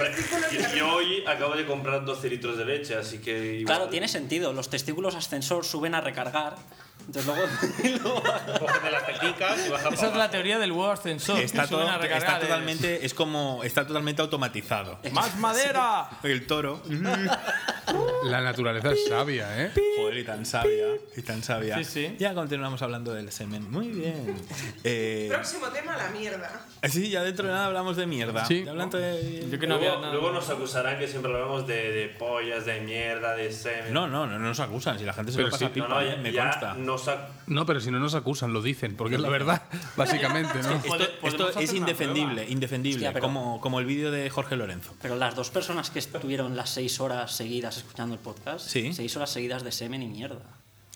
Speaker 6: Yo- Yo hoy acabo de comprar 12 litros de leche, así que. igual-
Speaker 10: Claro, tiene sentido. Los testículos ascensor suben a recargar. Entonces luego... <laughs>
Speaker 1: Cógete las teticas y baja
Speaker 4: Esa es la teoría del huevo ascensor.
Speaker 5: Está,
Speaker 4: que suben
Speaker 5: todo-
Speaker 4: a recargar,
Speaker 5: está
Speaker 4: ¿eh?
Speaker 5: totalmente, es como, está totalmente automatizado.
Speaker 4: <laughs> ¡Más madera!
Speaker 5: El toro.
Speaker 3: <laughs> La naturaleza es sabia, ¿eh?
Speaker 5: Joder, y tan sabia. Y tan sabia.
Speaker 3: Sí,
Speaker 5: Ya continuamos hablando del semen. Muy bien. Eh,
Speaker 7: Próximo tema, la mierda.
Speaker 5: sí, ya dentro de nada hablamos de mierda.
Speaker 3: Sí.
Speaker 5: Ya hablando de-
Speaker 6: luego, luego nos acusarán que siempre hablamos de, de pollas, de mierda, de
Speaker 5: <laughs>
Speaker 6: semen.
Speaker 5: No, no, no nos acusan. Si la gente se
Speaker 3: Pero
Speaker 5: lo pasa
Speaker 3: sí.
Speaker 5: pipa,
Speaker 3: No, no,
Speaker 5: eh,
Speaker 3: ya-
Speaker 5: me
Speaker 3: ya
Speaker 5: consta.
Speaker 6: No sac-
Speaker 3: No, pero si no nos acusan, lo dicen, porque es la
Speaker 5: <laughs>
Speaker 3: verdad, básicamente, ¿no?
Speaker 5: Esto, esto es indefendible, indefendible,
Speaker 10: Hostia, pero-
Speaker 5: como, como el vídeo de Jorge Lorenzo.
Speaker 10: Pero las dos personas que estuvieron las seis horas seguidas escuchando el podcast,
Speaker 5: Sí.
Speaker 10: seis horas seguidas de semen y mierda.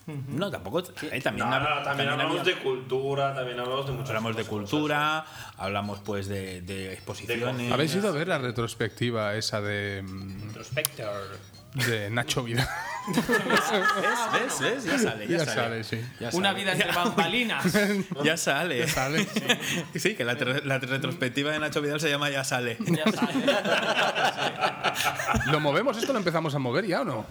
Speaker 5: No, tampoco. eh, también,
Speaker 6: No, no,
Speaker 5: hab-
Speaker 6: también hablamos
Speaker 5: había-
Speaker 6: de cultura, también hablamos de muchas
Speaker 5: hablamos de cultura, hablamos pues de, de exposiciones.
Speaker 3: ¿Habéis ido a ver la retrospectiva esa de, mm,
Speaker 1: Introspector.
Speaker 3: de Nacho <laughs> Vidal?
Speaker 5: ¿Ves? ¿Ves? Ya sale, ya,
Speaker 3: Ya sale, sí.
Speaker 4: Una vida entre bambalinas.
Speaker 5: <laughs> Ya sale. Ya sale. <laughs> sí, que la, tre- la retrospectiva de Nacho Vidal se llama
Speaker 3: <laughs>
Speaker 5: Ya sale.
Speaker 3: <laughs> ¿Lo movemos esto? ¿Lo empezamos a mover ya o no?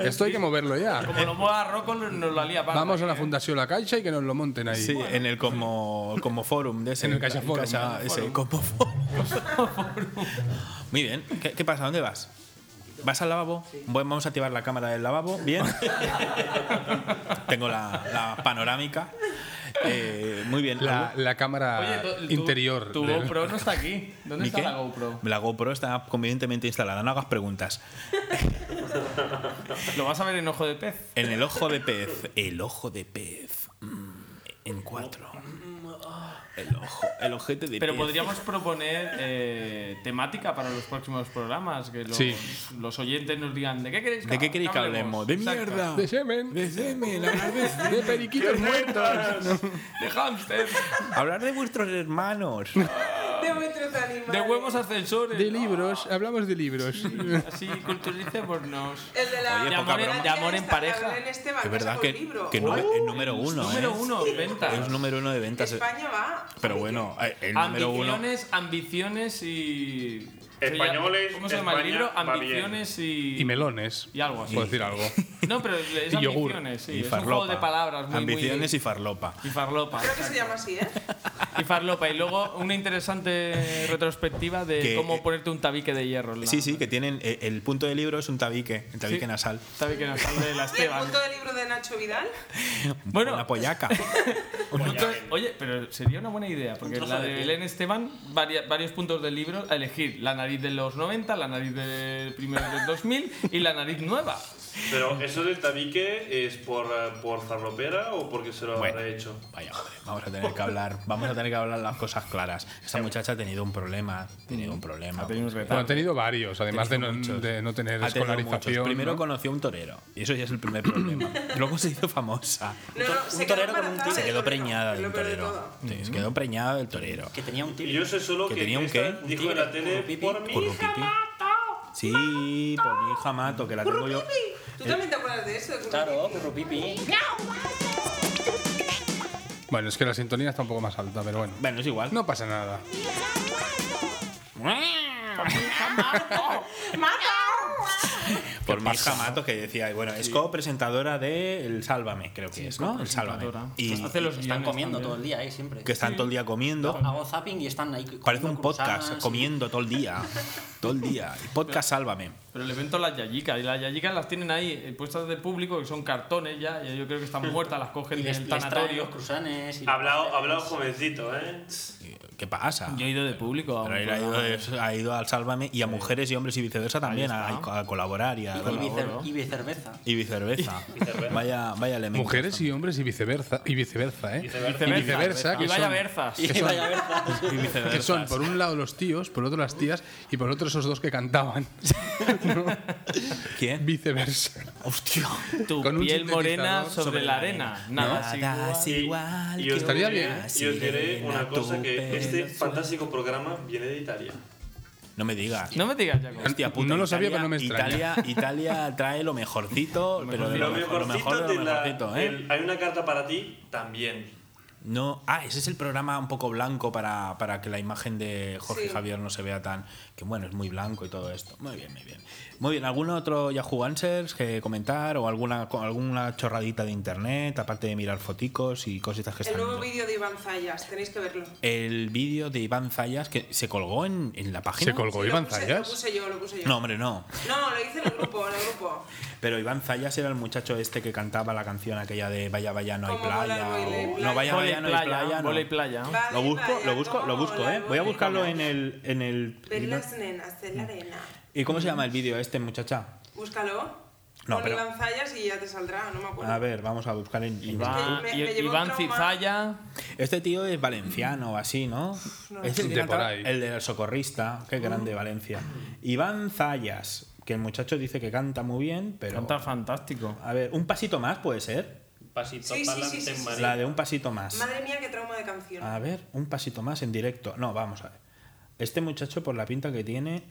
Speaker 3: Esto hay que moverlo ya.
Speaker 4: Como lo mueva Rocco, nos lo alía para.
Speaker 3: Vamos a la Fundación La Caixa y que nos lo monten ahí.
Speaker 5: Sí, en el Cosmo, Cosmo Forum de ese.
Speaker 3: En el Caixa Forum, ¿no?
Speaker 5: Caixa- ese
Speaker 3: Forum.
Speaker 5: Cosmo Forum. Muy bien. ¿Qué, qué pasa? ¿Dónde vas? ¿Vas al lavabo? Bueno, vamos a activar la cámara del lavabo. Bien. Tengo la, la panorámica. Eh, muy bien.
Speaker 3: La, la cámara
Speaker 4: Oye, tu-
Speaker 3: interior.
Speaker 4: Tu
Speaker 3: del-
Speaker 4: GoPro no está aquí. ¿Dónde
Speaker 5: ¿Mi
Speaker 4: está
Speaker 5: qué?
Speaker 4: la GoPro?
Speaker 5: La GoPro está convenientemente instalada, no hagas preguntas.
Speaker 4: <laughs> ¿Lo vas a ver en ojo de pez?
Speaker 5: En el ojo de pez, el ojo de pez. Mm, En cuatro. El ojo, el ojete de
Speaker 4: Pero
Speaker 5: pez.
Speaker 4: podríamos proponer eh, temática para los próximos programas, que los,
Speaker 5: Sí.
Speaker 4: los oyentes nos digan de qué queréis que,
Speaker 5: ¿De qué queréis que hablemos? De
Speaker 4: Exacto.
Speaker 5: mierda.
Speaker 3: De semen.
Speaker 5: De semen, hablar
Speaker 4: <laughs>
Speaker 5: de,
Speaker 3: de periquitos muertos. <laughs>
Speaker 4: De hámster. <laughs>
Speaker 5: Hablar de vuestros hermanos.
Speaker 7: De vuestros animales.
Speaker 4: De huevos ascensores.
Speaker 3: De libros, hablamos de libros.
Speaker 4: Así, culturicémonos.
Speaker 7: El de la.
Speaker 4: Oye,
Speaker 7: de
Speaker 4: poca
Speaker 7: amor,
Speaker 4: broma.
Speaker 7: en,
Speaker 4: de amor en pareja.
Speaker 5: Es verdad que, que no- es número uno.
Speaker 4: número
Speaker 5: ¿eh?
Speaker 4: uno, ventas.
Speaker 5: Es número uno de ventas.
Speaker 7: España va.
Speaker 5: Pero bueno, eh, el número uno.
Speaker 4: Ambiciones, ambiciones y.
Speaker 6: Españoles,
Speaker 4: ¿Cómo se llama el
Speaker 6: España
Speaker 4: libro?
Speaker 6: va bien.
Speaker 4: Ambiciones y.
Speaker 3: Y melones.
Speaker 4: Y algo así.
Speaker 3: Por decir algo.
Speaker 4: No, pero es
Speaker 3: Y yogur.
Speaker 4: ambiciones, sí.
Speaker 5: <laughs> Y
Speaker 4: es
Speaker 5: farlopa.
Speaker 4: un juego de palabras muy
Speaker 5: Ambiciones
Speaker 4: muy...
Speaker 5: y farlopa.
Speaker 4: Y farlopa.
Speaker 7: Creo que se llama así, ¿eh?
Speaker 4: Y farlopa. Y luego una
Speaker 5: <laughs>
Speaker 4: interesante retrospectiva de
Speaker 5: Que- eh,
Speaker 4: cómo ponerte un tabique de hierro. en la-
Speaker 5: Sí, sí, que tienen. eh, El punto del libro es un tabique, el tabique
Speaker 4: Sí.
Speaker 5: nasal.
Speaker 4: Tabique nasal de la
Speaker 7: El
Speaker 5: Este
Speaker 4: Esteban.
Speaker 7: punto del libro de Nacho Vidal.
Speaker 4: Bueno. <laughs>
Speaker 5: Una pollaca.
Speaker 4: Oye, pero sería una buena idea, porque
Speaker 10: trozo
Speaker 4: la
Speaker 10: de
Speaker 4: de
Speaker 10: piel.
Speaker 4: Belén Esteban, varia- varios puntos del libro a elegir. La nariz de los 90, la nariz del primero del 2000 y la nariz nueva.
Speaker 6: Pero eso del tabique es por, eh, por zarropera o porque se lo
Speaker 5: Bueno.
Speaker 6: habrá hecho.
Speaker 5: Vaya hombre, vamos a tener que hablar, vamos a tener que hablar las cosas claras. Esta muchacha ha tenido un problema, ha tenido un problema. Ha tenido un
Speaker 3: Bueno, han tenido varios, además de no, de no tener escolarización.
Speaker 5: Primero
Speaker 3: ¿no?
Speaker 5: conoció a un torero, y eso ya es el primer problema.
Speaker 3: <clears throat>
Speaker 5: Luego se hizo famosa.
Speaker 7: No, no, se quedó embarazada
Speaker 5: Se
Speaker 7: del
Speaker 5: quedó
Speaker 7: torero,
Speaker 5: preñada
Speaker 7: es
Speaker 5: de
Speaker 7: lo
Speaker 5: un
Speaker 7: peor de
Speaker 5: torero.
Speaker 7: todo.
Speaker 5: Sí, se quedó preñada del torero.
Speaker 10: Que tenía un
Speaker 6: Y
Speaker 10: tibio.
Speaker 6: yo sé solo
Speaker 5: ¿Que
Speaker 6: que,
Speaker 5: tenía un
Speaker 6: esta
Speaker 5: qué?
Speaker 6: dijo en la tele por mi
Speaker 5: Por
Speaker 6: hija.
Speaker 5: Rupiti. Sí, por mi hija Mato, que la tengo yo.
Speaker 7: ¿Tú también te acuerdas de eso?
Speaker 10: Claro, currupipi.
Speaker 3: Bueno, es que la sintonía está un poco más alta, pero bueno.
Speaker 5: Bueno, es igual.
Speaker 3: No pasa nada.
Speaker 5: Por más jamatos que decía, y bueno, es copresentadora de El Sálvame, creo que es, ¿no? El Sálvame. Y
Speaker 4: Hace los
Speaker 10: Están
Speaker 4: guiones
Speaker 10: comiendo
Speaker 4: también.
Speaker 10: todo el día ahí siempre.
Speaker 5: que están todo el día comiendo.
Speaker 10: Hago zapping y están ahí.
Speaker 5: Parece un
Speaker 10: comiendo
Speaker 5: podcast,
Speaker 10: cruzadas.
Speaker 5: comiendo todo el día. Todo el día. El podcast Sálvame.
Speaker 4: Pero el evento las yayicas, y las yayicas las tienen ahí eh, puestas de público, que son cartones ya, y yo creo que están muertas, las
Speaker 5: <laughs>
Speaker 4: cogen del
Speaker 10: Les traen
Speaker 4: tanatorio.
Speaker 10: los cruzanes y.
Speaker 6: Hablado, hablado jovencito, ¿eh?
Speaker 5: ¿Qué pasa?
Speaker 4: Yo he ido de público a un
Speaker 5: Pero él ha ido,
Speaker 4: programa.
Speaker 5: es- ha ido al Sálvame y a mujeres y hombres y viceversa también a,
Speaker 10: está.
Speaker 5: a colaborar y a
Speaker 10: Y, vicer- y viceversa.
Speaker 5: Y
Speaker 4: <laughs>
Speaker 5: viceversa.
Speaker 10: Viceversa.
Speaker 5: vaya, vaya elemento.
Speaker 3: Mujeres y hombres y viceversa. Y viceversa, ¿eh?
Speaker 5: Viceversa.
Speaker 3: Y viceversa. que
Speaker 4: Y vaya
Speaker 3: son-
Speaker 4: verzas.
Speaker 3: que son-
Speaker 5: Y
Speaker 3: <laughs>
Speaker 5: viceversa.
Speaker 3: Que son por un lado los tíos, por otro las tías y por otro esos dos
Speaker 4: <laughs>
Speaker 3: que cantaban.
Speaker 5: ¿Quién?
Speaker 3: Viceversa.
Speaker 5: Hostia.
Speaker 4: Tu
Speaker 3: Con un
Speaker 4: piel morena
Speaker 3: sintetizador
Speaker 4: sobre, la arena. Nada, es igual.
Speaker 6: Y os
Speaker 3: Estaría
Speaker 6: diré-
Speaker 3: bien.
Speaker 6: Y os diré una cosa, que
Speaker 5: pelo
Speaker 6: este fantástico programa viene de Italia.
Speaker 5: No me digas.
Speaker 4: No me digas, Jacob.
Speaker 5: Hostia, puta,
Speaker 3: No lo sabía, pero no me extraña.
Speaker 5: Italia, Italia trae lo mejorcito, pero de
Speaker 6: Lo
Speaker 5: lo, mejor, lo
Speaker 6: mejorcito
Speaker 5: mejor de
Speaker 6: de
Speaker 5: lo
Speaker 6: la-
Speaker 5: mejorcito, ¿eh?
Speaker 6: el- hay una carta para ti también.
Speaker 5: No, ah, ese es el programa un poco blanco para, para que la imagen de Jorge
Speaker 6: Sí.
Speaker 5: y Javier no se vea tan. Que bueno, es muy blanco y todo esto. Muy bien, muy bien. Muy bien, ¿algún otro Yahoo Answers que comentar o alguna, co- alguna chorradita de internet, aparte de mirar foticos y cositas que
Speaker 7: El
Speaker 5: están.
Speaker 7: nuevo vídeo de Iván Zayas, tenéis que verlo.
Speaker 5: El vídeo de Iván Zayas que se colgó en, en la página.
Speaker 3: ¿Se colgó
Speaker 7: Sí,
Speaker 3: Iván
Speaker 7: lo puse- Lo
Speaker 3: Zayas?
Speaker 7: puse yo, lo puse yo.
Speaker 5: No, hombre, no.
Speaker 7: No, lo hice en el grupo, en el grupo.
Speaker 5: Pero Iván Zayas era el muchacho este que cantaba la canción aquella de Vaya, vaya, no hay
Speaker 7: Como mola el
Speaker 5: playa.
Speaker 7: baile,
Speaker 5: o-
Speaker 7: playa.
Speaker 5: No, vaya,
Speaker 4: Vole y
Speaker 5: vaya, no hay
Speaker 4: playa,
Speaker 5: playa. no.
Speaker 4: vole y playa.
Speaker 7: Vale,
Speaker 5: Lo busco,
Speaker 7: vaya,
Speaker 5: lo busco, lo
Speaker 7: como
Speaker 5: busco,
Speaker 7: la
Speaker 5: ¿eh? Voy a
Speaker 7: boca.
Speaker 5: buscarlo en el. En el
Speaker 7: Ver las nenas en la arena.
Speaker 5: ¿Y cómo se llama el vídeo este, muchacha?
Speaker 7: Búscalo.
Speaker 5: No,
Speaker 7: Pon
Speaker 5: pero-
Speaker 7: Iván Zayas y ya te saldrá, no me acuerdo.
Speaker 5: A ver, vamos a buscar en.
Speaker 4: Iván,
Speaker 7: me- me llevó
Speaker 4: Iván
Speaker 7: un trauma.
Speaker 4: Cizaya.
Speaker 5: Este tío es valenciano o así, ¿no?
Speaker 7: no.
Speaker 5: Es el, que
Speaker 3: De
Speaker 5: cantaba-
Speaker 3: por ahí.
Speaker 5: el del socorrista, qué grande Valencia. Iván Zayas, que el muchacho dice que canta muy bien, pero.
Speaker 4: Canta fantástico.
Speaker 5: A ver, un pasito más puede ser.
Speaker 1: Pasito
Speaker 7: Sí, sí, sí,
Speaker 1: pa'lante,
Speaker 7: sí, sí,
Speaker 1: María.
Speaker 5: La de un pasito más.
Speaker 7: Madre mía, qué trauma de canción.
Speaker 5: A ver, un pasito más en directo. No, vamos a ver. Este muchacho, por la pinta que tiene,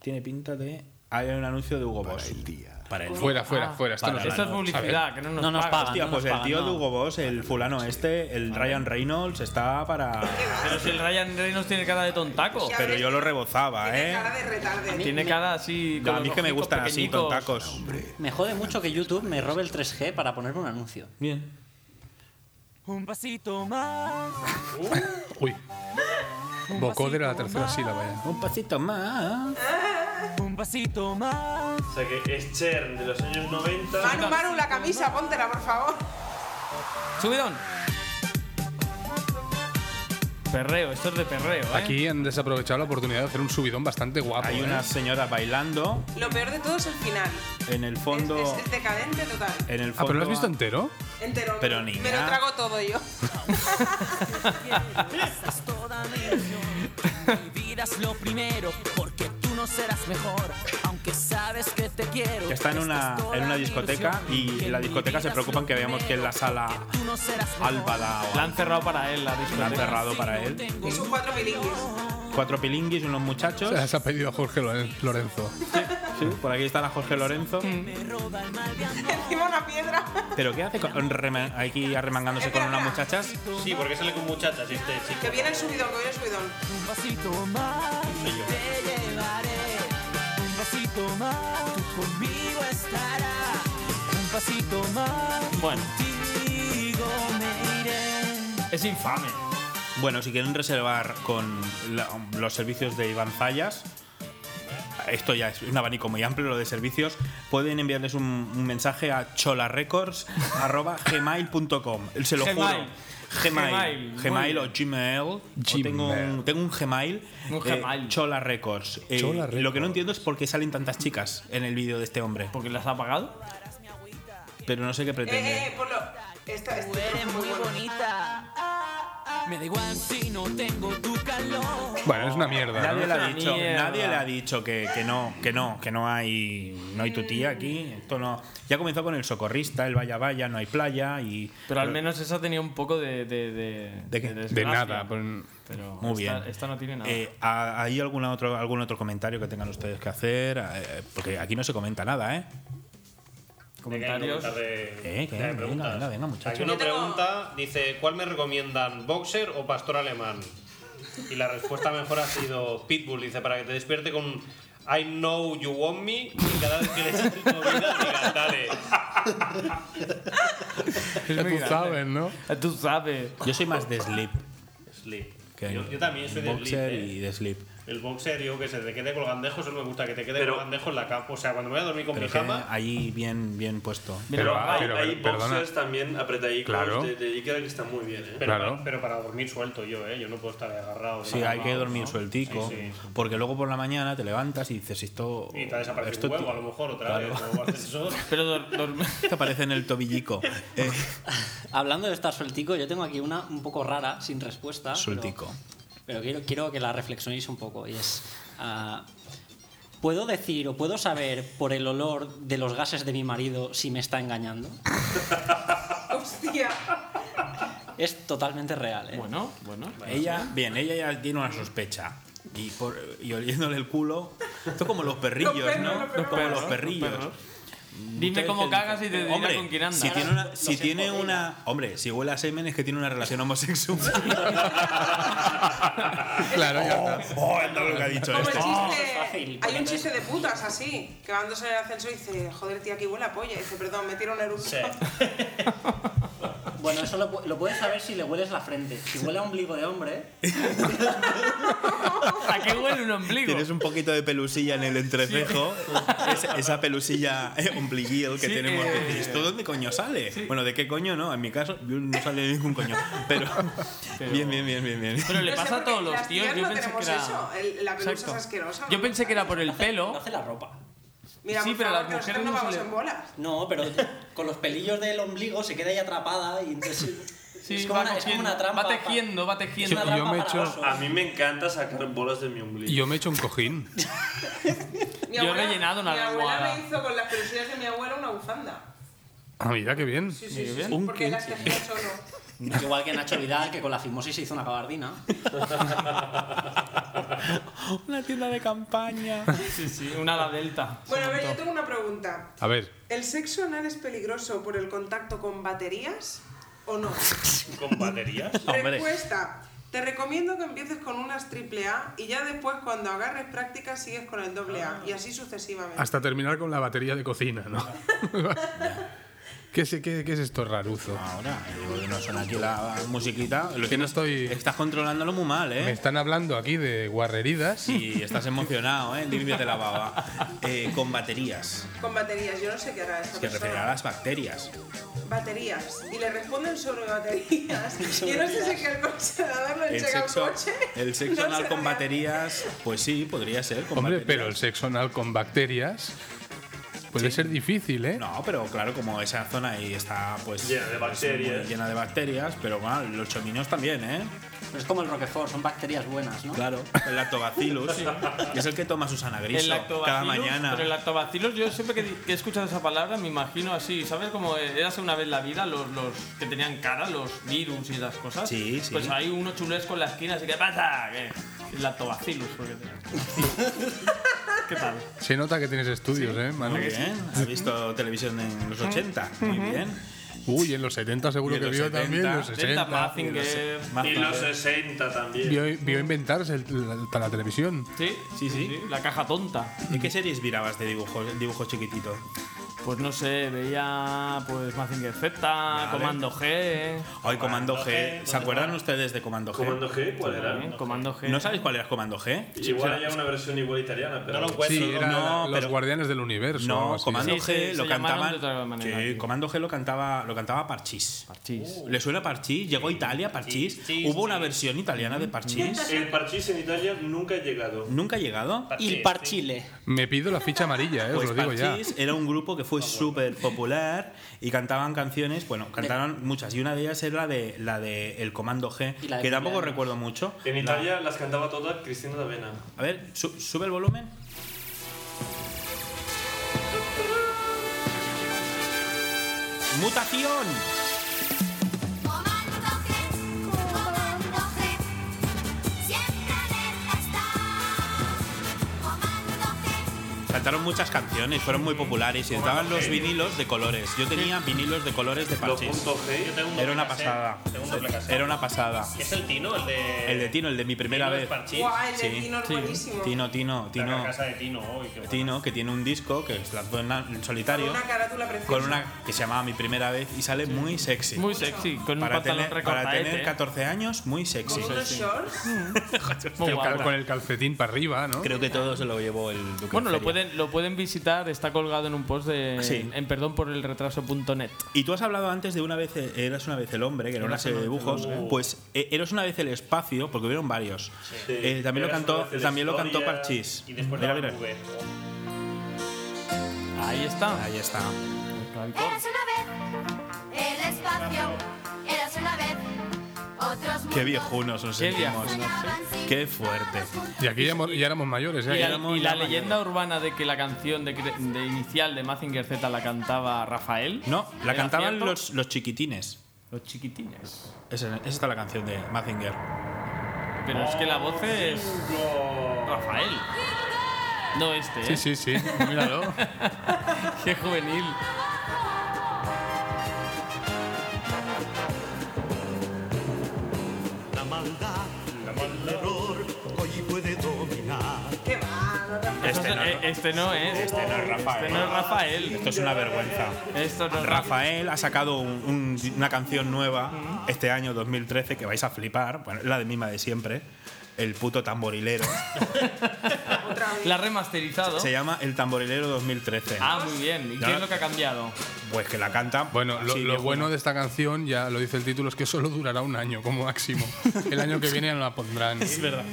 Speaker 5: tiene pinta de. Hay un anuncio de Hugo Boss. Para el día. Para el
Speaker 3: Fuera, fuera, fuera. Esto
Speaker 5: Para
Speaker 3: no
Speaker 5: la
Speaker 3: se-
Speaker 4: Esto es
Speaker 5: no,
Speaker 4: publicidad, que no nos,
Speaker 10: No nos pagan.
Speaker 5: Hostia,
Speaker 10: no
Speaker 5: pues
Speaker 10: nos
Speaker 5: el
Speaker 10: pagan,
Speaker 5: tío
Speaker 10: no.
Speaker 5: de Hugo Boss, el fulano este, el Ryan Reynolds, está para.
Speaker 4: Pero si el Ryan Reynolds tiene cara de tontaco.
Speaker 7: Ya
Speaker 5: Pero yo lo rebozaba,
Speaker 7: Tiene
Speaker 5: ¿eh?
Speaker 7: cara de retarde.
Speaker 4: Tiene cara así. con
Speaker 5: A mí es
Speaker 4: los
Speaker 5: que me
Speaker 4: ojitos
Speaker 5: gustan así,
Speaker 4: pequeñicos.
Speaker 5: tontacos.
Speaker 10: Me jode mucho que YouTube me robe el 3G para ponerme un anuncio.
Speaker 5: Bien.
Speaker 14: Un pasito más.
Speaker 5: Uh.
Speaker 3: Uy. Bocó de la tercera sílaba ¿eh? ya.
Speaker 5: Un pasito más.
Speaker 14: Un pasito más.
Speaker 6: O sea que es Chern de los años 90.
Speaker 7: Manu, Manu, la camisa, póntela, por favor.
Speaker 4: Subidón. Perreo, esto es de perreo, ¿eh?
Speaker 3: Aquí han desaprovechado la oportunidad de hacer un subidón bastante guapo.
Speaker 5: Hay
Speaker 3: ¿eh?
Speaker 5: una señora bailando
Speaker 7: Lo peor de todo es el final.
Speaker 5: en el
Speaker 7: Es,
Speaker 5: fondo.
Speaker 7: es- es decadente total.
Speaker 5: En el fondo
Speaker 3: Ah, pero lo has visto
Speaker 5: va-
Speaker 3: entero.
Speaker 7: Entero.
Speaker 5: Pero ni
Speaker 7: Me lo
Speaker 5: nada.
Speaker 7: trago todo yo.
Speaker 14: Es toda mi ilusión. Mi vida es lo primero, porque tú no serás mejor, aunque sabes que te quiero.
Speaker 5: que está en una, en una discoteca y en la discoteca se preocupan que veamos que es la sala
Speaker 14: Tú no serás
Speaker 5: Álvada o
Speaker 4: La han cerrado para él, la
Speaker 5: la han
Speaker 4: discoteca.
Speaker 5: cerrado para él.
Speaker 7: Y sus cuatro pilinguis.
Speaker 5: Cuatro pilinguis, unos muchachos.
Speaker 3: Se las ha pedido a Jorge Loren- Lorenzo.
Speaker 5: Sí, por aquí está la Jorge Lorenzo.
Speaker 7: Encima una piedra.
Speaker 5: ¿Pero qué hace con- reman- aquí arremangándose con unas muchachas?
Speaker 1: Sí, porque sale con muchachas este chico.
Speaker 7: Que viene el subidón, que viene el subidón.
Speaker 14: Un pasito más te llevaré. Un pasito más tú conmigo estarás. Un pasito más
Speaker 4: Bueno,
Speaker 14: contigo me iré.
Speaker 4: es infame.
Speaker 5: Bueno, si quieren reservar con la- los servicios de Iván Zayas, esto ya es un abanico muy amplio lo de servicios, pueden enviarles un, un mensaje a cholarecords.gmail.com. Se lo juro.
Speaker 4: Gmail. Gmail,
Speaker 5: Gmail.
Speaker 4: muy
Speaker 5: Gmail o Gmail. O tengo, un,
Speaker 3: Gmail.
Speaker 5: tengo un Gmail.
Speaker 4: Un Gmail.
Speaker 5: Chola Records. Eh,
Speaker 3: Chola
Speaker 5: y Lo que
Speaker 3: Records.
Speaker 5: no entiendo es por qué salen tantas chicas en el vídeo de este hombre.
Speaker 4: ¿Porque las ha pagado?
Speaker 5: Pero no sé qué
Speaker 7: Eh,
Speaker 5: pretende.
Speaker 7: eh, eh, ponlo. Esta,
Speaker 14: Tú
Speaker 7: esta
Speaker 14: eres
Speaker 7: es
Speaker 14: muy
Speaker 7: muy buena.
Speaker 14: bonita. Me da igual si no tengo tu calor.
Speaker 3: Bueno, es una mierda.
Speaker 5: Nadie
Speaker 3: ¿no?
Speaker 5: le ha
Speaker 4: Una
Speaker 5: dicho,
Speaker 4: mierda.
Speaker 5: nadie le ha dicho que, que no, que no, que no hay, no hay tu tía aquí. Esto no. Ya comenzó con el socorrista, el vaya vaya, no hay playa y.
Speaker 4: Pero al menos esa tenía un poco de. ¿De, de,
Speaker 5: ¿De qué?
Speaker 3: De
Speaker 4: desgracia.
Speaker 3: nada. pues,
Speaker 4: Pero
Speaker 5: Muy
Speaker 4: esta,
Speaker 5: bien.
Speaker 4: esta no tiene nada.
Speaker 5: Eh, ¿ha- ¿Hay algún otro, algún otro comentario que tengan ustedes que hacer? Eh, Porque aquí no se comenta nada, ¿eh?
Speaker 4: Comentarios.
Speaker 1: Venga, hay preguntas de-
Speaker 5: Eh, que
Speaker 1: de
Speaker 5: venga,
Speaker 1: preguntas.
Speaker 5: venga, venga, muchachos.
Speaker 1: Aquí una
Speaker 5: Yo tengo-
Speaker 1: pregunta dice, ¿cuál me recomiendan, boxer o pastor alemán? Y la respuesta mejor ha sido Pitbull, dice, para que te despierte con I know you want me y cada vez que le siento vida, diga, dale.
Speaker 3: <laughs> Es muy sabes, ¿no?
Speaker 4: Tú sabes.
Speaker 5: Yo soy más de sleep.
Speaker 1: Sleep.
Speaker 5: que
Speaker 1: Yo, yo también soy de
Speaker 5: boxer
Speaker 1: Sleep, ¿eh?
Speaker 5: y de sleep.
Speaker 1: El boxer, yo que se te quede colgandejo, solo me gusta que te quede
Speaker 6: Pero-
Speaker 1: colgandejo en la cama. O sea, cuando me voy a dormir con
Speaker 5: Pero
Speaker 1: mi
Speaker 5: que
Speaker 1: cama,
Speaker 5: ahí bien, bien puesto.
Speaker 6: Pero, hay, hay
Speaker 5: perdona.
Speaker 6: boxers también apretadicos
Speaker 5: Claro.
Speaker 6: de, de Ikea que están muy bien, ¿eh?
Speaker 1: pero,
Speaker 5: Claro.
Speaker 1: para, pero para dormir suelto yo, ¿eh? Yo no puedo estar agarrado.
Speaker 5: Sí, hay que
Speaker 1: agarrado,
Speaker 5: dormir
Speaker 1: ¿no?
Speaker 5: sueltico.
Speaker 1: Sí, sí.
Speaker 5: Porque luego por la mañana te levantas y dices, esto.
Speaker 1: Y te ha desaparecido
Speaker 5: esto
Speaker 1: un huevo,
Speaker 5: ti-
Speaker 1: a lo mejor, otra
Speaker 5: Claro.
Speaker 1: vez. o haces eso.
Speaker 4: Pero
Speaker 5: <laughs> Te aparece en el tobillico. Eh,
Speaker 10: Hablando de estar sueltico, yo tengo aquí una un poco rara, sin respuesta. pero-
Speaker 5: sueltico.
Speaker 10: Pero, quiero, quiero que la reflexionéis un poco. Y es. ah, ¿Puedo decir o puedo saber por el olor de los gases de mi marido si me está engañando?
Speaker 7: Hostia.
Speaker 10: Es totalmente real, ¿eh?
Speaker 4: Bueno, bueno.
Speaker 5: Ella, bien, ella ya tiene una sospecha. Y, por, y oliéndole el culo. Esto como los perrillos,
Speaker 4: Los perros,
Speaker 5: ¿no?
Speaker 4: los perros.
Speaker 5: como los
Speaker 4: Los
Speaker 5: perrillos. Mm,
Speaker 4: perros. Dime cómo
Speaker 5: Ustedes que
Speaker 4: cagas y te
Speaker 5: dicen,
Speaker 4: dirá
Speaker 5: hombre,
Speaker 4: con quién andas.
Speaker 5: Si tiene una,
Speaker 4: Los
Speaker 5: si tiene
Speaker 4: empodera.
Speaker 5: una hombre, si huele a semen es que tiene una relación homosexual.
Speaker 3: claro, ya
Speaker 5: está. Oh, esto es lo que ha dicho
Speaker 7: Como el
Speaker 5: este.
Speaker 7: chiste, hay un chiste de putas así, que van dos en el ascensor y dice, joder, tía, aquí huele a polla. Y dice, perdón, me tiro un eructo.
Speaker 4: <laughs>
Speaker 10: Bueno, eso lo, pu- lo puedes saber si le hueles la frente. Si huele a ombligo de hombre,
Speaker 4: ¿A qué huele un ombligo?
Speaker 5: Tienes un poquito de pelusilla en el entrecejo. Esa, esa pelusilla eh, ombliguil que
Speaker 4: Sí,
Speaker 5: tenemos.
Speaker 4: eh.
Speaker 5: que ¿Esto dónde coño sale? Bueno, ¿de qué coño no? En mi caso, yo no sale de ningún coño. Pero, Bien, bien, bien, bien, bien.
Speaker 4: Pero le
Speaker 7: No sé
Speaker 4: pasa a
Speaker 7: por
Speaker 4: todos
Speaker 7: qué
Speaker 4: los
Speaker 7: las
Speaker 4: tíos.
Speaker 7: tías
Speaker 4: Yo
Speaker 7: no
Speaker 4: pensé que
Speaker 7: tenemos
Speaker 4: era.
Speaker 7: eso, el- la pelusa
Speaker 4: Exacto.
Speaker 7: es asquerosa,
Speaker 4: Yo pensé que era por el pelo.
Speaker 10: hace la ropa.
Speaker 7: Mira,
Speaker 4: Sí,
Speaker 7: por
Speaker 4: pero
Speaker 7: favor,
Speaker 4: las
Speaker 7: que nosotros
Speaker 4: mujeres
Speaker 7: no
Speaker 4: no se
Speaker 7: vamos
Speaker 4: le-
Speaker 7: en bolas.
Speaker 10: No, pero con los pelillos del ombligo se queda ahí atrapada y entonces.
Speaker 4: Sí,
Speaker 10: es, como
Speaker 4: va
Speaker 10: una, es como
Speaker 4: cogiendo,
Speaker 10: una trampa.
Speaker 4: va tejiendo, va tejiendo.
Speaker 10: Es una trampa para osos.
Speaker 6: A mí me encanta sacar bolas de mi ombligo.
Speaker 3: Y yo me echo un cojín.
Speaker 7: Mi
Speaker 4: Yo he
Speaker 7: abuela-
Speaker 4: rellenado una
Speaker 7: Mi abuela
Speaker 4: almohada.
Speaker 7: me hizo con las pelusillas de mi abuela una bufanda.
Speaker 3: Ah, mira, qué bien.
Speaker 7: Sí, sí, sí, sí, porque las tejía solo.
Speaker 4: <laughs>
Speaker 10: Igual que Nacho Vidal, que con la fimosis se hizo una gabardina.
Speaker 5: Una tienda de <laughs> campaña.
Speaker 4: Sí, sí, una ala delta.
Speaker 7: Bueno, a ver, yo tengo una pregunta.
Speaker 3: A ver,
Speaker 7: ¿El sexo anal es peligroso por el contacto con baterías o no?
Speaker 1: ¿Con baterías?
Speaker 7: Respuesta. Te recomiendo que empieces con unas triple A y ya después cuando agarres práctica sigues con el doble A y así sucesivamente.
Speaker 3: hasta terminar con la batería de cocina, ¿no? ¿Qué, es- qué- qué es esto raruzo?
Speaker 5: Ahora, digo, no suena aquí la musiquita. Lo
Speaker 3: Que no
Speaker 5: tienes,
Speaker 3: estoy...
Speaker 5: estás controlándolo muy mal,
Speaker 3: Me
Speaker 5: ¿eh?
Speaker 3: están hablando aquí de guarreridas.
Speaker 5: Y estás emocionado, ¿eh? Límpiate la baba. Eh, con baterías.
Speaker 7: Con baterías, yo no sé qué hará esta
Speaker 5: Que referirá
Speaker 7: persona.
Speaker 5: a
Speaker 7: <laughs>
Speaker 5: las bacterias.
Speaker 7: Baterías. Y le responden sobre baterías. Yo no sé si es que el conservador lo
Speaker 5: El
Speaker 7: llega al
Speaker 5: sexo,
Speaker 7: coche.
Speaker 5: el sexo
Speaker 7: <laughs> No
Speaker 5: anal
Speaker 7: sé
Speaker 5: con
Speaker 7: realmente.
Speaker 5: baterías, pues sí, podría ser. Con
Speaker 3: Hombre,
Speaker 5: baterías.
Speaker 3: pero el sexo anal con bacterias puede ser difícil, ¿eh?
Speaker 5: No, pero claro, como esa zona ahí está pues
Speaker 6: Llena de bacterias.
Speaker 5: muy llena de bacterias, pero bueno, los chominos también, ¿eh?
Speaker 10: Pero es como el Roquefort, son bacterias buenas, ¿no?
Speaker 5: Claro, el lactobacillus, que es el que toma Susana
Speaker 4: El
Speaker 5: Griso
Speaker 4: lactobacillus,
Speaker 5: cada mañana.
Speaker 4: Pero el lactobacillus, yo siempre que, que he escuchado esa palabra me imagino así, ¿sabes? Como eh, era hace una vez la vida, los, los que tenían cara, los virus y esas cosas.
Speaker 5: Sí, sí.
Speaker 4: Pues hay uno chulesco en la esquina, así que pasa, ¿qué? El lactobacillus, porque <laughs> ¿Qué tal?
Speaker 3: Se nota que tienes estudios, ¿eh, Manu?
Speaker 5: Muy bien, has visto televisión en los 80, muy bien.
Speaker 3: Uy, en los 70 seguro
Speaker 5: Y en
Speaker 3: que
Speaker 5: los
Speaker 3: vio
Speaker 5: 70,
Speaker 3: también. Los
Speaker 4: 70,
Speaker 3: 60.
Speaker 4: Mazinger.
Speaker 6: Y los 60 también.
Speaker 3: Vio, vio inventarse el- la, la televisión.
Speaker 4: Sí, sí, sí. La caja tonta.
Speaker 5: ¿De qué series virabas de dibujos, el dibujo chiquitito?
Speaker 4: Pues no sé, veía pues Mazinger Z, Comando G.
Speaker 5: Hoy Comando G.
Speaker 6: G,
Speaker 5: ¿Se acuerdan ustedes de Comando G?
Speaker 6: ¿Comando G? ¿Cuál
Speaker 4: ¿eh?
Speaker 6: era?
Speaker 4: Comando G.
Speaker 5: ¿No sabéis cuál era Comando G?
Speaker 6: Igual había una versión igual italiana, pero.
Speaker 1: No lo encuentro.
Speaker 3: Sí,
Speaker 1: no,
Speaker 3: era
Speaker 5: no,
Speaker 3: los
Speaker 5: pero-
Speaker 3: Guardianes del Universo. o algo
Speaker 5: No,
Speaker 3: así.
Speaker 5: Comando
Speaker 4: Sí, sí,
Speaker 5: G
Speaker 4: se
Speaker 5: lo
Speaker 4: llamaron
Speaker 5: cantaban.
Speaker 4: de otra manera.
Speaker 5: Sí, Comando G lo cantaba, lo cantaba Parchís. Uh.
Speaker 4: Parchís.
Speaker 5: ¿Le suena Parchís? Llegó a Italia, Parchís.
Speaker 1: sí,
Speaker 5: Hubo
Speaker 1: sí.
Speaker 5: una versión italiana de Parchís.
Speaker 6: El parchís en Italia nunca ha llegado.
Speaker 5: ¿Nunca ha llegado?
Speaker 10: Y el parchile.
Speaker 3: Me pido la ficha amarilla, ¿eh?
Speaker 5: Pues
Speaker 3: os lo digo ya. Ah,
Speaker 5: Parchís era un grupo que fue súper popular y cantaban canciones, bueno, cantaron muchas y una de ellas era la de, la de El Comando G,
Speaker 10: Y la de
Speaker 5: que tampoco
Speaker 10: cumpleaños.
Speaker 5: recuerdo mucho.
Speaker 6: En
Speaker 5: La-
Speaker 6: Italia las cantaba todas Cristina D'Avena.
Speaker 5: A ver, su- sube el volumen. ¡Mutación! cantaron muchas canciones, fueron muy populares y estaban los vinilos de colores. Yo tenía vinilos de colores de parches.
Speaker 1: Yo tengo un
Speaker 5: Era una
Speaker 1: doble
Speaker 5: pasada.
Speaker 1: cassette, tengo un doble cassette.
Speaker 5: Era una pasada.
Speaker 1: Es el Tino, el de.
Speaker 5: El de Tino, el de mi primera
Speaker 1: Tino es
Speaker 5: vez.
Speaker 1: parchís. Guau, el de
Speaker 5: Sí.
Speaker 1: Tino es
Speaker 5: Sí.
Speaker 1: buenísimo.
Speaker 5: Tino, Tino, Tino.
Speaker 1: La casa de Tino hoy. qué bueno.
Speaker 5: Tino, que tiene un disco que es lanzó en en solitario.
Speaker 7: Con una carátula preciosa.
Speaker 5: Con una que se llamaba Mi Primera Vez y sale muy sexy.
Speaker 4: Muy sexy, con un
Speaker 5: para
Speaker 4: pantalón ¿eh?
Speaker 5: tener, Para
Speaker 4: recortaete.
Speaker 5: tener 14 años, muy sexy.
Speaker 7: Con unos
Speaker 5: <laughs>
Speaker 7: shorts.
Speaker 4: Muy guapo.
Speaker 3: con el calcetín para arriba, ¿no?
Speaker 5: Creo que todo se lo llevó el Duque.
Speaker 4: Bueno,
Speaker 5: de
Speaker 4: lo
Speaker 5: Feria. Ah,
Speaker 4: pueden, lo pueden visitar, está colgado en un post de,
Speaker 5: Sí.
Speaker 4: en perdón por el retraso.net.
Speaker 5: Y tú has hablado antes de una vez, eh, eras una vez el hombre, que era una
Speaker 4: Eras
Speaker 5: serie de
Speaker 4: una vez el
Speaker 5: dibujos.
Speaker 4: hombre.
Speaker 5: Pues eh, eras una vez el espacio, porque hubieron varios. Eh, también lo
Speaker 1: Eras
Speaker 5: cantó,
Speaker 1: una vez el
Speaker 5: también lo cantó
Speaker 1: Historia
Speaker 5: Parchís.
Speaker 1: Y después
Speaker 5: Mira,
Speaker 1: la
Speaker 5: mira.
Speaker 1: nube.
Speaker 4: Ahí está.
Speaker 5: Ahí está.
Speaker 15: Eras una vez el espacio, eras una vez otros
Speaker 5: Qué viejunos nos
Speaker 4: Qué ¿eh?
Speaker 5: sentimos.
Speaker 15: viejunos, sí.
Speaker 5: Qué fuerte.
Speaker 3: Y aquí ya, mo- ya éramos
Speaker 5: Pues
Speaker 3: mayores, ¿eh?
Speaker 4: Y,
Speaker 3: Aquí
Speaker 4: la-
Speaker 3: éramos
Speaker 4: y la
Speaker 3: ya mayores.
Speaker 4: leyenda urbana de que la canción de, cre- de inicial de Mazinger Z la cantaba Rafael.
Speaker 5: No, la
Speaker 4: ¿Era
Speaker 5: cantaban
Speaker 4: cierto?
Speaker 5: los, los chiquitines.
Speaker 4: Los chiquitines.
Speaker 5: Esa, esa está la canción de Mazinger.
Speaker 4: Pero es que la voz es. Rafael. No este,
Speaker 3: Sí,
Speaker 4: ¿eh?
Speaker 3: sí, sí.
Speaker 4: <laughs>
Speaker 3: Míralo.
Speaker 4: Qué juvenil.
Speaker 14: La maldad, el error, hoy puede dominar.
Speaker 7: ¿Qué va? No te-
Speaker 4: Este, no, eh, este no es.
Speaker 5: Este no es Rafael.
Speaker 4: Este no es Rafael.
Speaker 5: Esto es una vergüenza.
Speaker 4: Esto no es
Speaker 5: Rafael ha sacado un- un- una canción nueva este año 2013 que vais a flipar. Bueno, es la de misma de siempre. El puto tamborilero.
Speaker 4: La ha remasterizado.
Speaker 5: Se llama El Tamborilero 2013.
Speaker 4: Ah, muy bien. ¿Y
Speaker 5: Ya.
Speaker 4: qué es lo que ha cambiado?
Speaker 5: Pues que la cantan.
Speaker 3: Bueno, lo,
Speaker 5: así,
Speaker 3: lo
Speaker 5: viejuna.
Speaker 3: bueno de esta canción, ya lo dice el título, es que solo durará un año como
Speaker 4: <laughs>
Speaker 3: máximo. El año que viene ya no la pondrán.
Speaker 5: Es verdad.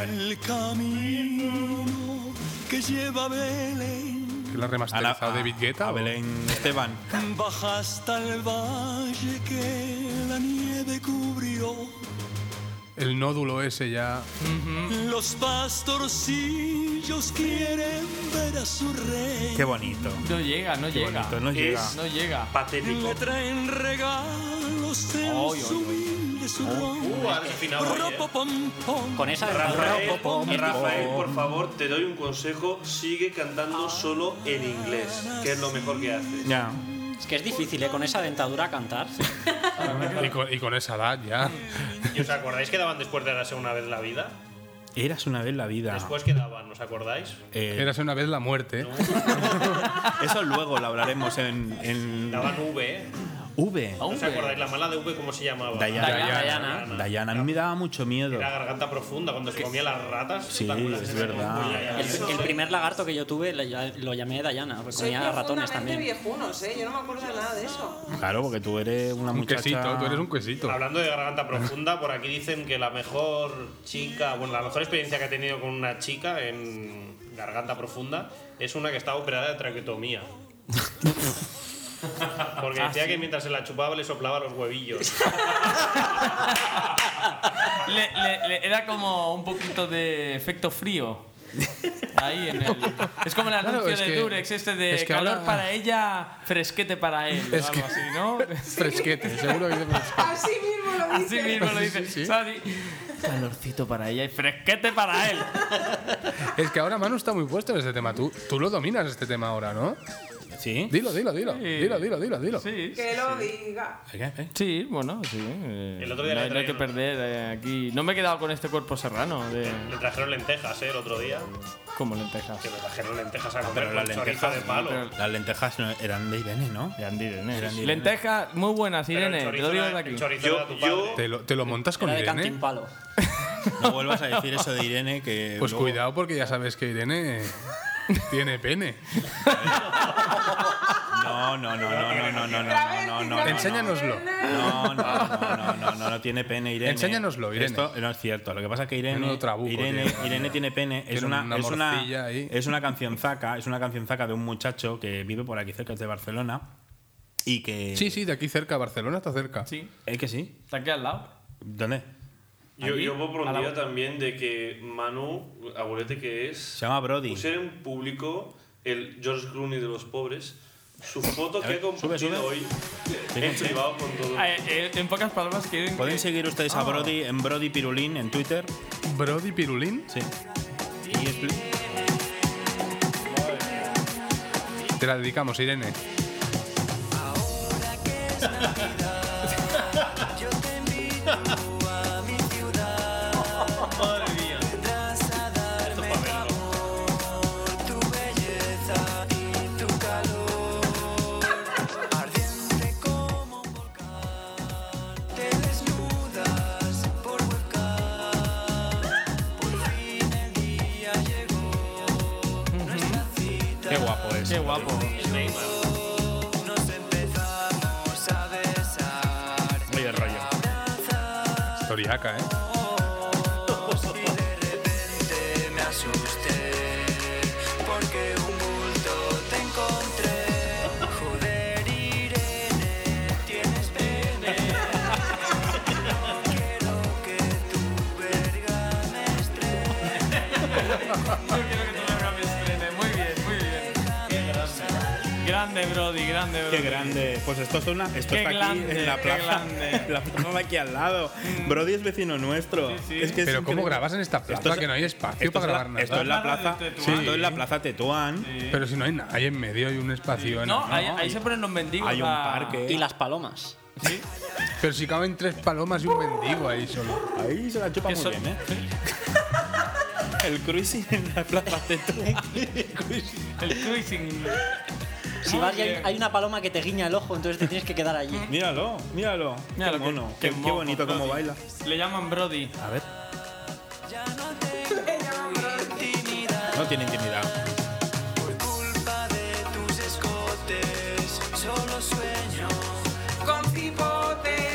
Speaker 14: El camino que lleva a Belén
Speaker 3: Que la ha remasterizado David Guetta.
Speaker 5: A
Speaker 3: o-
Speaker 5: Belén Esteban.
Speaker 14: baja hasta el valle que la nieve cubrió.
Speaker 3: El nódulo ese ya.
Speaker 14: Los pastorcillos quieren ver a su rey.
Speaker 5: Qué bonito.
Speaker 4: No llega, no
Speaker 5: Qué
Speaker 4: llega.
Speaker 5: bonito. No llega.
Speaker 4: No llega.
Speaker 14: Le traen regalos en
Speaker 4: Oy,
Speaker 14: su
Speaker 4: oy,
Speaker 14: humilde zurrón.
Speaker 1: Uh, ha desafinado hoy, eh.
Speaker 14: Ropopom, pom.
Speaker 10: Con esa
Speaker 6: Rafael, Rafael,
Speaker 10: Rafael.
Speaker 6: por favor, te doy un consejo. Sigue cantando solo en inglés, que es lo mejor que haces.
Speaker 5: Ya.
Speaker 10: Es que es difícil, ¿eh? Con esa dentadura cantar.
Speaker 3: Y con, y con esa edad ya.
Speaker 1: ¿Y os acordáis que daban después de la segunda vez la vida?
Speaker 5: Eras una vez la vida.
Speaker 1: Después que daban, ¿os acordáis?
Speaker 5: Eh,
Speaker 3: Eras una vez la muerte.
Speaker 5: eso luego lo hablaremos en. en
Speaker 1: Daban V, ¿eh?
Speaker 5: v.
Speaker 1: ¿No os acordáis? La mala de V, ¿cómo se llamaba?
Speaker 5: Dayana.
Speaker 10: Dayana.
Speaker 5: Dayana. A mí me daba mucho miedo.
Speaker 1: Era garganta profunda, cuando se comía las ratas.
Speaker 5: Sí,
Speaker 1: la culata
Speaker 5: es
Speaker 1: se sacaba
Speaker 5: verdad.
Speaker 1: un cuello.
Speaker 10: El, el primer lagarto que yo tuve le- lo llamé Dayana, porque
Speaker 7: Sois
Speaker 10: tenía ratones
Speaker 7: profundamente
Speaker 10: también.
Speaker 7: viejunos, ¿eh? Yo no me acuerdo de nada de eso.
Speaker 5: Claro, porque tú eres una
Speaker 3: Un
Speaker 5: muchacha.
Speaker 3: quesito, tú eres un quesito.
Speaker 1: Hablando de garganta profunda, por aquí dicen que la mejor chica, bueno, la mejor experiencia que he tenido con una chica en garganta profunda es una que estaba operada de traquetomía. Porque decía que mientras se la chupaba le soplaba los huevillos.
Speaker 4: Le- le- le- era como un poquito de efecto frío. Ahí en el. Es como el
Speaker 3: Claro,
Speaker 4: anuncio
Speaker 3: es
Speaker 4: de
Speaker 3: que-
Speaker 4: Durex, este de
Speaker 3: es que
Speaker 4: calor
Speaker 3: ahora-
Speaker 4: para ella, fresquete para él. o
Speaker 3: Es
Speaker 4: algo
Speaker 3: que-
Speaker 4: así, ¿no?
Speaker 3: <laughs> Fresquete, seguro que dice fresquete.
Speaker 7: Así mismo lo dice.
Speaker 4: <laughs> Así mismo lo
Speaker 3: Sí,
Speaker 4: dice.
Speaker 3: sí, sí.
Speaker 4: ¿sabes? Calorcito para ella y fresquete para él.
Speaker 3: Es que ahora Manu está muy puesto en este tema. Tú, tú lo dominas este tema ahora, ¿no?
Speaker 5: Sí.
Speaker 3: Dilo, dilo, dilo. Dilo, dilo, dilo, dilo.
Speaker 4: Sí.
Speaker 7: Que lo diga.
Speaker 4: Sí, bueno, sí. eh,
Speaker 1: El otro día
Speaker 4: no,
Speaker 1: le
Speaker 4: hay- no hay que
Speaker 1: trajeron-
Speaker 4: perder eh, aquí. No me he quedado con este cuerpo serrano de
Speaker 1: Le trajeron lentejas, ¿eh? El otro día.
Speaker 4: como lentejas.
Speaker 1: Que me trajeron lentejas a comer
Speaker 5: Ah, pero las
Speaker 1: con chorizo
Speaker 5: lentejas.
Speaker 1: de palo.
Speaker 4: pero-
Speaker 5: Las lentejas no- eran de Irene, ¿no?
Speaker 4: Eran de Irene, eran de Irene.
Speaker 5: Irene.
Speaker 4: Lentejas muy buenas,
Speaker 1: Pero el
Speaker 4: Irene. Te
Speaker 1: chorizo
Speaker 4: lo digo
Speaker 1: era-
Speaker 4: de
Speaker 1: el
Speaker 4: aquí.
Speaker 1: chorizo
Speaker 6: Yo-
Speaker 1: era tu
Speaker 6: yo-
Speaker 1: padre.
Speaker 3: ¿Te lo, te lo montas con
Speaker 10: Era de
Speaker 3: Irene?
Speaker 10: cantimpalo.
Speaker 5: No vuelvas a decir eso de Irene que.
Speaker 3: Pues
Speaker 5: luego-
Speaker 3: cuidado porque ya sabes que Irene <laughs> tiene pene.
Speaker 5: No, no, no, no, no, no, no, no, no, no, no.
Speaker 3: Enséñanoslo.
Speaker 5: No, no, no, no, no, no, no tiene pene, Irene.
Speaker 3: Enséñanoslo, Irene.
Speaker 5: Esto no es cierto. Lo que pasa es que Irene.
Speaker 3: Menudo trabuco
Speaker 5: Irene,
Speaker 3: tiene.
Speaker 5: Irene tiene pene. Es
Speaker 3: Tiene
Speaker 5: una,
Speaker 3: una
Speaker 5: es,
Speaker 3: morcilla
Speaker 5: una,
Speaker 3: ahí.
Speaker 5: es una canción zaca, es una canción zaca de un muchacho que vive por aquí cerca, es de Barcelona. Y que.
Speaker 3: Sí, sí, de aquí cerca, Barcelona está cerca.
Speaker 4: Sí,
Speaker 5: ¿Es que sí?
Speaker 4: está aquí al lado.
Speaker 5: ¿Dónde?
Speaker 6: Yo,
Speaker 4: Allí,
Speaker 6: yo voy por
Speaker 4: a
Speaker 6: un
Speaker 4: la
Speaker 6: día
Speaker 4: vuelta.
Speaker 6: también de que Manu, abuelete que es,
Speaker 5: Se llama Brody.
Speaker 6: pusiera en público el George Clooney de los pobres, su foto que ha
Speaker 5: ver,
Speaker 6: compartido
Speaker 5: sube, sube.
Speaker 6: hoy en
Speaker 5: sí.
Speaker 6: privado con todo.
Speaker 4: Ah, eh, eh, en pocas palabras, quieren
Speaker 5: Pueden
Speaker 4: que- Ah.
Speaker 5: seguir ustedes a Brody en Brody Pirulín en Twitter.
Speaker 3: Brody Pirulín.
Speaker 5: Sí. Y expli-
Speaker 3: Te la dedicamos, Irene.
Speaker 14: Ahora que es Navidad, yo te invito a mi ciudad. Madre mía. Vendrás a darme tu amor, tu belleza y tu calor. Ardiente como un volcán, te desnudas por volcán. Por fin el día llegó, nuestra cita.
Speaker 5: Qué guapo es.
Speaker 4: Qué guapo.
Speaker 14: Nos empezamos a besar.
Speaker 5: Muy de rollo.
Speaker 3: Historiaca, ¿eh?
Speaker 14: Y de repente me asusté porque un bulto te encontré. Joder, Irene, tienes pene. No quiero que tu verga me
Speaker 4: estrene. Muy bien, muy bien. Qué grande. Grande, Brody, grande, Brody.
Speaker 5: Qué grande. Pues esto, es una, esto
Speaker 4: Qué
Speaker 5: está aquí
Speaker 4: grande,
Speaker 5: en la
Speaker 4: qué
Speaker 5: plaza.
Speaker 4: grande.
Speaker 5: <laughs>
Speaker 4: Mm.
Speaker 5: La plaza de aquí al lado. Brody es vecino nuestro. Es que es
Speaker 3: Pero ¿cómo
Speaker 5: increíble.
Speaker 3: grabas en esta plaza?
Speaker 5: Esto es-
Speaker 3: que no hay espacio
Speaker 5: esto
Speaker 3: para
Speaker 5: es la-
Speaker 3: grabar nada.
Speaker 5: Esto es la plaza.
Speaker 3: Sí.
Speaker 5: Esto es la plaza Tetuán.
Speaker 3: Pero si no hay nada, hay en medio, hay un espacio.
Speaker 4: No, ahí, ahí se ponen los mendigos.
Speaker 3: hay un
Speaker 4: a-
Speaker 3: parque.
Speaker 10: Y las palomas.
Speaker 3: Pero si caben tres palomas y un mendigo ahí solo.
Speaker 5: Ahí se la chupa
Speaker 3: Que
Speaker 5: muy
Speaker 3: son-
Speaker 5: bien, ¿eh? <laughs> El cruising en la plaza Tetuán.
Speaker 4: El cruising.
Speaker 10: Si
Speaker 4: Ah,
Speaker 10: vas y hay, hay una paloma que te guiña el ojo, entonces te tienes que quedar allí.
Speaker 5: Míralo, míralo.
Speaker 4: Míralo,
Speaker 5: qué mono. Qué, qué
Speaker 4: mojo,
Speaker 5: bonito cómo
Speaker 4: Brody.
Speaker 5: baila.
Speaker 4: Le llaman Brody.
Speaker 5: A ver.
Speaker 14: intimidad.
Speaker 5: No tiene intimidad.
Speaker 14: culpa de tus escotes, solo sueño con
Speaker 5: <laughs>
Speaker 14: pipotes.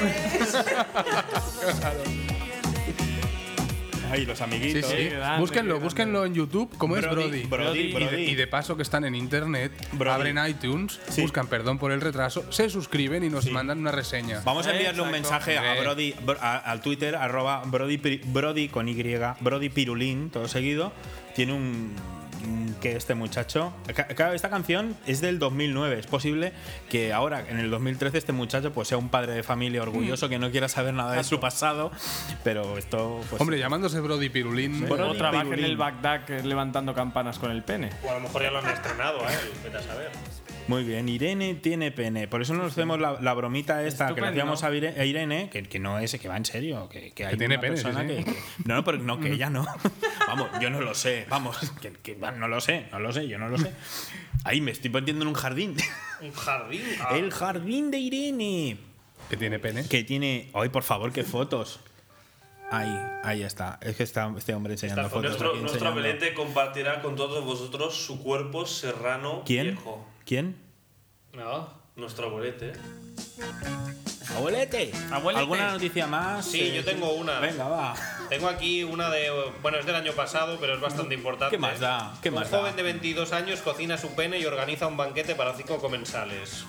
Speaker 5: Ahí los
Speaker 3: Sí,
Speaker 5: amiguitos.
Speaker 3: sí. Búsquenlo, búsquenlo en YouTube. ¿Cómo es Brody?
Speaker 5: Brody, Brody,
Speaker 3: Y de-
Speaker 5: Brody.
Speaker 3: Y, de paso que están en internet, abren iTunes, buscan perdón por el retraso, se suscriben y nos mandan una reseña.
Speaker 5: Vamos a enviarle un mensaje a
Speaker 3: Hombre.
Speaker 5: Brody, bro- a- al Twitter, arroba Brody, Pri- Brody con Y, Brody Pirulín, todo seguido. Tiene un. un- que este muchacho. ca- ca- Esta canción es del 2009. Es posible que ahora, en el 2013, este muchacho pues, sea un padre de familia
Speaker 3: Mm.
Speaker 5: orgulloso que no quiera saber nada de su pasado. Pero esto. Pues,
Speaker 3: Hombre, llamándose Brody Pirulín.
Speaker 4: o trabaja en el Bagdad que- levantando campanas con el pene.
Speaker 1: O a lo mejor ya lo han estrenado, ¿eh? Vete a saber.
Speaker 5: Muy bien, Irene tiene pene. Por eso nos hacemos la, la bromita esta que le
Speaker 1: Estupendo.
Speaker 5: hacíamos a Vire- a Irene, que, que no es, que va en serio, que, que hay
Speaker 3: Que tiene
Speaker 5: una
Speaker 3: pene, sí,
Speaker 5: persona
Speaker 3: sí.
Speaker 5: Que, que- No, no, pero no, que ella no. <laughs> Vamos, yo no lo sé. Vamos, que, que- bueno, no lo sé, no lo sé, yo no lo sé. Ahí me estoy poniendo en un jardín.
Speaker 1: Un jardín.
Speaker 5: <laughs> El jardín de Irene.
Speaker 3: Que tiene pene.
Speaker 5: Que tiene. Ay, por favor, qué fotos. Ahí, ahí está. Es que está este hombre enseñando
Speaker 6: Está-
Speaker 5: fotos.
Speaker 6: nuestro
Speaker 5: aquí
Speaker 6: nuestro
Speaker 5: enseñando.
Speaker 6: Belete compartirá con todos vosotros su cuerpo serrano
Speaker 5: ¿Quién?
Speaker 6: viejo.
Speaker 5: ¿Quién?
Speaker 6: No. Nuestro abuelete.
Speaker 5: Abuelete.
Speaker 1: Abuelete.
Speaker 5: ¿Alguna noticia más?
Speaker 1: Sí, yo tengo una.
Speaker 5: Venga, va.
Speaker 1: Tengo aquí una de. Bueno, es del año pasado, pero es bastante importante.
Speaker 5: ¿Qué más da? ¿Qué más
Speaker 1: un
Speaker 5: da?
Speaker 1: joven de 22 años cocina su pene y organiza un banquete para cinco comensales.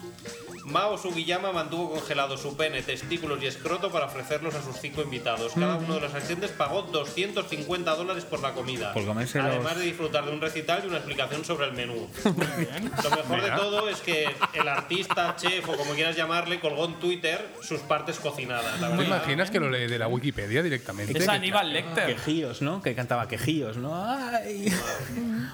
Speaker 1: Mao Sugiyama mantuvo congelado su pene, testículos y escroto para ofrecerlos a sus cinco invitados. Cada uno de los asistentes pagó 250 dólares por la comida.
Speaker 3: Pues
Speaker 5: Por comerse los-
Speaker 1: Además de disfrutar de un recital y una explicación sobre
Speaker 3: <laughs>
Speaker 1: el menú. Lo mejor de
Speaker 5: Mira.
Speaker 1: todo es que el artista, chef o como quieras llamarle, colgó en Twitter sus partes cocinadas. La
Speaker 3: ¿Te
Speaker 1: verdad.
Speaker 3: imaginas que lo lee de la Wikipedia directamente?
Speaker 5: Es
Speaker 4: Aníbal Lecter.
Speaker 5: Quejíos, ¿no? Que cantaba quejíos, ¿no? Ay,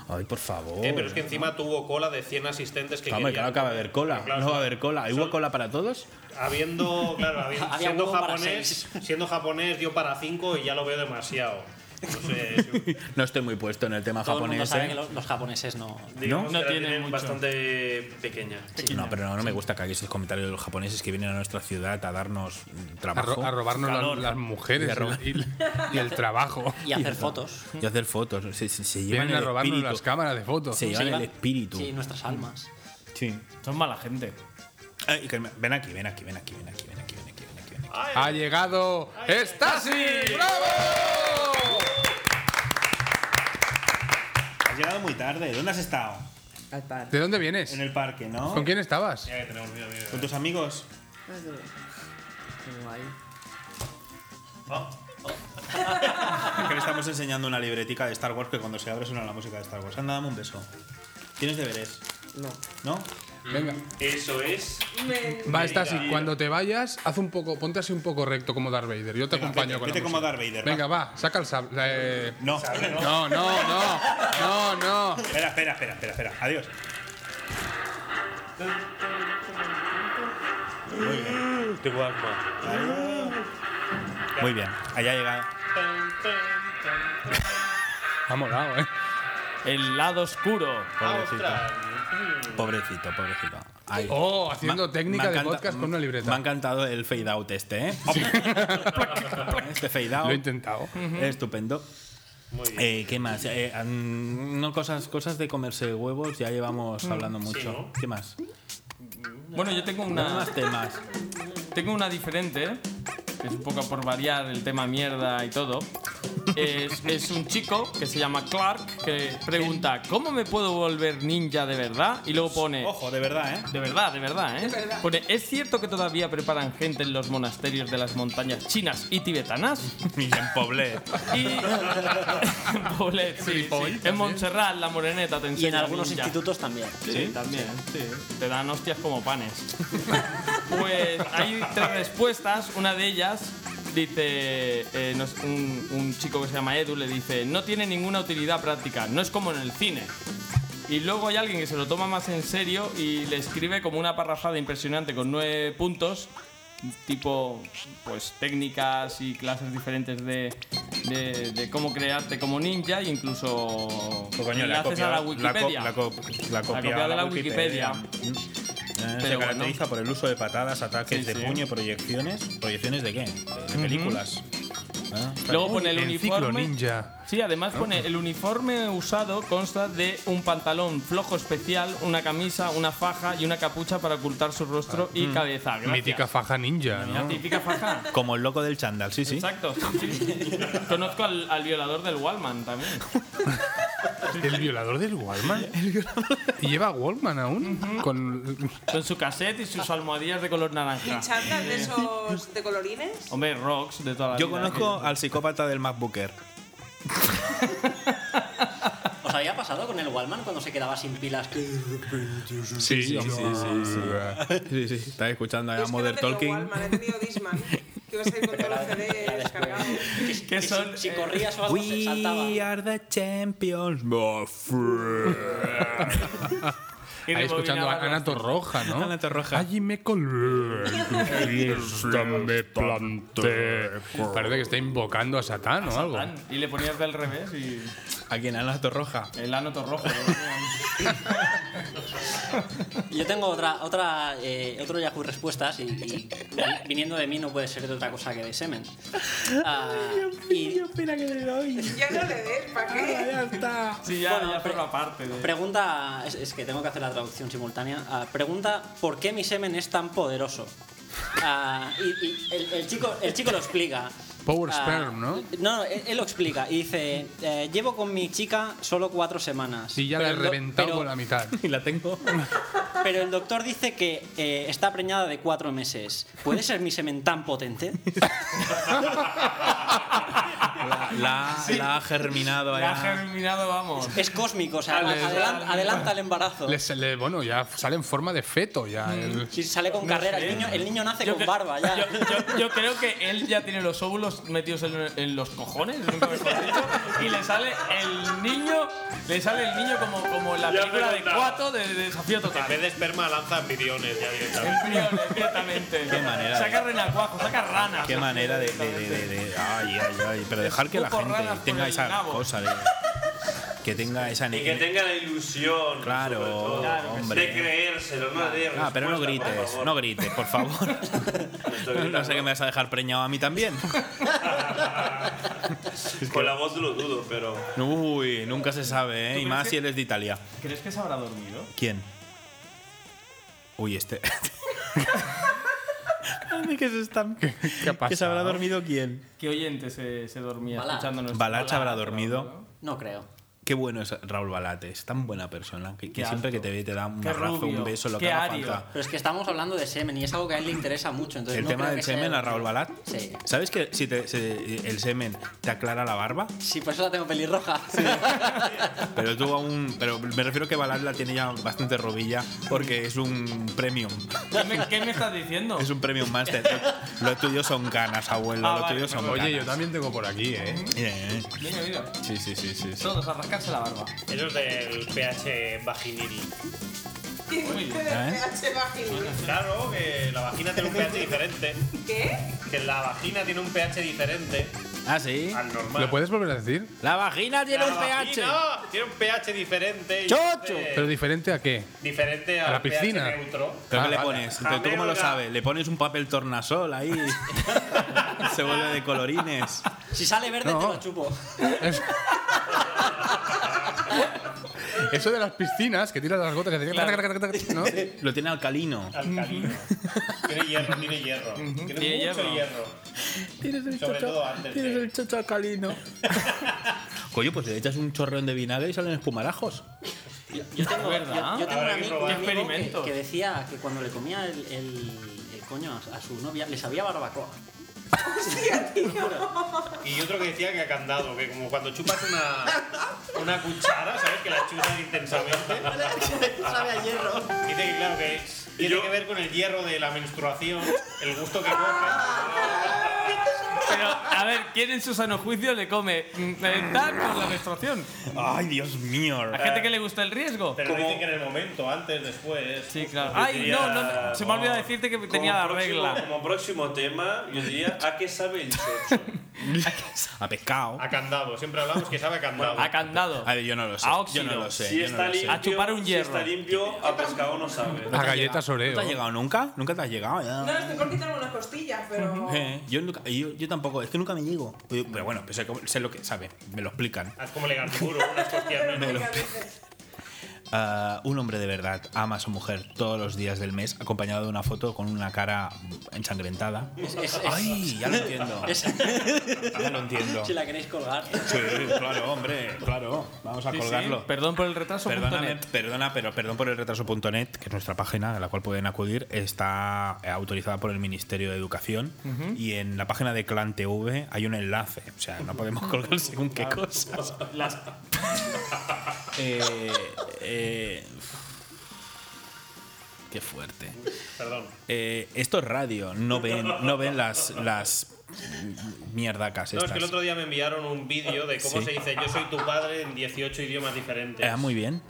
Speaker 5: Ay por favor.
Speaker 1: Eh, pero
Speaker 3: Oh.
Speaker 1: es que encima tuvo cola de 100 asistentes que
Speaker 5: Hombre, claro
Speaker 1: querían-
Speaker 5: que va a haber cola.
Speaker 1: Claro,
Speaker 5: no va a haber cola. ¿Hay cola para todos?
Speaker 1: Habiendo,
Speaker 10: <laughs>
Speaker 1: claro, habiendo-
Speaker 10: Había
Speaker 1: siendo,
Speaker 10: huevo para
Speaker 1: japonés, <laughs> siendo japonés dio para 5 y ya lo veo demasiado. No sé,
Speaker 5: <laughs> No estoy muy puesto en el tema
Speaker 10: Todo el mundo
Speaker 5: japonés.
Speaker 10: sabe
Speaker 5: ¿eh?
Speaker 10: que lo- los, japoneses no.
Speaker 6: Digamos
Speaker 5: No
Speaker 6: que la
Speaker 5: tiene
Speaker 6: tienen
Speaker 5: mucho.
Speaker 6: bastante pequeña.
Speaker 5: No, pero no, no me gusta que hagáis esos comentarios de los japoneses que vienen a nuestra ciudad a darnos mm,
Speaker 3: A,
Speaker 5: trabajo.
Speaker 3: ro- a robarnos las-
Speaker 5: Calor.
Speaker 3: las, mujeres
Speaker 5: Y a robar-
Speaker 3: y, y el trabajo.
Speaker 10: <laughs> Y hacer fotos.
Speaker 5: Y hacer fotos. Se, se- se llevan
Speaker 3: Vienen a
Speaker 5: el
Speaker 3: robarnos
Speaker 5: espíritu.
Speaker 3: las cámaras de fotos.
Speaker 5: Se llevan el espíritu.
Speaker 10: Sí, nuestras almas.
Speaker 5: Sí.
Speaker 4: Son mala gente.
Speaker 5: Ay, que me- ven aquí, ven aquí, ven aquí, ven aquí, ven aquí. Ven aquí, ven aquí.
Speaker 3: Ha llegado Stasi. ¡Bravo!
Speaker 5: Has llegado muy tarde. ¿Dónde has estado?
Speaker 12: Al par.
Speaker 3: ¿De dónde vienes?
Speaker 5: En el parque, ¿no? Eh,
Speaker 3: ¿Con quién estabas?
Speaker 5: ¿Con tus amigos? Oh, Que le estamos enseñando una libretica de Star Wars que cuando se abre suena la música de Star Wars. Anda, dame un beso. ¿Tienes deberes?
Speaker 12: No.
Speaker 5: ¿No?
Speaker 3: Venga.
Speaker 6: Eso es.
Speaker 3: Va, Stasi, cuando te vayas, haz un poco, ponte así un poco recto como Darth Vader. Yo te acompaño
Speaker 5: vete,
Speaker 3: con la
Speaker 5: vete como
Speaker 3: música.
Speaker 5: Darth Vader,
Speaker 3: Venga, va, saca el sable. eh,
Speaker 5: No. <laughs>
Speaker 3: No, no, no. No, no.
Speaker 5: Espera, espera, espera, espera, espera. Adiós.
Speaker 6: Muy bien.
Speaker 1: De Walkman.
Speaker 5: Muy bien, allá ha llegado.
Speaker 3: Ha molado, ¿eh?
Speaker 4: El lado oscuro.
Speaker 5: Pobrecito. Pobrecito, pobrecito. Ay.
Speaker 3: Oh, haciendo técnica
Speaker 5: me
Speaker 3: de
Speaker 5: encanta-
Speaker 3: podcast con una libreta.
Speaker 5: Me ha encantado el fade out este, ¿eh? <laughs> este fade out.
Speaker 3: Lo he intentado.
Speaker 5: Es Estupendo.
Speaker 1: Muy bien.
Speaker 5: Eh, ¿Qué más? Eh, mm, no cosas, cosas de comerse huevos, ya llevamos
Speaker 4: Mm,
Speaker 5: hablando
Speaker 4: sí,
Speaker 5: mucho.
Speaker 4: ¿no?
Speaker 5: ¿Qué más?
Speaker 4: Bueno, yo tengo una.
Speaker 5: Dame más temas.
Speaker 4: Tengo una diferente, que es un poco por variar el tema mierda y todo. Es, es un chico que se llama Clark que pregunta: ¿Cómo me puedo volver ninja de verdad? Y luego pone:
Speaker 5: Ojo, de verdad, ¿eh?
Speaker 4: De verdad, de verdad, ¿eh? Pone: ¿Es cierto que todavía preparan gente en los monasterios de las montañas chinas y tibetanas?
Speaker 5: <laughs> Y en Poblet.
Speaker 4: Y. <laughs> Poblet, sí, sí. En Montserrat, la moreneta te
Speaker 10: Y en
Speaker 4: enseña
Speaker 10: algunos
Speaker 4: ninja.
Speaker 10: institutos también.
Speaker 4: Sí, también. Sí. Te dan hostias como <laughs> panes. pues hay tres respuestas. Una de ellas dice: eh, no sé, un, un chico que se llama Edu le dice, no tiene ninguna utilidad práctica, no es como en el cine. Y luego hay alguien que se lo toma más en serio y le escribe como una parrafada impresionante con nueve puntos, tipo pues técnicas y clases diferentes de, de- de cómo crearte como ninja e incluso
Speaker 5: Pues coño, le ha
Speaker 4: enlaces a
Speaker 5: copiado-
Speaker 4: la
Speaker 5: la co-
Speaker 4: Wikipedia.
Speaker 5: la co- la
Speaker 4: Ha
Speaker 5: copia
Speaker 4: copiado de
Speaker 5: a la
Speaker 4: la Wikipedia.
Speaker 5: Wikipedia. Eh, se
Speaker 4: Pero
Speaker 5: caracteriza por el uso de patadas, ataques
Speaker 4: Sí,
Speaker 5: de
Speaker 4: sí.
Speaker 5: puño, proyecciones. ¿Proyecciones de qué? De películas. Ah,
Speaker 4: Luego
Speaker 5: vale.
Speaker 4: pone el uniforme.
Speaker 3: ninja.
Speaker 4: Sí, además pone el uniforme usado consta de un pantalón flojo especial, una camisa, una faja y una capucha para ocultar su rostro y
Speaker 3: Mm.
Speaker 4: cabeza. Gracias.
Speaker 3: Mítica faja ninja,
Speaker 4: La
Speaker 3: ¿no?
Speaker 4: típica faja.
Speaker 5: Como el loco del chándal, sí, sí.
Speaker 4: Exacto. sí. <laughs> Conozco al, al violador del Wallman también.
Speaker 3: El violador del Wallman. ¿Y lleva Wallman aún? Con...
Speaker 4: Con su cassette y sus almohadillas de color naranja.
Speaker 7: ¿Y chándal de esos de colorines?
Speaker 4: Hombre, rocks de toda la
Speaker 5: Yo
Speaker 4: vida.
Speaker 5: conozco al psicópata del MacBooker.
Speaker 10: ¿Os había pasado con el Wallman cuando se quedaba sin pilas?
Speaker 5: Sí, sí, sí. sí, sí. sí, sí. Estaba escuchando a Modern Talking.
Speaker 7: Walmart, he tenido Disman. Que ibas a ir con todos los CDs cargados.
Speaker 10: Que son? Si, corrías o algo, se saltaba.
Speaker 5: We are the champions, my
Speaker 10: <laughs>
Speaker 5: friend.
Speaker 4: Y
Speaker 3: Ahí escuchando a
Speaker 4: rebobinaba
Speaker 3: Ana Torroja, ¿no?
Speaker 5: Ana Torroja.
Speaker 3: Allí me colé. Ahí es donde planté. Parece que está invocando a Satán o algo.
Speaker 4: Satán. Y le ponías del revés y.
Speaker 5: ¿A quién? ¿A Ana Torroja?
Speaker 4: El ano torrojo.
Speaker 10: Yo tengo otra, otra, eh, otro Yahoo Respuestas y, y vi- viniendo de mí no puede ser de otra cosa que de semen. Ah, y
Speaker 5: Espera que le doy. Ah,
Speaker 7: Ya no le des, ¿para qué?
Speaker 5: Ya está.
Speaker 4: Sí, ya,
Speaker 10: Bueno,
Speaker 4: ya
Speaker 10: pre-
Speaker 4: forma parte de.
Speaker 10: pregunta, es, es que tengo que hacer la traducción simultánea, Ah, pregunta ¿por qué mi semen es tan poderoso? Ah, y y el, el chico, el chico lo explica.
Speaker 3: Power
Speaker 10: Ah,
Speaker 3: Sperm, ¿no?
Speaker 10: No, no, él, él lo explica y dice, eh, llevo con mi chica solo cuatro semanas.
Speaker 3: Sí, ya la he
Speaker 10: Pero el do-
Speaker 3: reventado
Speaker 10: pero-
Speaker 3: por la
Speaker 10: <laughs>
Speaker 3: mitad.
Speaker 5: Y la tengo.
Speaker 10: Pero el doctor dice que eh, está preñada de cuatro meses. ¿Puede ser mi semen tan potente?
Speaker 5: La, Ah, la- <laughs> <laughs> la ha germinado
Speaker 4: La ha
Speaker 5: allá.
Speaker 4: germinado, vamos.
Speaker 10: Es cósmico, o sea,
Speaker 4: Dale,
Speaker 10: adelan-
Speaker 4: dale.
Speaker 10: adelanta el embarazo.
Speaker 3: Le sale- bueno, ya sale en forma de feto ya. el-
Speaker 10: Si Mm. sale con carrera, el niño, el niño nace con barba ya.
Speaker 4: Yo, yo- yo creo que él ya tiene los óvulos metidos en, en los cojones, nunca mejor dicho, y le sale el niño, le sale el niño como, como en la
Speaker 1: Ya
Speaker 4: película
Speaker 1: me
Speaker 4: de
Speaker 1: contaba.
Speaker 4: Cuato de, de desafío
Speaker 1: En
Speaker 4: total.
Speaker 1: vez de esperma lanzan viriones ya directamente.
Speaker 4: Embrión, directamente.
Speaker 5: Qué manera
Speaker 4: Saca
Speaker 5: de-
Speaker 4: renacuajo, saca ranas.
Speaker 5: Qué manera de, de, de, de- de- Ay, ay, ay. Pero dejar que la
Speaker 4: Escupo
Speaker 5: gente
Speaker 4: ranas por
Speaker 5: tenga
Speaker 4: el
Speaker 5: esa
Speaker 4: nabo.
Speaker 5: cosa de. Que tenga esa.
Speaker 6: Y que tenga la ilusión.
Speaker 5: Claro,
Speaker 6: sobre todo,
Speaker 5: Claro que sí.
Speaker 6: De creérselo, no de
Speaker 5: Ah, pero no
Speaker 6: respuesta, por
Speaker 5: grites,
Speaker 6: favor.
Speaker 5: no grites, por favor.
Speaker 6: Me estoy
Speaker 5: No
Speaker 6: gritando.
Speaker 5: sé que me vas a dejar preñado a mí también.
Speaker 6: Con la voz lo dudo, pero.
Speaker 5: Uy, nunca se sabe, ¿eh? Y
Speaker 4: crees
Speaker 5: más
Speaker 4: que-
Speaker 5: si eres de Italia.
Speaker 4: ¿Crees que se habrá dormido?
Speaker 5: ¿Quién? Uy, este. Ay, que se están.
Speaker 3: ¿Qué ha pasado?
Speaker 5: <laughs> ¿Que se habrá dormido quién?
Speaker 4: ¿Qué oyente se, se dormía
Speaker 10: Balá.
Speaker 4: escuchándonos?
Speaker 5: Balat se habrá
Speaker 4: Balá,
Speaker 5: dormido.
Speaker 10: No creo.
Speaker 5: Qué bueno es Raúl Balate, es tan buena persona que, que
Speaker 4: Qué
Speaker 5: siempre que
Speaker 4: alto.
Speaker 5: te ve te da un
Speaker 4: Qué
Speaker 5: abrazo,
Speaker 4: rubio.
Speaker 5: un beso, lo
Speaker 4: Qué
Speaker 5: que haga
Speaker 4: ario.
Speaker 5: falta.
Speaker 10: Pero es que estamos hablando de semen y es algo que a él le interesa mucho. Entonces
Speaker 5: El
Speaker 10: no
Speaker 5: tema
Speaker 10: creo
Speaker 5: del
Speaker 10: que sea-
Speaker 5: semen a Raúl Balat.
Speaker 10: Sí.
Speaker 5: ¿Sabes que si te- se- el semen te aclara la barba?
Speaker 10: Sí, por eso la tengo pelirroja.
Speaker 5: Pero tú aún. Pero me refiero que Balat la tiene ya bastante rodilla porque es un premium.
Speaker 4: ¿Qué me, qué me estás diciendo?
Speaker 5: Es un premium master. Los tuyos son canas, abuelo.
Speaker 4: Ah,
Speaker 5: Los
Speaker 4: vale,
Speaker 5: tuyos son
Speaker 4: perdón.
Speaker 5: canas.
Speaker 3: Oye, yo también tengo por aquí, ¿eh?
Speaker 5: Eh,
Speaker 4: Mira, mira.
Speaker 5: Sí, sí, sí, sí. sí.
Speaker 4: Todos a rascarse la barba.
Speaker 1: Eso es del pH vaginil.
Speaker 7: Tiene
Speaker 5: <laughs>
Speaker 1: bien, ¿eh?
Speaker 7: pH vaginal.
Speaker 1: Claro, que la vagina tiene un pH diferente.
Speaker 7: ¿Qué?
Speaker 1: Que la vagina tiene un pH diferente.
Speaker 5: Ah, sí.
Speaker 1: Al normal.
Speaker 3: ¿Lo puedes volver a decir?
Speaker 5: La vagina tiene
Speaker 1: La
Speaker 5: un pH.
Speaker 1: vagina Tiene un pH diferente. y
Speaker 5: Chocho.
Speaker 1: este-
Speaker 3: ¿Pero diferente a qué?
Speaker 1: diferente
Speaker 3: a
Speaker 1: al
Speaker 3: la piscina.
Speaker 1: pH neutro.
Speaker 5: ¿Pero
Speaker 3: Ah,
Speaker 5: qué le
Speaker 3: vale.
Speaker 5: pones? ¿Tú cómo lo
Speaker 1: Amiga.
Speaker 5: sabes? ¿Le pones un papel tornasol ahí? Se vuelve de colorines.
Speaker 10: Si sale verde,
Speaker 3: No.
Speaker 10: te lo chupo.
Speaker 3: Es- Eso de las piscinas que tiras las gotas que hacen tac, tac, tac, tac, ¿no? Mm.
Speaker 5: Lo tiene alcalino.
Speaker 1: Alcalino. Tiene hierro, tiene hierro. Tiene,
Speaker 4: Tiene
Speaker 1: mucho
Speaker 4: hierro.
Speaker 1: hierro.
Speaker 5: Tienes el
Speaker 1: Sobre todo antes de-
Speaker 5: chocho alcalino. Coño, pues le echas un chorreón de vinagre y salen espumarajos.
Speaker 10: Yo tengo,
Speaker 4: verdad.
Speaker 10: yo- yo tengo un
Speaker 1: Habrá que
Speaker 10: amigo,
Speaker 1: probar.
Speaker 10: un amigo que-
Speaker 4: Experimentos.
Speaker 10: que, decía que cuando le comía el, el- el coño a, a su novia, le sabía barbacoa.
Speaker 1: Y otro que decía que ha candado, que como cuando chupas una, una cuchara, ¿sabes? Que la chupas intensamente.
Speaker 10: Sabe a hierro.
Speaker 1: Dice que claro que tiene que ver con el hierro de la menstruación, el gusto que
Speaker 10: Ah.
Speaker 1: coge.
Speaker 4: Pero, a ver, ¿quién en su sano juicio le come mm, eh, tal por la menstruación?
Speaker 5: Ay, Dios mío.
Speaker 4: ¿A gente que le gusta el riesgo?
Speaker 1: Pero dicen que en el momento, antes, después.
Speaker 4: Sí, claro.
Speaker 1: Yo
Speaker 4: Ay,
Speaker 1: diría,
Speaker 4: no, no, se me ha olvidado decirte que tenía la
Speaker 6: próximo-
Speaker 4: regla.
Speaker 6: Como próximo tema, yo diría, ¿a qué sabe el chocho?
Speaker 5: A pescado.
Speaker 1: A candado, siempre hablamos que sabe a candado.
Speaker 4: A candado.
Speaker 5: A ver, yo no lo sé.
Speaker 4: <laughs> A
Speaker 5: Yo
Speaker 4: óxido.
Speaker 5: no lo sé.
Speaker 6: Si
Speaker 5: yo no
Speaker 6: está
Speaker 5: lo sé.
Speaker 6: limpio,
Speaker 4: A chupar un
Speaker 6: si
Speaker 4: hierro.
Speaker 6: está limpio, a pescado no sabe.
Speaker 3: A galletas
Speaker 5: ¿No
Speaker 3: Oreo.
Speaker 5: te ha llegado nunca? ¿Nunca te has llegado? Ya.
Speaker 7: No, estoy por quitarme unas costillas,
Speaker 5: <laughs>
Speaker 7: pero.
Speaker 5: Eh, yo, nunca- yo, yo tampoco, es que nunca me llego. Pero pero bueno, pues sé, cómo- sé lo que sabe, me lo explican.
Speaker 1: Haz como leganturo, unas costillas menos.
Speaker 5: <laughs> Me lo- Ah, un hombre de verdad ama a su mujer todos los días del mes, acompañado de una foto con una cara ensangrentada.
Speaker 10: es- es-
Speaker 5: Ay, ya lo entiendo.
Speaker 10: <laughs> Es-
Speaker 5: Ya lo entiendo.
Speaker 10: si la queréis colgar.
Speaker 5: Sí, claro, hombre, claro. Vamos a
Speaker 4: Sí, sí,
Speaker 5: colgarlo.
Speaker 4: Perdón por el retraso. punto
Speaker 5: Perdóname,
Speaker 4: net.
Speaker 5: perdona, pero perdón por el retraso.net, que es nuestra página a la cual pueden acudir, está eh, autorizada por el Ministerio de Educación y en la página de Clan TV hay un enlace, o sea, no podemos colgar según qué cosas.
Speaker 4: Las-
Speaker 5: Eh, eh, qué fuerte.
Speaker 1: Perdón.
Speaker 5: Eh, esto es radio, no ven, no ven las, las mierdacas
Speaker 1: No,
Speaker 5: estas.
Speaker 1: es que el otro día me enviaron un vídeo de cómo
Speaker 5: Sí.
Speaker 1: se dice yo soy tu padre en 18 idiomas diferentes.
Speaker 5: Ah, muy bien.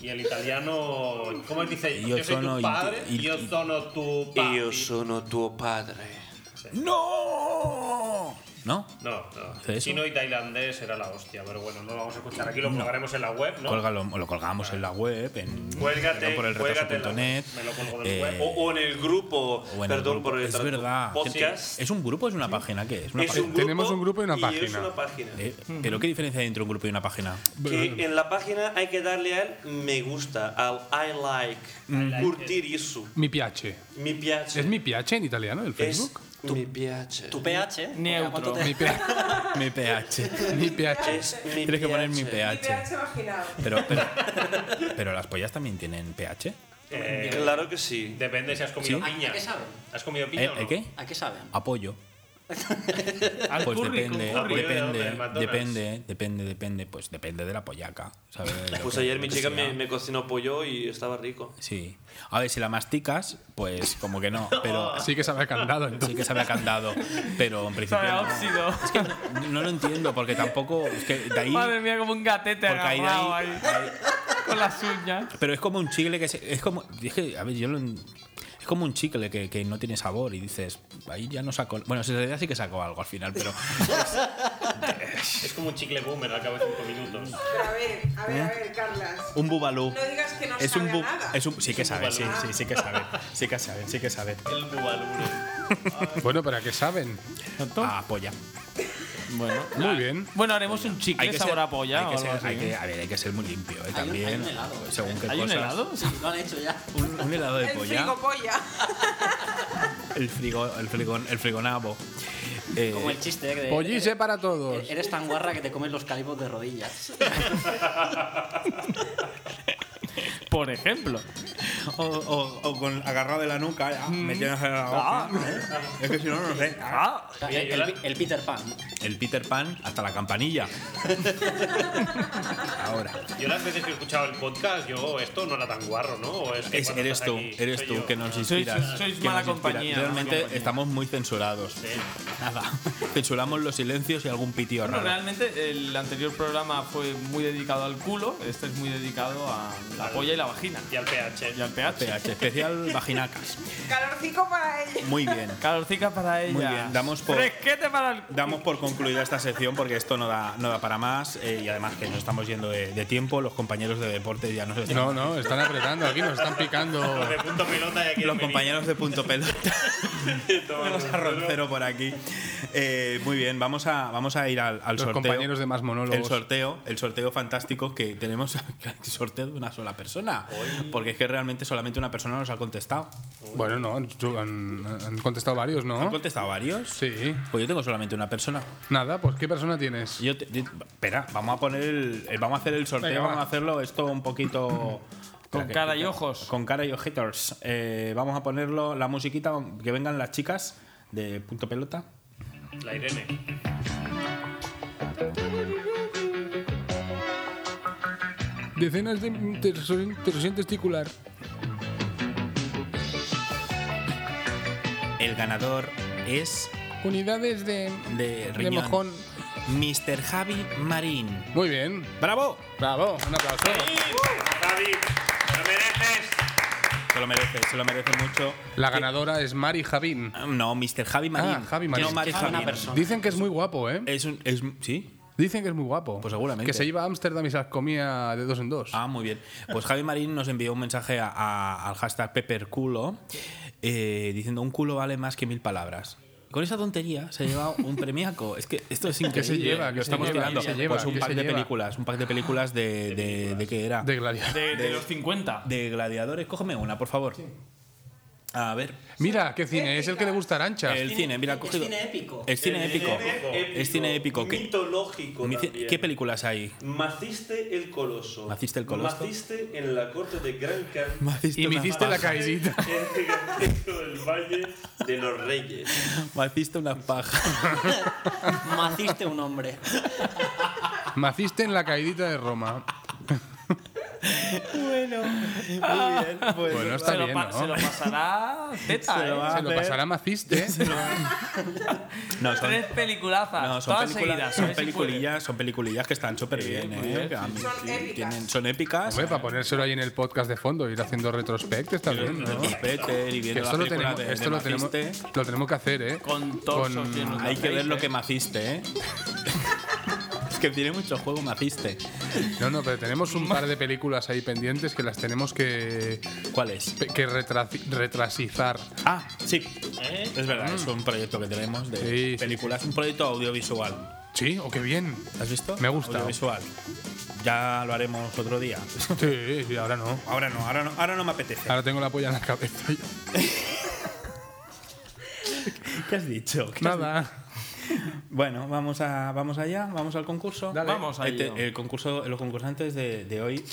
Speaker 1: Y el italiano, ¿cómo él dice?
Speaker 5: Yo
Speaker 1: Yo, soy
Speaker 5: sono
Speaker 1: tu
Speaker 5: il-
Speaker 1: padre,
Speaker 5: il-
Speaker 1: yo sono tu papi.
Speaker 6: sono tu padre.
Speaker 5: ¡No! ¿No?
Speaker 1: No, no.
Speaker 5: ¿Eso?
Speaker 1: Chino y tailandés era la hostia, pero bueno, no lo vamos a escuchar aquí, lo colgaremos en la web, ¿no?
Speaker 5: Cólgalo- o lo colgamos en la web, en
Speaker 1: Cuélgate,
Speaker 5: por el
Speaker 1: cuélgate la-
Speaker 5: retraso.net.
Speaker 1: me lo colgo de
Speaker 5: eh,
Speaker 1: la web.
Speaker 6: O, o en el grupo,
Speaker 5: o en el
Speaker 6: perdón
Speaker 5: grupo.
Speaker 6: por el
Speaker 5: Es
Speaker 6: trato,
Speaker 5: verdad.
Speaker 6: podcast.
Speaker 5: ¿Es un grupo o es una página? ¿Qué es? Una
Speaker 6: Es
Speaker 5: página.
Speaker 6: un
Speaker 3: Tenemos un grupo y una
Speaker 6: Y es
Speaker 3: página.
Speaker 6: una página.
Speaker 5: Eh, ¿Pero qué diferencia hay entre un grupo y una página?
Speaker 6: Que en la página hay que darle al me gusta, al I like, curtir eso.
Speaker 3: Mi piace.
Speaker 6: Mi piace.
Speaker 3: ¿Es mi piace en italiano el
Speaker 6: Es
Speaker 3: Facebook?
Speaker 6: mi piace.
Speaker 10: Tu pH.
Speaker 4: Neutro.
Speaker 10: ¿cuánto
Speaker 5: Mi,
Speaker 10: te- <laughs>
Speaker 5: pH. mi pH.
Speaker 3: Mi piace.
Speaker 6: Es mi
Speaker 5: Tienes que poner mi
Speaker 7: Y
Speaker 5: pH.
Speaker 7: pH vaginal.
Speaker 5: Pero, pero, pero las pollas también tienen pH.
Speaker 1: Eh,
Speaker 6: Claro que sí.
Speaker 1: Depende si has comido
Speaker 5: ¿Sí?
Speaker 1: piña.
Speaker 10: ¿A qué sabe?
Speaker 1: ¿Has comido piña
Speaker 5: ¿Eh,
Speaker 1: o no?
Speaker 5: eh, ¿Qué?
Speaker 10: ¿A qué saben?
Speaker 5: Apoyo.
Speaker 4: Al
Speaker 5: Pues
Speaker 4: curry,
Speaker 5: depende,
Speaker 4: con curry.
Speaker 1: curry.
Speaker 5: depende,
Speaker 1: Del McDonald's.
Speaker 5: depende, depende, depende, pues depende de la pollaca, ¿sabes? Lo
Speaker 6: Pues
Speaker 5: que-
Speaker 6: ayer
Speaker 5: lo
Speaker 6: mi
Speaker 5: que
Speaker 6: chica
Speaker 5: sea.
Speaker 6: me, me cocinó pollo y estaba rico.
Speaker 5: Sí. A ver, si la masticas, pues como que
Speaker 6: <laughs>
Speaker 5: no, pero
Speaker 3: Sí que sabe a candado.
Speaker 5: sí
Speaker 3: entonces.
Speaker 5: que sabe a candado, pero en
Speaker 4: Sabe
Speaker 5: principio
Speaker 4: a
Speaker 5: no.
Speaker 4: óxido.
Speaker 5: No lo entiendo, porque tampoco. Es que de ahí.
Speaker 4: Madre mía, como un gatete
Speaker 5: Porque ahí de
Speaker 4: agarrado
Speaker 5: ahí.
Speaker 4: ahí. Con las uñas.
Speaker 5: Pero es como un chicle que se- es como. Es que, a ver, yo lo. en- Es como un chicle que, que no tiene sabor y dices, ahí ya no saco. Bueno, en realidad sí que sacó algo al final, pero.
Speaker 1: <laughs> Es como un chicle boomer al cabo de 5 minutos.
Speaker 7: Pero a ver, a ver, a ver, Carlas.
Speaker 5: Un bubalú.
Speaker 7: No digas que no
Speaker 5: es
Speaker 7: sabe
Speaker 5: un
Speaker 7: a nada.
Speaker 5: es un- Sí que sabe, sí,
Speaker 7: bubalú.
Speaker 5: sí, sí que sabe. Sí que sabe, sí que sabe.
Speaker 1: El bubalure.
Speaker 3: <laughs> Bueno, pero ¿a qué saben? ah,
Speaker 5: Ah, polla.
Speaker 10: <laughs>
Speaker 5: Bueno.
Speaker 3: Muy bien.
Speaker 4: Bueno, haremos un chicle sabor a polla.
Speaker 5: hay que
Speaker 4: o algo así.
Speaker 5: ser,
Speaker 4: ¿eh?
Speaker 5: hay que- a ver, hay que ser muy limpio eh,
Speaker 10: Hay un- hay
Speaker 5: también.
Speaker 10: un helado.
Speaker 5: según qué
Speaker 4: ¿Hay un
Speaker 5: cosas.
Speaker 4: helado?
Speaker 10: Sí, lo han hecho ya.
Speaker 5: Un, un helado de
Speaker 7: El
Speaker 5: polla.
Speaker 7: frigopolla.
Speaker 5: El frigo, el frigon, el frigonabo. Eh,
Speaker 10: Como el chiste de.
Speaker 3: Pollice
Speaker 10: eres,
Speaker 3: eh, para todos.
Speaker 10: eres tan guarra que te comes los calibos de rodillas.
Speaker 4: Por ejemplo.
Speaker 5: o, o- o con agarrado de la nuca, ya,
Speaker 4: Mm.
Speaker 5: metiéndose en la boca. Es que si no, no sé.
Speaker 4: Ah,
Speaker 10: O sea, el, el- el Peter Pan.
Speaker 5: El Peter Pan hasta la campanilla. Ahora.
Speaker 1: Yo las veces que he escuchado el podcast, yo esto no era tan guarro, ¿no? O es que
Speaker 5: Es-
Speaker 1: cuando
Speaker 5: eres
Speaker 1: estás
Speaker 5: tú,
Speaker 1: aquí,
Speaker 5: eres
Speaker 1: soy
Speaker 5: tú
Speaker 1: yo.
Speaker 5: que nos inspiras.
Speaker 4: sois- sois
Speaker 5: que nos
Speaker 4: mala
Speaker 5: inspiras.
Speaker 4: compañía,
Speaker 5: Realmente
Speaker 4: mala compañía.
Speaker 5: estamos muy censurados. Nada. <laughs> Censuramos los silencios y algún pitido
Speaker 4: Bueno,
Speaker 5: raro.
Speaker 4: realmente el anterior programa fue muy dedicado al culo, este es muy dedicado a la polla y la vagina.
Speaker 1: Y al pH.
Speaker 4: Y al pH.
Speaker 5: pH, especial vaginacas.
Speaker 7: Calorcico para ella. <laughs>
Speaker 5: Muy bien.
Speaker 4: Calorcica para ella.
Speaker 5: Muy bien. Damos por,
Speaker 4: Fresquete para el...
Speaker 5: damos por concluida esta sección porque esto no da, no da para más eh, y además que nos estamos yendo de, de tiempo. Los compañeros de deporte ya nos están.
Speaker 3: No, no, están apretando aquí, nos están picando.
Speaker 1: Los de punto pelota y aquí
Speaker 5: Los
Speaker 1: en
Speaker 5: compañeros de punto
Speaker 1: <laughs>
Speaker 5: pelota. Tenemos a Roncero por aquí. Eh, muy bien, vamos a, vamos a ir al, al
Speaker 3: Los
Speaker 5: sorteo.
Speaker 3: compañeros de más monólogos.
Speaker 5: El sorteo, el sorteo fantástico que tenemos <laughs> sorteo de una sola persona. Porque es que realmente solamente una persona nos ha contestado.
Speaker 3: Bueno, no, han, han- han contestado varios, ¿no? ¿Han
Speaker 5: contestado varios?
Speaker 3: Sí.
Speaker 5: Pues yo tengo solamente una persona.
Speaker 3: Nada, pues ¿qué persona tienes?
Speaker 5: Yo te- yo- espera, vamos a poner el, eh, vamos a hacer el sorteo,
Speaker 3: Venga, va.
Speaker 5: vamos a hacerlo esto un poquito
Speaker 4: Con cara y ojos.
Speaker 5: Con cara y ojitos. Eh, vamos a ponerlo la musiquita que vengan las chicas de punto pelota.
Speaker 1: La Irene.
Speaker 3: Decenas de interso- torsión testicular.
Speaker 5: El ganador es
Speaker 3: Unidades de.
Speaker 5: de
Speaker 3: De
Speaker 5: riñón.
Speaker 3: mojón.
Speaker 5: Mr. Javi Marín.
Speaker 3: Muy bien.
Speaker 5: ¡Bravo!
Speaker 3: ¡Bravo! Un aplauso.
Speaker 1: Javi, te lo mereces.
Speaker 5: Se lo merece, se lo merece mucho.
Speaker 3: La ganadora es Mari Javín.
Speaker 5: No, Mr. Javi Marín.
Speaker 3: Ah, Javi Marín.
Speaker 5: No, Mari
Speaker 3: Es una
Speaker 5: Javín.
Speaker 3: persona. Dicen que es muy guapo, ¿eh?
Speaker 5: Es un, es, sí.
Speaker 3: Dicen que es muy guapo.
Speaker 5: Pues seguramente.
Speaker 3: Que se iba a Ámsterdam y se las comía de dos en dos.
Speaker 5: Ah, muy bien. Pues Javi Marín nos envió un mensaje a- a- al hashtag Pepperculo eh, diciendo un culo vale más que mil palabras. Con esa tontería se lleva un premiaco. Es que esto
Speaker 3: <laughs>
Speaker 5: es increíble. ¿eh?
Speaker 3: se lleva? ¿Qué se
Speaker 5: estamos
Speaker 3: lleva?
Speaker 5: tirando.
Speaker 3: ¿Qué se lleva?
Speaker 5: Pues un
Speaker 3: ¿Qué
Speaker 5: pack
Speaker 3: se
Speaker 5: de
Speaker 3: lleva?
Speaker 5: películas. Un pack de películas de. ¿De, de qué era?
Speaker 3: De Gladiador.
Speaker 4: De, de los 50.
Speaker 5: De gladiadores. Cógeme una, por favor. A ver.
Speaker 3: Mira, qué cine. Es el que le gusta a Arancha.
Speaker 5: El cine, mira, cogido.
Speaker 12: cine épico.
Speaker 5: Es cine
Speaker 6: El
Speaker 5: épico.
Speaker 6: épico.
Speaker 5: Es cine épico. ¿Qué,
Speaker 6: Mitológico también.
Speaker 5: qué películas hay?
Speaker 6: Maciste el coloso.
Speaker 5: Maciste el coloso.
Speaker 6: Maciste en la corte de Gran Can.
Speaker 3: Y me hiciste la caidita.
Speaker 6: <laughs> en gigantesco del Valle de los Reyes.
Speaker 5: Maciste una paja.
Speaker 3: <laughs>
Speaker 10: Maciste un hombre.
Speaker 3: Maciste en la caidita de Roma.
Speaker 5: Bueno, muy bien. Pues,
Speaker 3: Bueno, está
Speaker 4: se,
Speaker 3: bien,
Speaker 4: lo pa-
Speaker 3: ¿no?
Speaker 4: se lo
Speaker 5: <laughs>
Speaker 4: pasará teta,
Speaker 5: Se lo
Speaker 4: ¿eh?
Speaker 5: va-
Speaker 3: Se lo
Speaker 5: ver.
Speaker 3: pasará
Speaker 5: <laughs>
Speaker 3: Maciste.
Speaker 5: No, son,
Speaker 4: Tres peliculazas,
Speaker 5: no, son
Speaker 4: todas
Speaker 5: películas,
Speaker 4: seguidas.
Speaker 5: son
Speaker 4: ¿eh? Si
Speaker 5: peliculillas, son peliculillas que están súper bien,
Speaker 3: muy
Speaker 5: ¿eh?
Speaker 3: bien,
Speaker 5: Que a mí-
Speaker 7: Son
Speaker 5: sí,
Speaker 7: épicas.
Speaker 5: tienen- son épicas.
Speaker 3: Hombre, para ponérselo ahí en el podcast de fondo, ir haciendo retrospect está bien, ¿no?
Speaker 5: Los Peter y
Speaker 3: Que
Speaker 5: viendo
Speaker 3: esto
Speaker 5: la
Speaker 3: lo
Speaker 5: película
Speaker 3: tenemos,
Speaker 5: de,
Speaker 3: esto
Speaker 5: de
Speaker 3: lo, tenemos,
Speaker 5: Maciste.
Speaker 3: lo tenemos que hacer, ¿eh?
Speaker 4: Con torsos llenos de
Speaker 5: Hay que ver lo
Speaker 4: aceite.
Speaker 5: que maciste, ¿eh? es que tiene mucho juego maciste.
Speaker 3: No, no, pero tenemos un par de películas ahí pendientes que las tenemos que,
Speaker 5: ¿Cuál es?
Speaker 3: pe- que retraci- retrasizar.
Speaker 5: Ah, sí. Es verdad, es un proyecto que tenemos de
Speaker 3: Sí, sí,
Speaker 5: películas, un proyecto audiovisual.
Speaker 3: Sí, o qué bien.
Speaker 5: ¿Has visto?
Speaker 3: Me gusta.
Speaker 5: Audiovisual. Ya lo haremos otro día.
Speaker 3: Sí, sí, ahora no.
Speaker 5: Ahora no, ahora no, ahora no me apetece.
Speaker 3: Ahora tengo la polla en la cabeza.
Speaker 5: <laughs> ¿Qué has dicho? ¿Qué has
Speaker 3: Nada.
Speaker 5: Bueno, vamos, a, vamos allá, vamos al concurso.
Speaker 3: Dale.
Speaker 4: Vamos a
Speaker 5: Este-
Speaker 4: ello.
Speaker 5: el concurso, los concursantes de, de hoy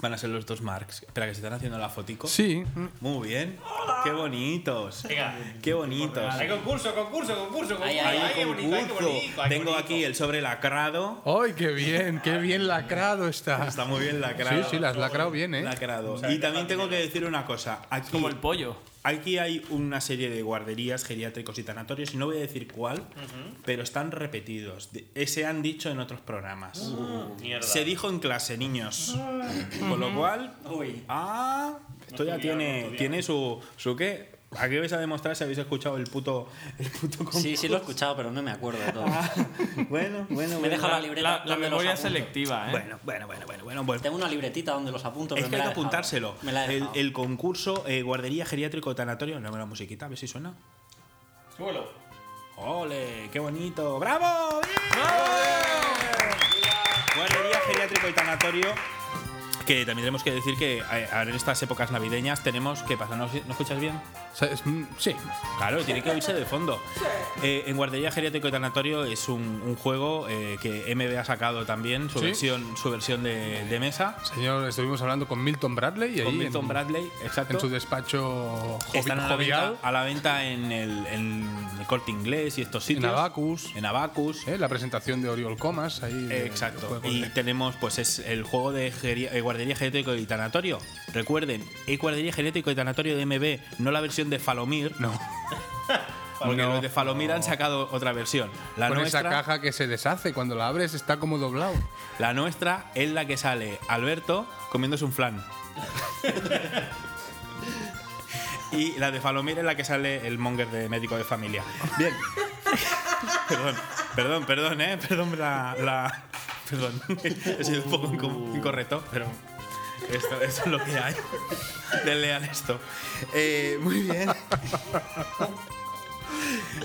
Speaker 5: van a ser los dos Marx. Espera, que se están haciendo la fotico.
Speaker 3: Sí.
Speaker 5: Muy bien. Qué bonitos.
Speaker 1: Venga.
Speaker 5: Qué bonitos.
Speaker 1: Hay concurso, concurso, concurso, concurso. Ay,
Speaker 5: Hay
Speaker 1: qué bonito, ay, qué
Speaker 5: concurso.
Speaker 1: bonito, ay, qué
Speaker 5: Tengo
Speaker 1: bonito.
Speaker 5: aquí el sobre lacrado.
Speaker 3: ¡Ay, qué bien! ¡Qué bien lacrado está!
Speaker 5: Está muy bien lacrado.
Speaker 3: Sí, sí, las lacrado bien, ¿eh?
Speaker 5: Lacrado. y también tengo que decir una cosa. Aquí,
Speaker 4: Como el pollo.
Speaker 5: aquí hay una serie de guarderías, geriátricos y tanatorios, y no voy a decir cuál, pero están repetidos. De- eh, Se han dicho en otros programas.
Speaker 1: Uh, Mierda.
Speaker 5: Se dijo en clase, niños. Con lo cual. Ah, esto ya tiene, tiene su, su qué. ¿A qué vais a demostrar si habéis escuchado el puto, el puto
Speaker 10: Sí, sí
Speaker 5: concurso?
Speaker 10: lo he escuchado, pero no me acuerdo de todo.
Speaker 5: Bueno, bueno, bueno.
Speaker 10: Me deja la libreta.
Speaker 4: La, la
Speaker 10: donde los
Speaker 4: memoria
Speaker 10: apunto.
Speaker 4: selectiva, ¿eh?
Speaker 5: Bueno, bueno, bueno, bueno, bueno, bueno.
Speaker 10: Tengo una libretita donde los apunto.
Speaker 5: Es que
Speaker 10: pero me
Speaker 5: hay
Speaker 10: la
Speaker 5: que
Speaker 10: he dejado.
Speaker 5: apuntárselo.
Speaker 10: Me la he
Speaker 5: El,
Speaker 10: dejado.
Speaker 5: el concurso eh, Guardería Geriátrico Tanatorio. No me la musiquita, a ver si suena.
Speaker 1: Suelo.
Speaker 5: ¡Ole! ¡Qué bonito! ¡Bravo! ¡Bien! Guardería Geriátrico y Tanatorio. Que también tenemos que decir que eh, ahora en estas épocas navideñas tenemos que pasar. ¿No, ¿no escuchas bien?
Speaker 3: ¿Sabes? Mm, Sí.
Speaker 5: Claro, tiene que oírse de fondo. Eh, en Guardería Geriátrico y Tanatorio es un, un juego eh, que MB ha sacado también, su
Speaker 3: ¿Sí?
Speaker 5: versión, su versión de, de mesa.
Speaker 3: Señor, estuvimos hablando con Milton Bradley y
Speaker 5: Con
Speaker 3: ahí
Speaker 5: Milton
Speaker 3: en,
Speaker 5: Bradley, exacto.
Speaker 3: en su despacho jovi-
Speaker 5: Están a la,
Speaker 3: jovial.
Speaker 5: venta, a la venta en el, en el corte inglés y estos sitios.
Speaker 3: En Abacus.
Speaker 5: En Abacus.
Speaker 3: ¿eh? La presentación de Oriol Comas. Ahí
Speaker 5: Eh,
Speaker 3: de-
Speaker 5: Exacto.
Speaker 3: juego de-
Speaker 5: Y tenemos pues es el juego de geria- eh, guardería genético y tanatorio. Recuerden, es guardería genético y tanatorio de MB, no la versión de Falomir.
Speaker 3: No.
Speaker 5: Porque
Speaker 3: No,
Speaker 5: los de Falomir han sacado otra versión. La
Speaker 3: Con
Speaker 5: nuestra,
Speaker 3: esa caja que se deshace cuando la abres está como doblado. <laughs>
Speaker 5: la nuestra es la que sale Alberto comiéndose un flan. Y la de Falomir es la que sale el monger de médico de familia. Bien. perdón, perdón, perdón, ¿eh? Perdón la... la- perdón. <laughs> He sido un poco
Speaker 3: Uh.
Speaker 5: inco- incorrecto, pero... Esto, esto es lo que hay. Denle al esto. Eh, muy <laughs> bien.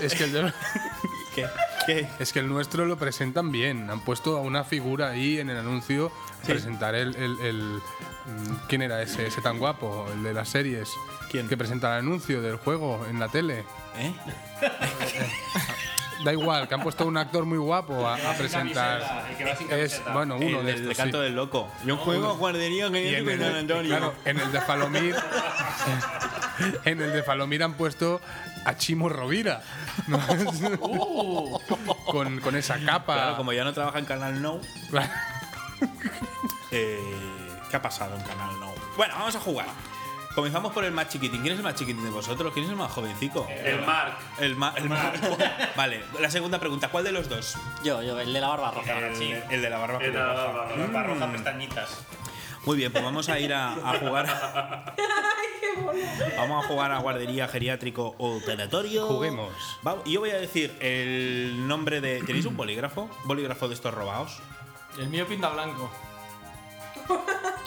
Speaker 3: Es que el de-
Speaker 5: <laughs> ¿Qué?
Speaker 3: Es que el nuestro lo presentan bien. Han puesto a una figura ahí en el anuncio a presentar el, el- el- mm, ¿Quién era ese, ese tan guapo? El de las series. ¿Quién? Que presenta el anuncio del juego en la tele.
Speaker 5: ¿Eh?
Speaker 3: Da igual, que han puesto un actor muy guapo a, a
Speaker 5: El que va sin
Speaker 3: presentar.
Speaker 5: camiseta, el que va sin
Speaker 3: Es,
Speaker 5: camiseta.
Speaker 3: bueno, uno
Speaker 5: El
Speaker 3: de
Speaker 5: del
Speaker 3: estos,
Speaker 5: canto
Speaker 3: sí.
Speaker 5: del loco. Yo juego a guardería que
Speaker 3: Y
Speaker 5: yo
Speaker 3: en
Speaker 5: soy
Speaker 3: el
Speaker 5: San
Speaker 3: de-
Speaker 5: Antonio.
Speaker 3: claro, en el de
Speaker 5: <laughs>
Speaker 3: Falomir. en el de Falomir han puesto a Chimo Rovira. ¿no? con, con esa capa.
Speaker 5: Claro, como ya no trabaja en Canal No. <laughs> Eh, ¿Qué ha pasado en Canal No? Bueno, vamos a jugar. Comenzamos por el más chiquitín. ¿Quién es el más chiquitín de vosotros? ¿Quién es el más jovencico?
Speaker 6: El Marc.
Speaker 5: El, ma- el Marc. <laughs> vale, la segunda pregunta. ¿Cuál de los dos?
Speaker 10: Yo, yo, el de la barba roja.
Speaker 5: El, el de la barba
Speaker 1: Eh,
Speaker 10: El de la
Speaker 5: roja.
Speaker 10: barba roja.
Speaker 5: Mm.
Speaker 10: Barba roja,
Speaker 1: pestañitas.
Speaker 5: Muy bien, pues vamos a ir a, a jugar. Vamos a jugar a guardería geriátrico o tanatorio.
Speaker 3: Juguemos.
Speaker 5: Va- yo voy a decir el nombre de. ¿Tenéis un bolígrafo? ¿Bolígrafo de estos robados?
Speaker 4: El mío pinta blanco.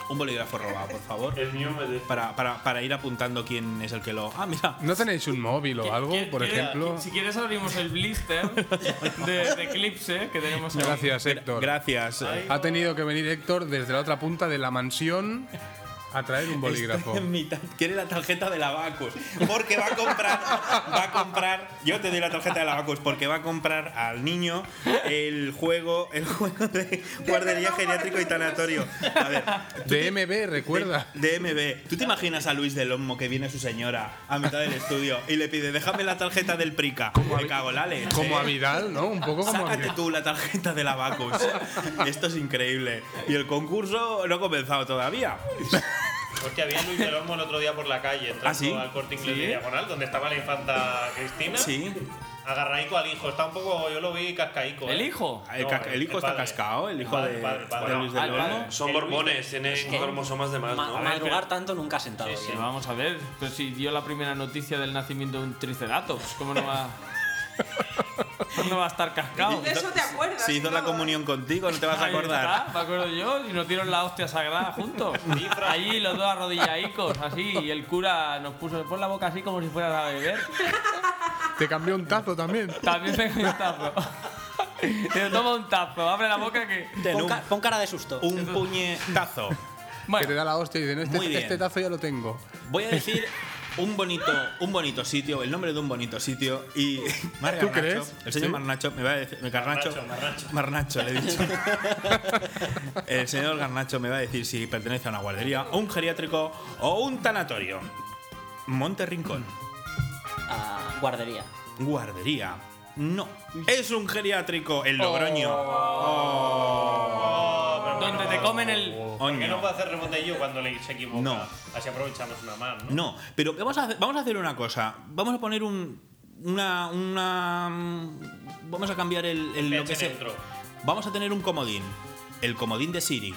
Speaker 5: Un bolígrafo robado, por favor.
Speaker 6: El mío me
Speaker 5: para, para, para ir apuntando quién es el que lo. Ah, mira.
Speaker 3: ¿No tenéis un móvil o algo, por
Speaker 4: Mira,
Speaker 3: ejemplo?
Speaker 4: Si quieres abrimos el blister de, de Eclipse que tenemos ahí.
Speaker 3: Gracias, Héctor.
Speaker 5: Gracias.
Speaker 3: Ha tenido que venir Héctor desde la otra punta de la mansión a traer un bolígrafo.
Speaker 5: Estoy en mitad. Quiere la tarjeta de la Bacus. Porque va a comprar. va a comprar. Yo te doy la tarjeta de la Bacus. Porque va a comprar al niño el juego. El juego de guardería geriátrico y tanatorio. A ver.
Speaker 3: DMB, recuerda.
Speaker 5: DMB. ¿Tú te imaginas a Luis del Olmo que viene su señora a mitad del estudio y le pide, déjame la tarjeta del Prica? Me cago en la leche.
Speaker 3: Como a Vidal, ¿no? Un poco como a
Speaker 5: Sácate
Speaker 3: Vidal.
Speaker 5: tú la tarjeta del Abacus.
Speaker 3: <laughs>
Speaker 5: Esto es increíble. Y el concurso no ha comenzado todavía.
Speaker 1: Hostia, vi a Luis del Olmo el otro día por la calle, entrando
Speaker 5: ¿Ah, sí?
Speaker 1: al corte inglés
Speaker 5: Sí.
Speaker 1: de Diagonal, donde estaba la infanta Cristina.
Speaker 5: Sí.
Speaker 1: Agarraico al hijo, está un poco, yo lo vi cascaico. ¿eh?
Speaker 4: ¿El hijo?
Speaker 5: Pues, El,
Speaker 1: No,
Speaker 5: ca- el hijo está
Speaker 1: padre.
Speaker 5: cascado, el hijo
Speaker 3: Ah.
Speaker 1: Padre,
Speaker 5: de,
Speaker 1: padre, padre.
Speaker 5: de Luis del
Speaker 1: Al padre.
Speaker 5: Olmo.
Speaker 6: Son borbones, tienen cromosomas de más,
Speaker 10: ma-
Speaker 6: ¿no?
Speaker 10: Madrugar tanto nunca ha sentado
Speaker 4: Sí,
Speaker 10: bien.
Speaker 4: vamos a ver. ¿eh? Pero si dio la primera noticia del nacimiento de un triceratops, ¿cómo no <laughs> va, ¿cómo no va a estar cascado?
Speaker 7: De eso te acuerdas.
Speaker 5: Si hizo la comunión contigo, no te vas a
Speaker 4: Ahí
Speaker 5: acordar.
Speaker 4: está, me acuerdo yo, y nos dieron la hostia sagrada
Speaker 5: <laughs>
Speaker 4: juntos. Allí los dos arrodilladicos, así, y el cura nos puso pon la boca así como si fueras a beber.
Speaker 3: Te cambió un tazo también.
Speaker 4: También tengo un tazo. <laughs> Te toma un tazo, abre la boca que.
Speaker 10: Pon, ca- pon cara de susto.
Speaker 5: Un puñetazo.
Speaker 3: Que te da la hostia y dice, no,
Speaker 5: Muy
Speaker 3: este,
Speaker 5: bien.
Speaker 3: este tazo ya lo tengo.
Speaker 5: Voy a decir un bonito, un bonito sitio, el nombre de un bonito sitio y Mario
Speaker 3: ¿Tú
Speaker 5: Garnacho,
Speaker 3: crees?
Speaker 5: El señor
Speaker 3: Sí.
Speaker 5: Marnacho me va a decir me- Garnacho,
Speaker 1: Marnacho,
Speaker 5: Marnacho, le he dicho. el señor Garnacho me va a decir si pertenece a una guardería, un geriátrico o un tanatorio. Monte Rincón.
Speaker 10: Ah, guardería.
Speaker 5: Guardería. No,
Speaker 1: Mm.
Speaker 5: es un geriátrico
Speaker 1: Oh.
Speaker 5: en Logroño. Oh.
Speaker 4: Donde te comen el.
Speaker 1: ¿Por qué
Speaker 5: Oño.
Speaker 1: no puede hacer rebote yo cuando le, se equivoca?
Speaker 5: No.
Speaker 1: Así aprovechamos una mano. ¿no?
Speaker 5: No, pero vamos a, hacer- vamos a hacer una cosa. Vamos a poner un. Una. una mm, vamos a cambiar el. el lo
Speaker 1: Fecha
Speaker 5: que
Speaker 1: en
Speaker 5: sea.
Speaker 1: el tro.
Speaker 5: Vamos a tener un comodín. El comodín de Siri.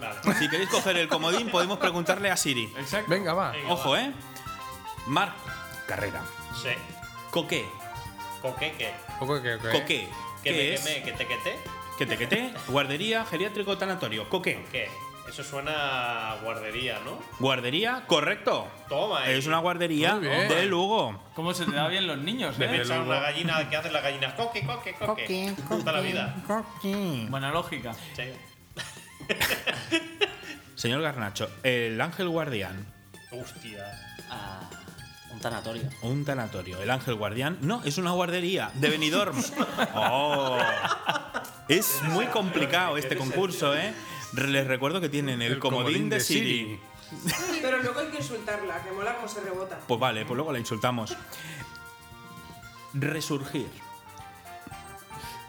Speaker 1: Vale.
Speaker 5: Si queréis coger el comodín, podemos preguntarle a Siri.
Speaker 4: Exacto.
Speaker 3: Venga, va.
Speaker 5: Ojo, ¿eh? Marc Carrera.
Speaker 1: Sí.
Speaker 5: Coque.
Speaker 1: Coqueque.
Speaker 3: Poco que- que-
Speaker 5: Coque. ¿Qué
Speaker 1: Que me
Speaker 5: es?
Speaker 1: queme, que te quete.
Speaker 5: Que te quete. Guardería, geriátrico, tanatorio. Coque.
Speaker 1: ¿Qué? Eso suena a guardería, ¿no?
Speaker 5: Guardería, correcto.
Speaker 1: Toma, eh.
Speaker 5: Es una guardería
Speaker 1: Muy bien.
Speaker 5: de Lugo.
Speaker 4: ¿Cómo se te da bien los niños,
Speaker 1: Me
Speaker 4: eh?
Speaker 1: echaron una gallina que hacen las gallinas. Coque, coque, coque. Toda la vida.
Speaker 4: Buena lógica.
Speaker 1: Sí.
Speaker 5: Señor Garnacho, el ángel guardián.
Speaker 1: Hostia.
Speaker 10: Ah, un tanatorio.
Speaker 5: Un tanatorio. El ángel guardián. No, es una guardería de
Speaker 10: <laughs>
Speaker 5: Benidorm.
Speaker 4: <laughs>
Speaker 5: Oh. Es muy complicado este concurso, ¿eh? Les recuerdo que tienen el, comodín, de Siri.
Speaker 7: <laughs> Pero luego hay que insultarla, que mola como se rebota.
Speaker 5: Pues vale, pues luego la insultamos. Resurgir.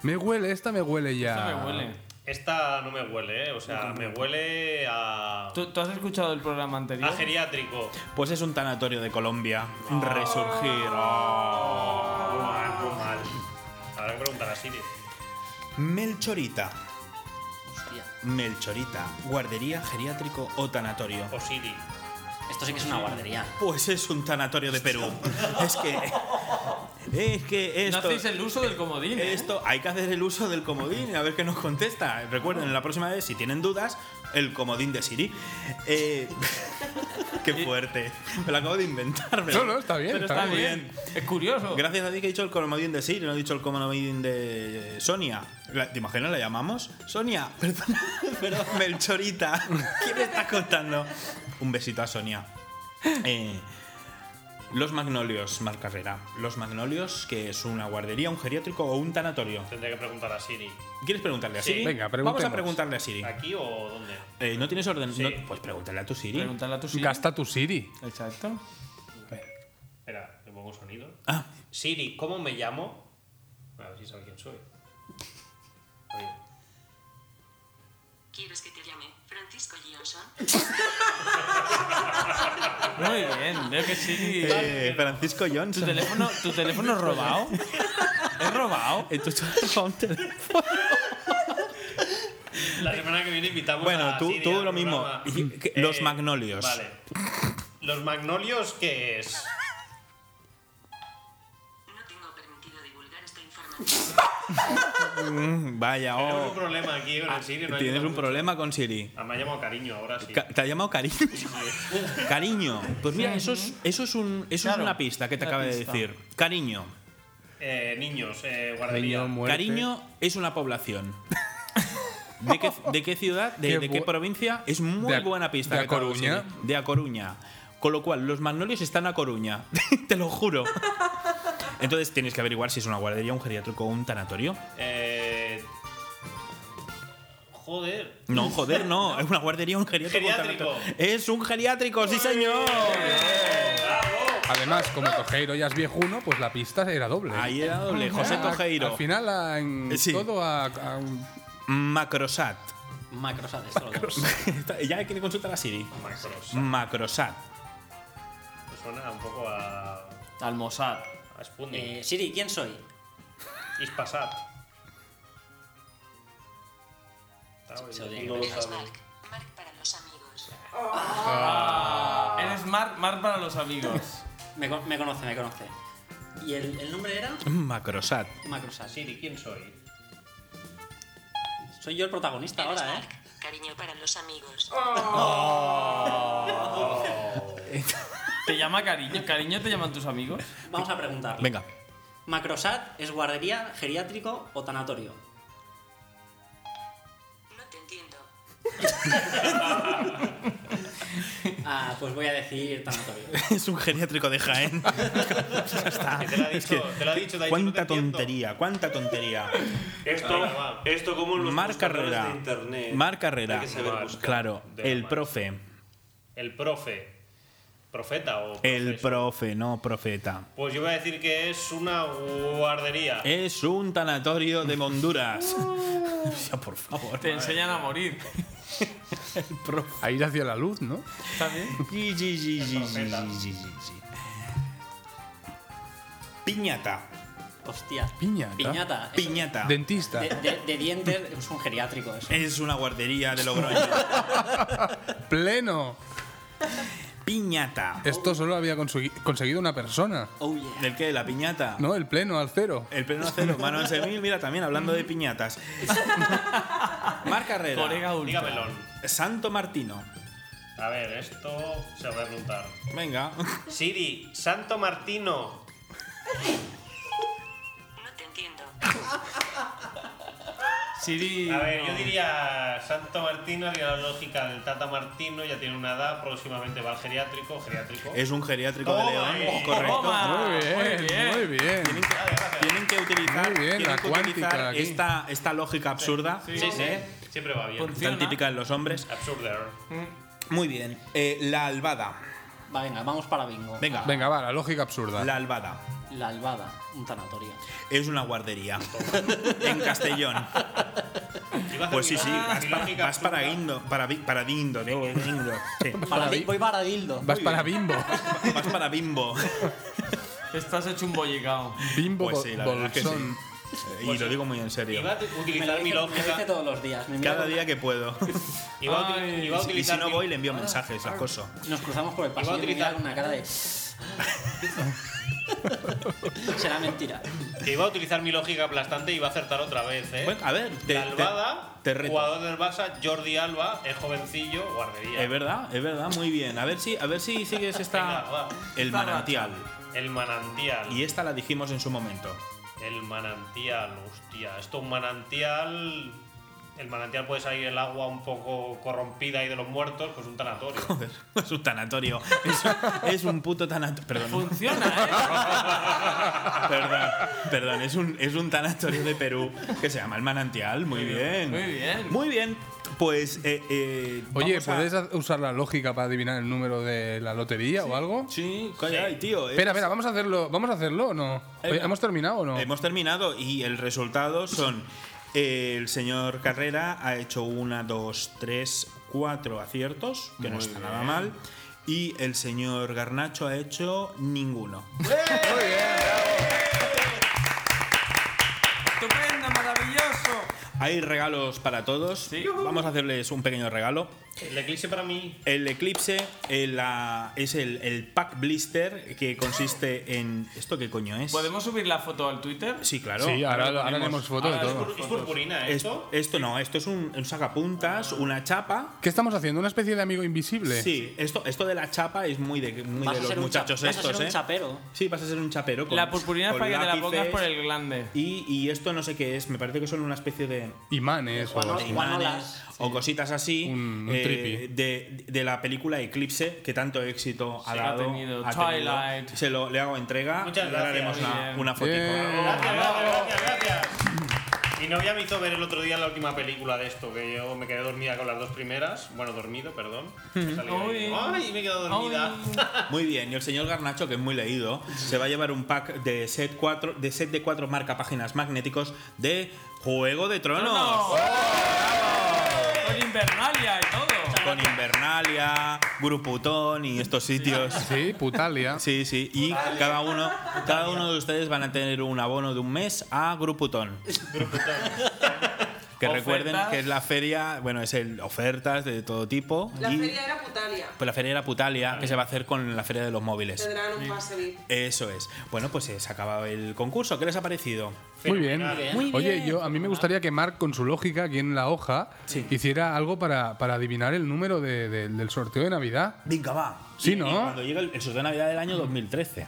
Speaker 3: Me huele, esta me huele ya.
Speaker 1: Ah. Esta no me huele, ¿eh? O sea, me huele a.
Speaker 4: ¿Tú, tú has escuchado el programa anterior? Ah.
Speaker 1: a geriátrico.
Speaker 5: Ah, Pues es un tanatorio de Colombia. Resurgir. Ah.
Speaker 1: Muy Ah. mal, muy mal. Habrá que preguntar a Siri.
Speaker 5: Melchorita.
Speaker 10: Hostia.
Speaker 5: Melchorita. Guardería, geriátrico o tanatorio.
Speaker 1: O Siri.
Speaker 10: Esto sí que es una guardería.
Speaker 5: Pues es un tanatorio de
Speaker 10: <laughs>
Speaker 5: Perú. es que. Es que esto.
Speaker 4: No hacéis el uso del comodín. ¿eh?
Speaker 5: Esto, hay que hacer el uso del comodín, a ver qué nos contesta. Recuerden, la próxima vez, si tienen dudas, el comodín de Siri. Eh, qué fuerte. Me lo acabo de inventar. pero-
Speaker 3: No, no, está bien,
Speaker 5: pero
Speaker 3: está
Speaker 5: está muy
Speaker 3: bien.
Speaker 5: bien.
Speaker 4: Es curioso.
Speaker 5: Gracias a ti que he dicho el comodín de Siri, no he dicho el comodín de eh, Sonia. La- ¿Te imaginas? ¿La llamamos? Sonia, <laughs> perdona, perdón, Melchorita. ¿Qué me estás contando? Un besito a Sonia. Eh, los Magnolios, Mar Carrera. Los Magnolios, que es una guardería, un geriátrico o un tanatorio.
Speaker 1: Tendría que preguntar a Siri.
Speaker 5: ¿Quieres preguntarle a
Speaker 1: Sí.
Speaker 5: Siri?
Speaker 1: Venga,
Speaker 5: Vamos a
Speaker 1: preguntemos.
Speaker 5: preguntarle a Siri.
Speaker 1: ¿Aquí o dónde?
Speaker 5: Eh, ¿No tienes orden? no- pues pregúntale a tu Siri.
Speaker 4: Pregúntale a tu Siri.
Speaker 3: Gasta tu Siri.
Speaker 4: Exacto.
Speaker 1: Espera, le pongo sonido.
Speaker 5: Ah.
Speaker 1: Siri, ¿cómo me llamo? A ver si sabe quién soy. Oye,
Speaker 16: ¿Quieres que te llame Francisco Johnson?
Speaker 4: Muy bien, veo que sí.
Speaker 5: Eh, Francisco Johnson.
Speaker 4: ¿Tu teléfono, ¿Tu teléfono es robado? ¿Es robado?
Speaker 5: Entonces, un teléfono.
Speaker 1: La semana que viene invitamos
Speaker 5: Bueno,
Speaker 1: a
Speaker 5: tú,
Speaker 1: Siri
Speaker 5: tú
Speaker 1: al
Speaker 5: lo mismo.
Speaker 1: programa.
Speaker 5: Que- Los
Speaker 1: Eh,
Speaker 5: Magnolios.
Speaker 1: Vale. ¿Los magnolios qué es?
Speaker 5: Mm, Vaya,
Speaker 1: Tenemos
Speaker 5: oh.
Speaker 1: un problema aquí con el Siri. No
Speaker 5: Tienes
Speaker 1: ayuda
Speaker 5: un
Speaker 1: mucho.
Speaker 5: problema con Siri.
Speaker 1: Ah, me ha llamado cariño ahora sí.
Speaker 5: Ca- ¿Te ha llamado cariño? cariño. Pues mira, eso es, eso es, un, eso
Speaker 1: Claro,
Speaker 5: es una pista que te
Speaker 1: una
Speaker 5: acaba de
Speaker 1: pista.
Speaker 5: decir. Cariño.
Speaker 1: <laughs> Eh, niños, eh, guardería.
Speaker 5: Cariño es una población. ¿De qué, de qué ciudad? ¿De
Speaker 1: Qué
Speaker 5: de qué
Speaker 1: bu-
Speaker 5: provincia? Es muy
Speaker 1: de A-
Speaker 5: buena pista.
Speaker 3: de
Speaker 5: que
Speaker 3: A
Speaker 5: te ha dado
Speaker 3: Coruña.
Speaker 5: Siri. De A Coruña. Con lo cual, los magnolios están a Coruña. <laughs> te lo juro. Entonces tienes que averiguar si es una guardería, un geriátrico o un tanatorio.
Speaker 1: Eh, joder.
Speaker 5: No, joder, no. Es una guardería, un geriátrico. un
Speaker 1: Geriátrico.
Speaker 5: tanatorio. Es un geriátrico, sí, señor.
Speaker 3: Además, como Tojeiro ya es viejuno, pues la pista era doble.
Speaker 5: Ahí era doble, José
Speaker 3: Ah,
Speaker 5: Tojeiro.
Speaker 3: Al final, a- en
Speaker 5: Sí.
Speaker 3: todo a, a un-
Speaker 5: Macrosat.
Speaker 10: Macrosat, esto lo tengo.
Speaker 5: <laughs> ya quiere consultar a Siri.
Speaker 1: Macros.
Speaker 5: Macrosat.
Speaker 1: Me Suena un poco a.
Speaker 4: Al Mossad.
Speaker 1: a Sputnik.
Speaker 10: Eh, Siri, ¿quién soy?
Speaker 1: Ispasat.
Speaker 10: Se lo
Speaker 1: No
Speaker 10: digo.
Speaker 1: lo
Speaker 16: Eres
Speaker 1: sabe.
Speaker 16: Mark. Mark para los amigos.
Speaker 4: Ah, Eres Mark, Mark para los amigos.
Speaker 10: <laughs> Me, co- me conoce, me conoce. ¿Y el, el nombre era?
Speaker 5: Macrosat.
Speaker 10: Macrosat.
Speaker 1: Siri, ¿quién soy?
Speaker 10: Soy yo el protagonista
Speaker 16: Eres
Speaker 10: ahora, ¿eh?
Speaker 16: Mark. Cariño para los amigos.
Speaker 4: Oh. Ah. ¿Te llama cariño? ¿Cariño te llaman tus amigos?
Speaker 10: Vamos a preguntar.
Speaker 5: Venga.
Speaker 10: <laughs> ¿Macrosat es guardería, geriátrico
Speaker 4: <laughs>
Speaker 10: o tanatorio?
Speaker 16: No te entiendo.
Speaker 10: Ah, pues voy a decir tanatorio.
Speaker 5: <laughs> Es un geriátrico de Jaén. <laughs> ya está.
Speaker 1: te lo ha
Speaker 5: Es
Speaker 1: dicho, te lo ha dicho, te ha dicho,
Speaker 5: cuánta tontería, cuánta
Speaker 1: <laughs>
Speaker 5: tontería.
Speaker 6: Esto, esto como los
Speaker 5: Mar
Speaker 6: buscadores
Speaker 5: Carrera.
Speaker 6: de internet.
Speaker 5: Mar Carrera.
Speaker 6: Hay que saber
Speaker 5: Mar,
Speaker 6: buscar.
Speaker 5: Claro,
Speaker 1: de la
Speaker 5: el
Speaker 1: mano.
Speaker 5: profe.
Speaker 1: El profe. ¿Profeta o.?
Speaker 5: El profe, no profeta.
Speaker 1: Pues yo voy a decir que es una
Speaker 5: <laughs>
Speaker 1: guardería.
Speaker 5: Es un tanatorio de
Speaker 1: <laughs>
Speaker 5: Honduras. O sea, por favor.
Speaker 4: Te enseñan a morir.
Speaker 3: a ir hacia la luz, ¿no?
Speaker 4: ¿Está bien?
Speaker 5: Gi, gi, gi, gi, gi, gi, gi, gi. Piñata.
Speaker 10: Hostia.
Speaker 3: Piñata.
Speaker 10: Piñata. Eso-
Speaker 5: Piñata.
Speaker 3: Dentista.
Speaker 10: De, de- de dientes es un geriátrico eso.
Speaker 5: Es una guardería de <laughs> Logroño.
Speaker 3: Pleno.
Speaker 5: Piñata.
Speaker 3: Esto solo lo había consegui- conseguido una persona.
Speaker 10: Oh, yeah.
Speaker 5: ¿Del qué? ¿De la piñata?
Speaker 3: No, el pleno al cero.
Speaker 5: El pleno acero. Manuel Semil, mira, también hablando de piñatas. Mar Carrera.
Speaker 4: Corega Ultra.
Speaker 1: Dígamelo.
Speaker 5: Santo Martino.
Speaker 1: A ver, esto se lo voy a preguntar.
Speaker 5: Venga.
Speaker 1: Siri, Santo Martino.
Speaker 16: No te entiendo.
Speaker 4: Siri.
Speaker 1: A ver,
Speaker 4: no.
Speaker 1: yo diría Santo Martino, tiene la lógica del Tata Martino, ya tiene una edad, próximamente va al geriátrico, geriátrico.
Speaker 5: Es un geriátrico
Speaker 1: Toma,
Speaker 5: de León.
Speaker 1: eh.
Speaker 5: Correcto.
Speaker 4: Toma.
Speaker 3: Muy bien, muy bien.
Speaker 5: Tienen que utilizar,
Speaker 3: Muy bien, la
Speaker 5: tienen que
Speaker 3: cuántica
Speaker 5: utilizar
Speaker 3: aquí.
Speaker 5: esta, esta lógica absurda.
Speaker 1: Sí, sí,
Speaker 5: ¿eh?
Speaker 1: siempre va bien.
Speaker 4: Funciona.
Speaker 5: Tan típica en los hombres.
Speaker 1: Absurder.
Speaker 3: Mm.
Speaker 5: Muy bien. Eh, la albada.
Speaker 10: Va, venga, vamos para bingo.
Speaker 5: Venga.
Speaker 3: Venga, va, la lógica absurda.
Speaker 5: La albada.
Speaker 10: La albada, un tanatorio.
Speaker 5: Es una guardería. <laughs> en Castellón.
Speaker 1: Ibas a
Speaker 5: Pues sí,
Speaker 1: decir,
Speaker 5: sí.
Speaker 1: ah,
Speaker 5: Vas,
Speaker 1: mi
Speaker 5: pa-
Speaker 1: lógica
Speaker 5: vas para
Speaker 1: absurda.
Speaker 5: Guindo. Para, Bi- para Dindo. digo, Guindo, sí.
Speaker 10: Para di- voy para Dildo.
Speaker 3: Vas para Bimbo.
Speaker 5: <laughs> Vas para Bimbo.
Speaker 4: Estás hecho un bollicao.
Speaker 3: Bimbo
Speaker 5: Pues
Speaker 3: bo-
Speaker 5: sí, la verdad es que
Speaker 3: Bolsón.
Speaker 5: sí. Y lo digo muy en serio.
Speaker 1: Iba a
Speaker 10: Me lo
Speaker 1: utilizar mi
Speaker 10: dice- me lo
Speaker 1: lógica.
Speaker 10: dice todos los días. me mira
Speaker 5: Cada
Speaker 10: con-
Speaker 5: día que
Speaker 1: <laughs>
Speaker 5: puedo.
Speaker 1: Iba a util-
Speaker 5: Ay.
Speaker 1: iba a
Speaker 5: Y si- y si
Speaker 1: utilizar
Speaker 5: no
Speaker 1: mi- Ah.
Speaker 5: voy, le envío mensajes, las cosas.
Speaker 10: Nos cruzamos por el pasillo y me mira
Speaker 1: utilizar-
Speaker 10: con una cara de... Será mentira.
Speaker 1: Que iba a utilizar mi lógica aplastante y iba a acertar otra vez, ¿eh?
Speaker 5: Bueno, a ver, te-
Speaker 1: La Albada,
Speaker 5: te- te reto.
Speaker 1: jugador del Barça, Jordi Alba, es jovencillo, guardería.
Speaker 5: Es verdad, es verdad, muy bien. A ver si, a ver si
Speaker 1: <laughs>
Speaker 5: sigues
Speaker 1: Venga,
Speaker 5: esta.
Speaker 1: Ah, va.
Speaker 5: El
Speaker 1: Esta
Speaker 5: manantial.
Speaker 1: racha. El manantial.
Speaker 5: Y esta la dijimos en su momento.
Speaker 1: El manantial, hostia. Esto un manantial. El manantial puede salir el agua un poco corrompida y de los muertos, pues un tanatorio.
Speaker 5: <laughs> Es un tanatorio. Es un, es un puto tanatorio. Perdón. ¿eh? <laughs> Perdón, perdón, es un, es un tanatorio de Perú que se llama El Manantial. Muy bien.
Speaker 4: muy bien.
Speaker 5: Muy bien. Pues. eh, eh,
Speaker 3: Oye,
Speaker 5: vamos a-
Speaker 3: ¿puedes ha- usar la lógica para adivinar el número de la lotería o algo?
Speaker 5: Sí, Calla, ay, tío. eh.
Speaker 3: Espera, espera, vamos a hacerlo, vamos a hacerlo o no. Oye,
Speaker 5: Venga.
Speaker 3: ¿Hemos terminado o no?
Speaker 5: Hemos terminado y el resultado son. eh, el señor Carrera ha hecho una, dos, tres, cuatro aciertos, que no
Speaker 17: Muy
Speaker 5: está
Speaker 17: bien.
Speaker 5: nada mal. Y el señor Garnacho ha hecho ninguno.
Speaker 4: Estupendo, maravilloso.
Speaker 5: Hay regalos para todos. Vamos a hacerles un pequeño regalo.
Speaker 1: El eclipse para mí.
Speaker 5: El Eclipse eh, la- es el, el pack blister que consiste en. ¿Esto qué coño es?
Speaker 4: ¿Podemos subir la foto al Twitter?
Speaker 5: Sí, claro.
Speaker 3: Sí, ahora-
Speaker 5: lo
Speaker 3: ahora
Speaker 5: ponemos.
Speaker 3: haremos foto de Ahora es todo.
Speaker 1: ¿Es purpurina ¿eh?
Speaker 5: Es-
Speaker 1: esto?
Speaker 5: esto no, esto es un, un sacapuntas, una chapa.
Speaker 3: ¿Qué estamos haciendo? ¿Una especie de amigo invisible?
Speaker 5: Sí, esto, esto de la chapa es muy de, muy
Speaker 10: Vas
Speaker 5: de
Speaker 10: a
Speaker 5: los
Speaker 10: ser un
Speaker 5: muchachos
Speaker 10: chap- vas a
Speaker 5: estos,
Speaker 10: ser un
Speaker 5: ¿eh?
Speaker 10: chapero.
Speaker 5: Sí, vas a ser un chapero. Con,
Speaker 4: La purpurina es
Speaker 5: con
Speaker 4: para que te la
Speaker 5: lápices
Speaker 4: pongas por el glande.
Speaker 5: Y, y esto no sé qué es, me parece que son una especie de.
Speaker 3: Imanes
Speaker 5: o,
Speaker 3: o-
Speaker 5: de
Speaker 3: guanolas.
Speaker 5: imanes, o cositas así
Speaker 3: un
Speaker 5: eh,
Speaker 3: tripi.
Speaker 5: de, de la película Eclipse que tanto éxito ha
Speaker 4: Sí, ha
Speaker 5: dado
Speaker 4: tenido.
Speaker 5: ha tenido.
Speaker 4: Twilight.
Speaker 5: se lo le hago entrega
Speaker 1: Muchas
Speaker 5: y ahora
Speaker 1: gracias.
Speaker 5: haremos una,
Speaker 1: Bien.
Speaker 5: una fotito
Speaker 3: Eh.
Speaker 1: Gracias, gracias, gracias, gracias. Mi novia me hizo ver el otro día la última película de esto, que yo me quedé dormida con las dos primeras. Bueno, dormido, perdón. He salido ahí. Ay, me he quedado dormida.
Speaker 5: Muy bien, y el señor Garnacho, que es muy leído, se va a llevar un pack de set, 4, de set de cuatro marca páginas magnéticos de Juego de Tronos.
Speaker 4: Con Invernalia y todo.
Speaker 5: Con Invernalia, Gruputón y estos sitios.
Speaker 3: Sí, Putalia.
Speaker 5: Sí, sí. Y cada uno, cada uno de ustedes van a tener un abono de un mes a Gruputón. Que recuerden
Speaker 4: Ofertas.
Speaker 5: que es la feria, bueno, es el ofertas de todo tipo.
Speaker 7: La
Speaker 5: y
Speaker 7: feria era Putalia.
Speaker 5: pues la feria era Putalia, que se va a hacer con la feria de los móviles.
Speaker 7: Tendrán un pase VIP.
Speaker 5: Eso es. Bueno, pues eh, se ha acabado el concurso. ¿Qué les ha parecido?
Speaker 3: Muy bien.
Speaker 7: Muy
Speaker 3: Oye,
Speaker 7: bien.
Speaker 3: yo a mí me gustaría que Mark, con su lógica aquí en la hoja, hiciera algo para, para adivinar el número de- de- del sorteo de Navidad.
Speaker 5: Venga, va.
Speaker 3: Sí,
Speaker 5: Y- y
Speaker 3: ¿no?
Speaker 5: cuando llega el, el sorteo de Navidad del año 2013.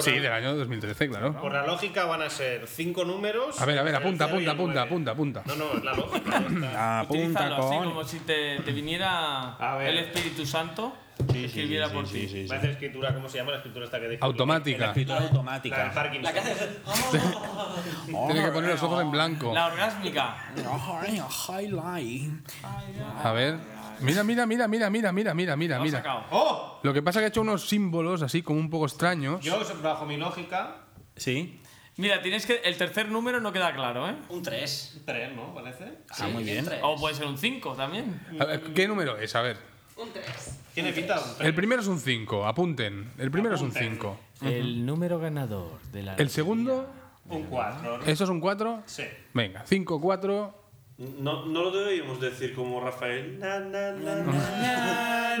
Speaker 3: Sí, del año 2013, claro.
Speaker 1: Por la lógica van a ser cinco números.
Speaker 3: A ver, a ver,
Speaker 1: el
Speaker 3: apunta,
Speaker 1: cero y
Speaker 3: apunta,
Speaker 1: el nueve.
Speaker 3: apunta, apunta, apunta.
Speaker 1: No, no, es la lógica. ya está.
Speaker 5: Apunta
Speaker 4: Utilízalo así,
Speaker 5: con.
Speaker 4: como si te, te viniera
Speaker 1: ver.
Speaker 4: el Espíritu Santo que escribiera por ti.
Speaker 1: Va a hacer escritura, ¿cómo se llama la escritura esta que dice?
Speaker 3: Automática.
Speaker 1: La escritura
Speaker 5: automática.
Speaker 1: La del Parkinson.
Speaker 3: Tiene que poner los ojos en blanco.
Speaker 4: La orgásmica.
Speaker 3: A ver. Mira, mira, mira, mira, mira, mira, mira, mira,
Speaker 4: Lo he
Speaker 3: mira.
Speaker 4: sacado.
Speaker 1: ¡Oh!
Speaker 3: Lo que pasa es que ha hecho unos símbolos así como un poco extraños.
Speaker 1: Yo, bajo mi lógica,
Speaker 5: Sí.
Speaker 4: Mira, tienes que. El tercer número no queda claro, ¿eh?
Speaker 10: Un 3.
Speaker 1: tres, ¿no? ¿Parece?
Speaker 5: Ah, muy bien.
Speaker 4: O puede ser un 5 también.
Speaker 3: A ver, ¿Qué número es? A ver.
Speaker 7: Un 3.
Speaker 1: Tiene pinta de un tres.
Speaker 3: El primero es un 5, apunten. El primero es un 5.
Speaker 4: El número ganador de la.
Speaker 3: El segundo,
Speaker 1: Un cuatro. ¿no?
Speaker 3: ¿esto es un 4?
Speaker 1: Sí.
Speaker 3: Venga, 5, 4.
Speaker 6: No, no lo deberíamos decir como Rafael. Na, na,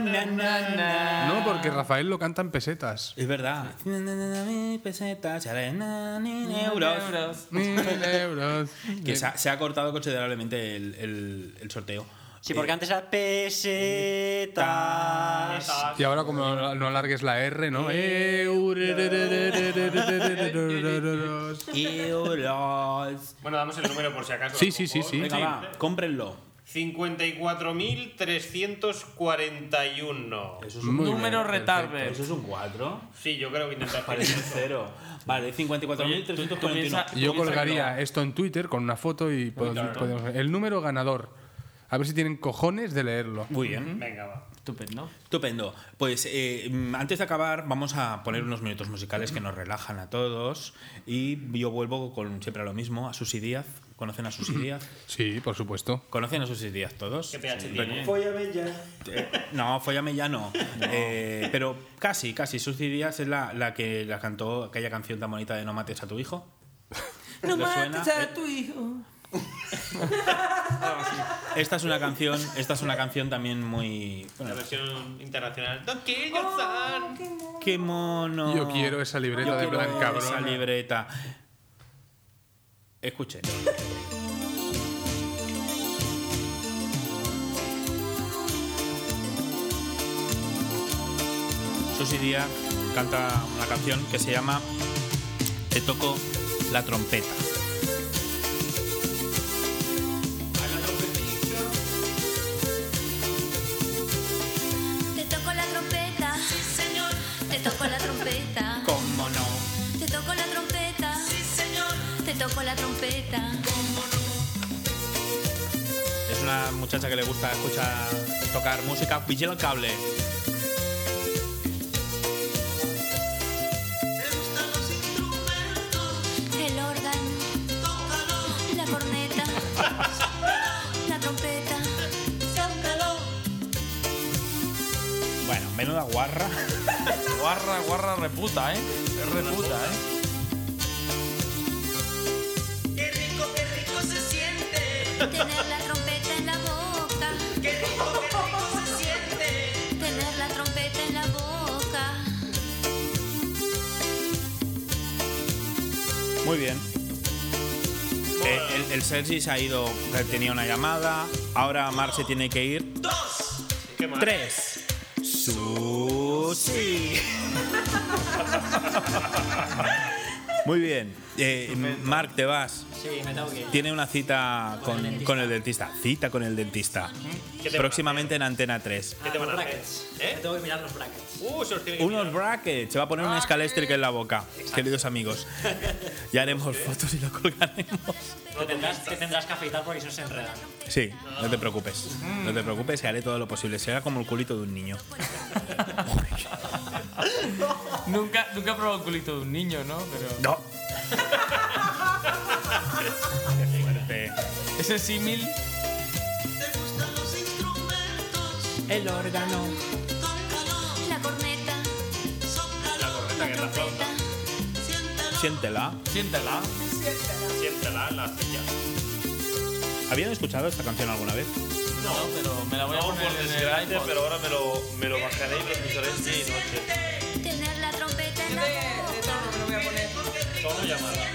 Speaker 6: na, na.
Speaker 3: No, porque Rafael lo canta en pesetas.
Speaker 5: Ah. Es verdad. Na, na, na, na, mil Ah. pesetas, y ahora es na, ni, ni euros.
Speaker 4: Euros.
Speaker 3: Mil euros.
Speaker 5: Que se ha, se ha cortado considerablemente el, el- el sorteo. Eh,
Speaker 10: Sí, porque antes era pesetas.
Speaker 1: Ah,
Speaker 3: Y ahora como no no alargues la R, ¿no?
Speaker 5: Eh,
Speaker 3: E, Euros.
Speaker 5: Euros.
Speaker 1: Bueno, damos el número por si acaso.
Speaker 3: Sí, sí, sí, sí.
Speaker 5: Venga, va, cómprenlo.
Speaker 1: 54.341.
Speaker 5: Eso es un,
Speaker 3: Muy bien,
Speaker 4: número
Speaker 3: perfecto.
Speaker 4: retarde.
Speaker 5: eso es un 4.
Speaker 1: Sí, yo creo que intentar
Speaker 5: Parece un 0. Vale,
Speaker 4: Tú piensa-
Speaker 5: 54.341.
Speaker 4: tú
Speaker 3: Yo
Speaker 4: piensa que
Speaker 3: colgaría esto en Twitter con una foto y pod- podemos ver. El número ganador. A ver si tienen cojones de leerlo.
Speaker 5: Muy bien.
Speaker 1: Venga, va.
Speaker 4: no. Estupendo.
Speaker 5: Estupendo. Pues eh, mm, antes de acabar, vamos a poner unos minutos musicales que nos relajan a todos. Y yo vuelvo con siempre a lo mismo, a Susi Díaz. ¿Conocen a
Speaker 3: <clears throat>
Speaker 5: Susi Díaz?
Speaker 3: Sí, por supuesto.
Speaker 5: ¿Conocen a Susi Díaz todos?
Speaker 1: ¿Qué pH tiene?
Speaker 6: Fóllame ya.
Speaker 5: Eh, no, Follame ya no. Eh, pero casi, casi. Susi Díaz es la, la que la cantó aquella canción tan bonita de No mates a tu hijo.
Speaker 13: No
Speaker 5: ¿Le suena?
Speaker 13: mates a tu hijo.
Speaker 5: Esta es una canción, esta es una canción también muy bueno,
Speaker 1: La versión internacional. Don't kill your
Speaker 18: Oh,
Speaker 1: son.
Speaker 5: Qué mono.
Speaker 3: Yo quiero esa libreta de
Speaker 5: quiero
Speaker 3: Blanca
Speaker 5: Esa
Speaker 3: Brona.
Speaker 5: libreta. Escuchen. Susi Díaz canta una canción que se llama Te toco la trompeta.
Speaker 18: Te toco la trompeta. Sí, señor. Te toco la trompeta.
Speaker 5: ¿Cómo no?
Speaker 18: Te toco la trompeta. Sí, señor. Te toco la trompeta.
Speaker 5: Es una muchacha que le gusta escuchar tocar música. Vigila el cable.
Speaker 18: El órgano. La corneta. La trompeta.
Speaker 5: Bueno,
Speaker 3: <laughs>
Speaker 5: menuda guarra. <laughs>
Speaker 4: Guarra, guarra, reputa, ¿eh? Es reputa, ¿eh?
Speaker 14: Qué rico, qué rico se siente.
Speaker 18: Tener la trompeta en la boca.
Speaker 14: Qué rico, qué rico se siente.
Speaker 18: Tener la trompeta en la boca.
Speaker 5: Muy bien. Eh, el, el Sergi se ha ido, tenía una llamada. Ahora Mar se tiene que ir.
Speaker 14: Dos.
Speaker 5: Tres.
Speaker 1: <laughs>
Speaker 5: Susi. Muy bien. Eh, Marc, te vas.
Speaker 10: Sí, me tengo que ir.
Speaker 5: Tiene una cita con, con el, dentista. Cita con el dentista.
Speaker 10: ¿Qué te
Speaker 5: Próximamente en Antena 3.
Speaker 10: Ah, los brackets. Me tengo que mirar los brackets.
Speaker 1: ¿Eh? Uh, se os tiene que
Speaker 5: Unos brackets. Se va a poner un escalestric en la boca, queridos amigos. Ya haremos fotos y lo colgaremos.
Speaker 10: Te tendrás, te tendrás que afeitar porque si no se enredan.
Speaker 5: Sí, no te preocupes. No te preocupes, que haré todo lo posible. Será como el culito de un niño.
Speaker 4: Nunca, nunca he probado el culito de un niño, ¿no? Pero <laughs>
Speaker 5: No. Qué fuerte.
Speaker 4: ese símil
Speaker 9: El órgano.
Speaker 18: La corneta. La trompeta.
Speaker 5: Siéntela.
Speaker 4: Siéntela.
Speaker 1: Siéntela en la silla.
Speaker 5: ¿Habían escuchado esta canción alguna vez?
Speaker 4: No, pero me la voy a
Speaker 1: No,
Speaker 4: poner
Speaker 1: por
Speaker 4: en el
Speaker 1: desgracia,
Speaker 4: iPod.
Speaker 1: pero ahora me lo, me lo bajaré y lo escucharé día y noche.
Speaker 18: Tener la trompeta en la boca.
Speaker 1: Solo llamada.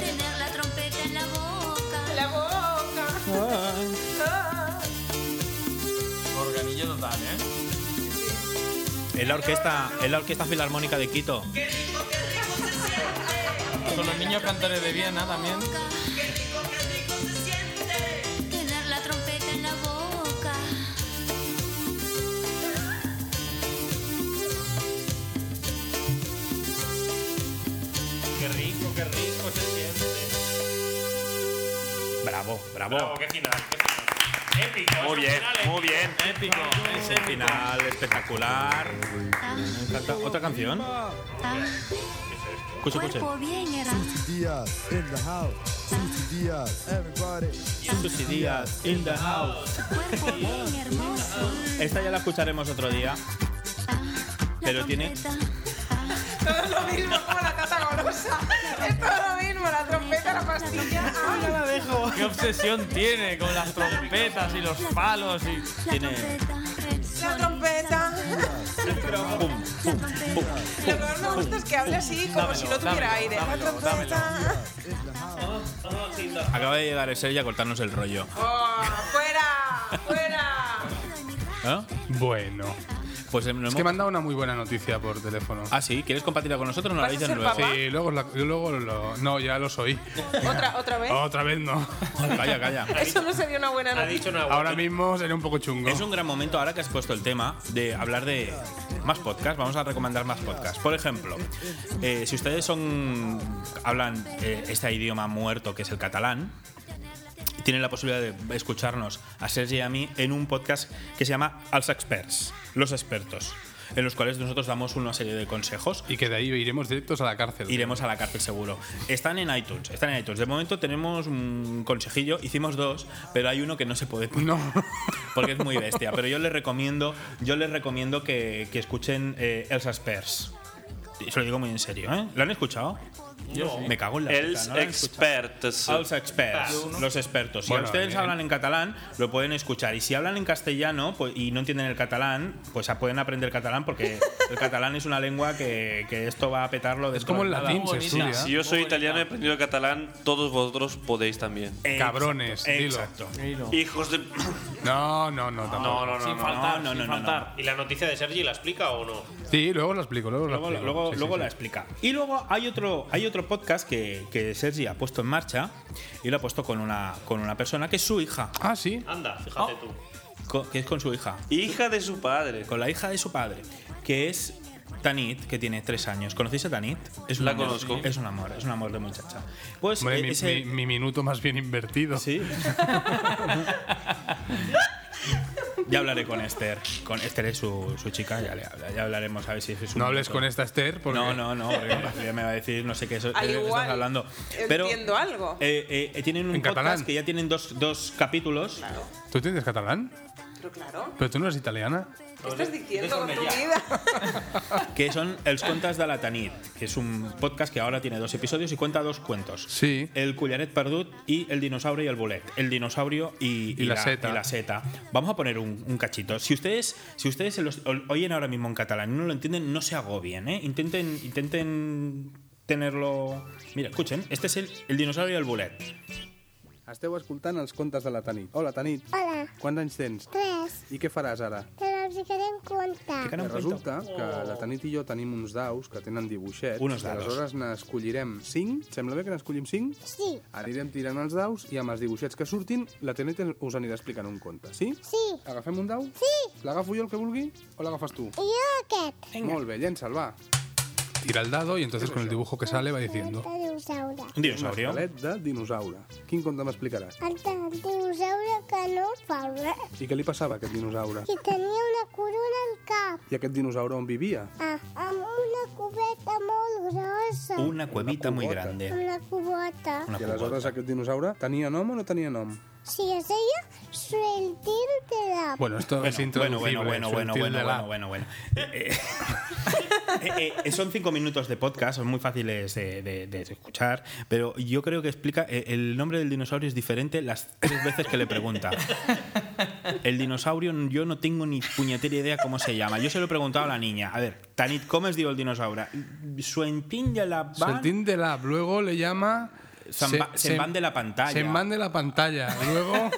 Speaker 18: Tener la trompeta en la boca. La
Speaker 7: boca.
Speaker 4: Organillo total, ¿eh?
Speaker 5: Es la orquesta, es la orquesta filarmónica de Quito.
Speaker 4: Con los niños cantores de Viena también.
Speaker 18: Tener la trompeta en la boca.
Speaker 1: Qué rico, qué rico se siente.
Speaker 5: Bravo, bravo.
Speaker 1: Bravo, qué final, qué final. Épico.
Speaker 5: Muy
Speaker 1: es un
Speaker 5: bien,
Speaker 1: final épico.
Speaker 5: muy bien.
Speaker 4: Épico, es épico.
Speaker 5: Final espectacular. Canta- ¿Otra canción? Escuche, escuche.
Speaker 18: Cuerpo bien era.
Speaker 19: Díaz in the house. Susi Díaz, everybody.
Speaker 5: Susi Díaz in the house.
Speaker 18: Cuerpo bien hermoso.
Speaker 5: Esta ya la escucharemos otro día. Pero
Speaker 7: <laughs>
Speaker 5: tiene.
Speaker 7: Todo es lo mismo como la cata golosa. <laughs> Es todo lo mismo, la trompeta, la
Speaker 5: <laughs>
Speaker 7: pastilla. Ah, ya la dejo.
Speaker 4: Qué obsesión tiene con las trompetas y los palos y.
Speaker 5: Tiene.
Speaker 7: La trompeta.
Speaker 5: Pum, pum, pum.
Speaker 7: Lo que más me gusta es que habla así, como si no tuviera aire. La trompeta.
Speaker 5: Acaba de llegar el Sergi a cortarnos el rollo.
Speaker 7: ¡Oh, fuera! ¡Fuera!
Speaker 5: ¿Eh?
Speaker 3: Bueno.
Speaker 5: Pues em, no
Speaker 3: Es
Speaker 5: hemos-
Speaker 3: que me han dado una muy buena noticia por teléfono.
Speaker 5: Ah, sí, ¿quieres compartirla con nosotros? o ¿Nos la
Speaker 7: ¿Vas a
Speaker 5: dices
Speaker 7: ser
Speaker 5: luego?
Speaker 7: papá?
Speaker 3: Sí, luego, la- luego lo. No, ya los oí.
Speaker 7: ¿Otra, otra vez?
Speaker 3: Otra vez no.
Speaker 5: Calla, calla.
Speaker 7: Eso no sería una buena
Speaker 1: Ha
Speaker 7: noticia.
Speaker 1: dicho una
Speaker 3: Ahora mismo sería un poco chungo.
Speaker 5: Es un gran momento ahora que has puesto el tema de hablar de más podcasts. Vamos a recomendar más podcasts. Por ejemplo, eh, si ustedes son hablan eh, este idioma muerto que es el catalán, tienen la posibilidad de escucharnos a Sergi y a mí en un podcast que se llama Als Experts, los expertos, en los cuales nosotros damos una serie de consejos
Speaker 3: Y que de ahí iremos directos a la cárcel.
Speaker 5: Iremos a la cárcel seguro. Están en iTunes, están en iTunes. De momento tenemos un consejillo, hicimos dos, pero hay uno que no se puede poner.
Speaker 3: No.
Speaker 5: <laughs> Porque es muy bestia. Pero yo les recomiendo, yo les recomiendo que, que escuchen eh, Elsa Spurs. Y Se lo digo muy en serio, ¿eh? ¿Lo han escuchado? Yo sí. Me cago en la
Speaker 20: Els
Speaker 5: puta, no la he escuchado.
Speaker 20: experts.
Speaker 5: Els experts. Los expertos. Si
Speaker 20: Bueno,
Speaker 5: ustedes
Speaker 20: bien.
Speaker 5: hablan en catalán, lo pueden escuchar. Y si hablan en castellano pues, y no entienden el catalán, pues ah, pueden aprender catalán <laughs> porque el catalán es una lengua que, que esto va a petarlo de
Speaker 3: como el latín, se estudia.
Speaker 20: Si yo soy italiano y he aprendido catalán, todos vosotros podéis también.
Speaker 3: Cabrones, dilo.
Speaker 20: Exacto. Hijos de.
Speaker 3: No, no, no, tampoco.
Speaker 20: No, no, no, Sin no, faltar, no, no, sin no, no, no. faltar.
Speaker 1: ¿Y la noticia de Sergi la explica o no?
Speaker 3: Sí, luego lo explico, luego, lo
Speaker 5: Luego,
Speaker 3: explico.
Speaker 5: luego-
Speaker 3: Sí, sí,
Speaker 5: luego
Speaker 3: sí.
Speaker 5: la explica. Y luego hay otro, hay otro podcast que, que Sergi ha puesto en marcha y lo ha puesto con una, con una persona que es su hija.
Speaker 3: Ah, sí.
Speaker 1: Anda, fíjate tú.
Speaker 5: Co- que es con su hija. Hija de su padre. Con la hija de su padre, que es Tanit, que tiene tres años. ¿Conocéis a Tanit? Es un
Speaker 20: La
Speaker 5: amor,
Speaker 20: conozco.
Speaker 5: Es un amor, es un amor de muchacha. Pues
Speaker 3: Hombre,
Speaker 5: eh,
Speaker 3: mi,
Speaker 5: ese-
Speaker 3: mi- mi minuto más bien invertido. <laughs>
Speaker 5: Sí. ya hablaré con Esther. Con Esther es su, su chica, ya, le, habla- ya hablaremos a ver si es su
Speaker 3: No hables
Speaker 5: minuto.
Speaker 3: con esta Esther, porque-
Speaker 5: No, no, no, porque ella me va a decir no sé qué, eso,
Speaker 7: Al
Speaker 5: de qué
Speaker 7: Ah, igual,
Speaker 5: estás hablando. Pero
Speaker 7: Entiendo algo.
Speaker 5: eh, eh, eh, tienen un
Speaker 3: En
Speaker 5: podcast
Speaker 3: catalán.
Speaker 5: que ya tienen dos, dos capítulos.
Speaker 3: ¿Tú entiendes catalán?
Speaker 7: Pero claro.
Speaker 3: Pero tú no eres italiana.
Speaker 7: ¿Qué estás diciendo con tu
Speaker 5: Déjame ya.
Speaker 7: vida?
Speaker 5: que son Els contes de la Tanit, que es un podcast que ahora tiene dos episodios y cuenta dos cuentos. Sí. El cullaret perdut y el dinosaurio y el bolet. El dinosaurio y,
Speaker 3: Y la seta.
Speaker 5: y la seta. Vamos a poner un, un cachito. Si ustedes, si ustedes se los o- oyen ahora mismo en catalán y no lo entienden, no se agobien, ¿eh? Intenten, intenten tenerlo... Mira, escuchen, este es el, el dinosaurio y el bolet.
Speaker 21: Esteu escoltant els contes de la Tanit. Hola, Tanit.
Speaker 15: Hola,
Speaker 21: Quants anys tens?
Speaker 15: tres.
Speaker 21: I què faràs ara?
Speaker 15: Però els hi quedem compte.
Speaker 21: Doncs resulta que la Tanit i jo tenim uns daus que tenen dibuixets.
Speaker 5: Unos
Speaker 21: i
Speaker 5: dados.
Speaker 21: Aleshores n'escollirem cinc. Sembla bé que n'escollim cinc?
Speaker 15: Sí,
Speaker 21: Anirem tirant els daus i amb els dibuixets que surtin la Tanit us anirà explicant un conte, sí?
Speaker 15: sí.
Speaker 21: Agafem un dau?
Speaker 15: Sí,
Speaker 21: L'agafo jo el que vulgui o l'agafes tu?
Speaker 15: i jo aquest.
Speaker 21: Molt bé, llença'l, va.
Speaker 3: Tira el dado y entonces con el dibujo que sale va diciendo.
Speaker 15: El dinosaurio.
Speaker 5: dinosaurio.
Speaker 21: Un esquelet de dinosaure. Quin conte m'explicaràs?
Speaker 15: El de- dinosaurio que no fa res.
Speaker 21: I què li passava a aquest dinosaure?
Speaker 15: I tenia una corona al cap.
Speaker 21: I aquest dinosaure on vivia?
Speaker 15: Ah, amb una cubeta molt grossa.
Speaker 5: Una cuevita muy grande.
Speaker 15: Amb la cubota.
Speaker 21: I aleshores aquest dinosaure tenia nom o no tenia nom?
Speaker 15: Si es deia Sueltil de la...
Speaker 3: Bueno, esto es introducible.
Speaker 5: Bueno, bueno, bueno,
Speaker 3: sutil
Speaker 5: bueno, bueno,
Speaker 3: de la-
Speaker 5: bueno, bueno,
Speaker 1: <laughs>
Speaker 5: bueno. Eh, eh, eh, son cinco minutos de podcast, son muy fáciles de, de- de escuchar, pero yo creo que explica eh, el nombre del dinosaurio es diferente las tres veces que le pregunta. El dinosaurio yo no tengo ni puñetera idea cómo se llama. Yo se lo he preguntado a la niña. A ver, Tanit, ¿cómo es digo el dinosaurio? Suentín de la van-
Speaker 3: Sueltín de la. este Luego le llama.
Speaker 5: San-
Speaker 3: se-
Speaker 5: va- se van de la pantalla.
Speaker 3: Se van de la pantalla.
Speaker 5: <laughs>
Speaker 3: Luego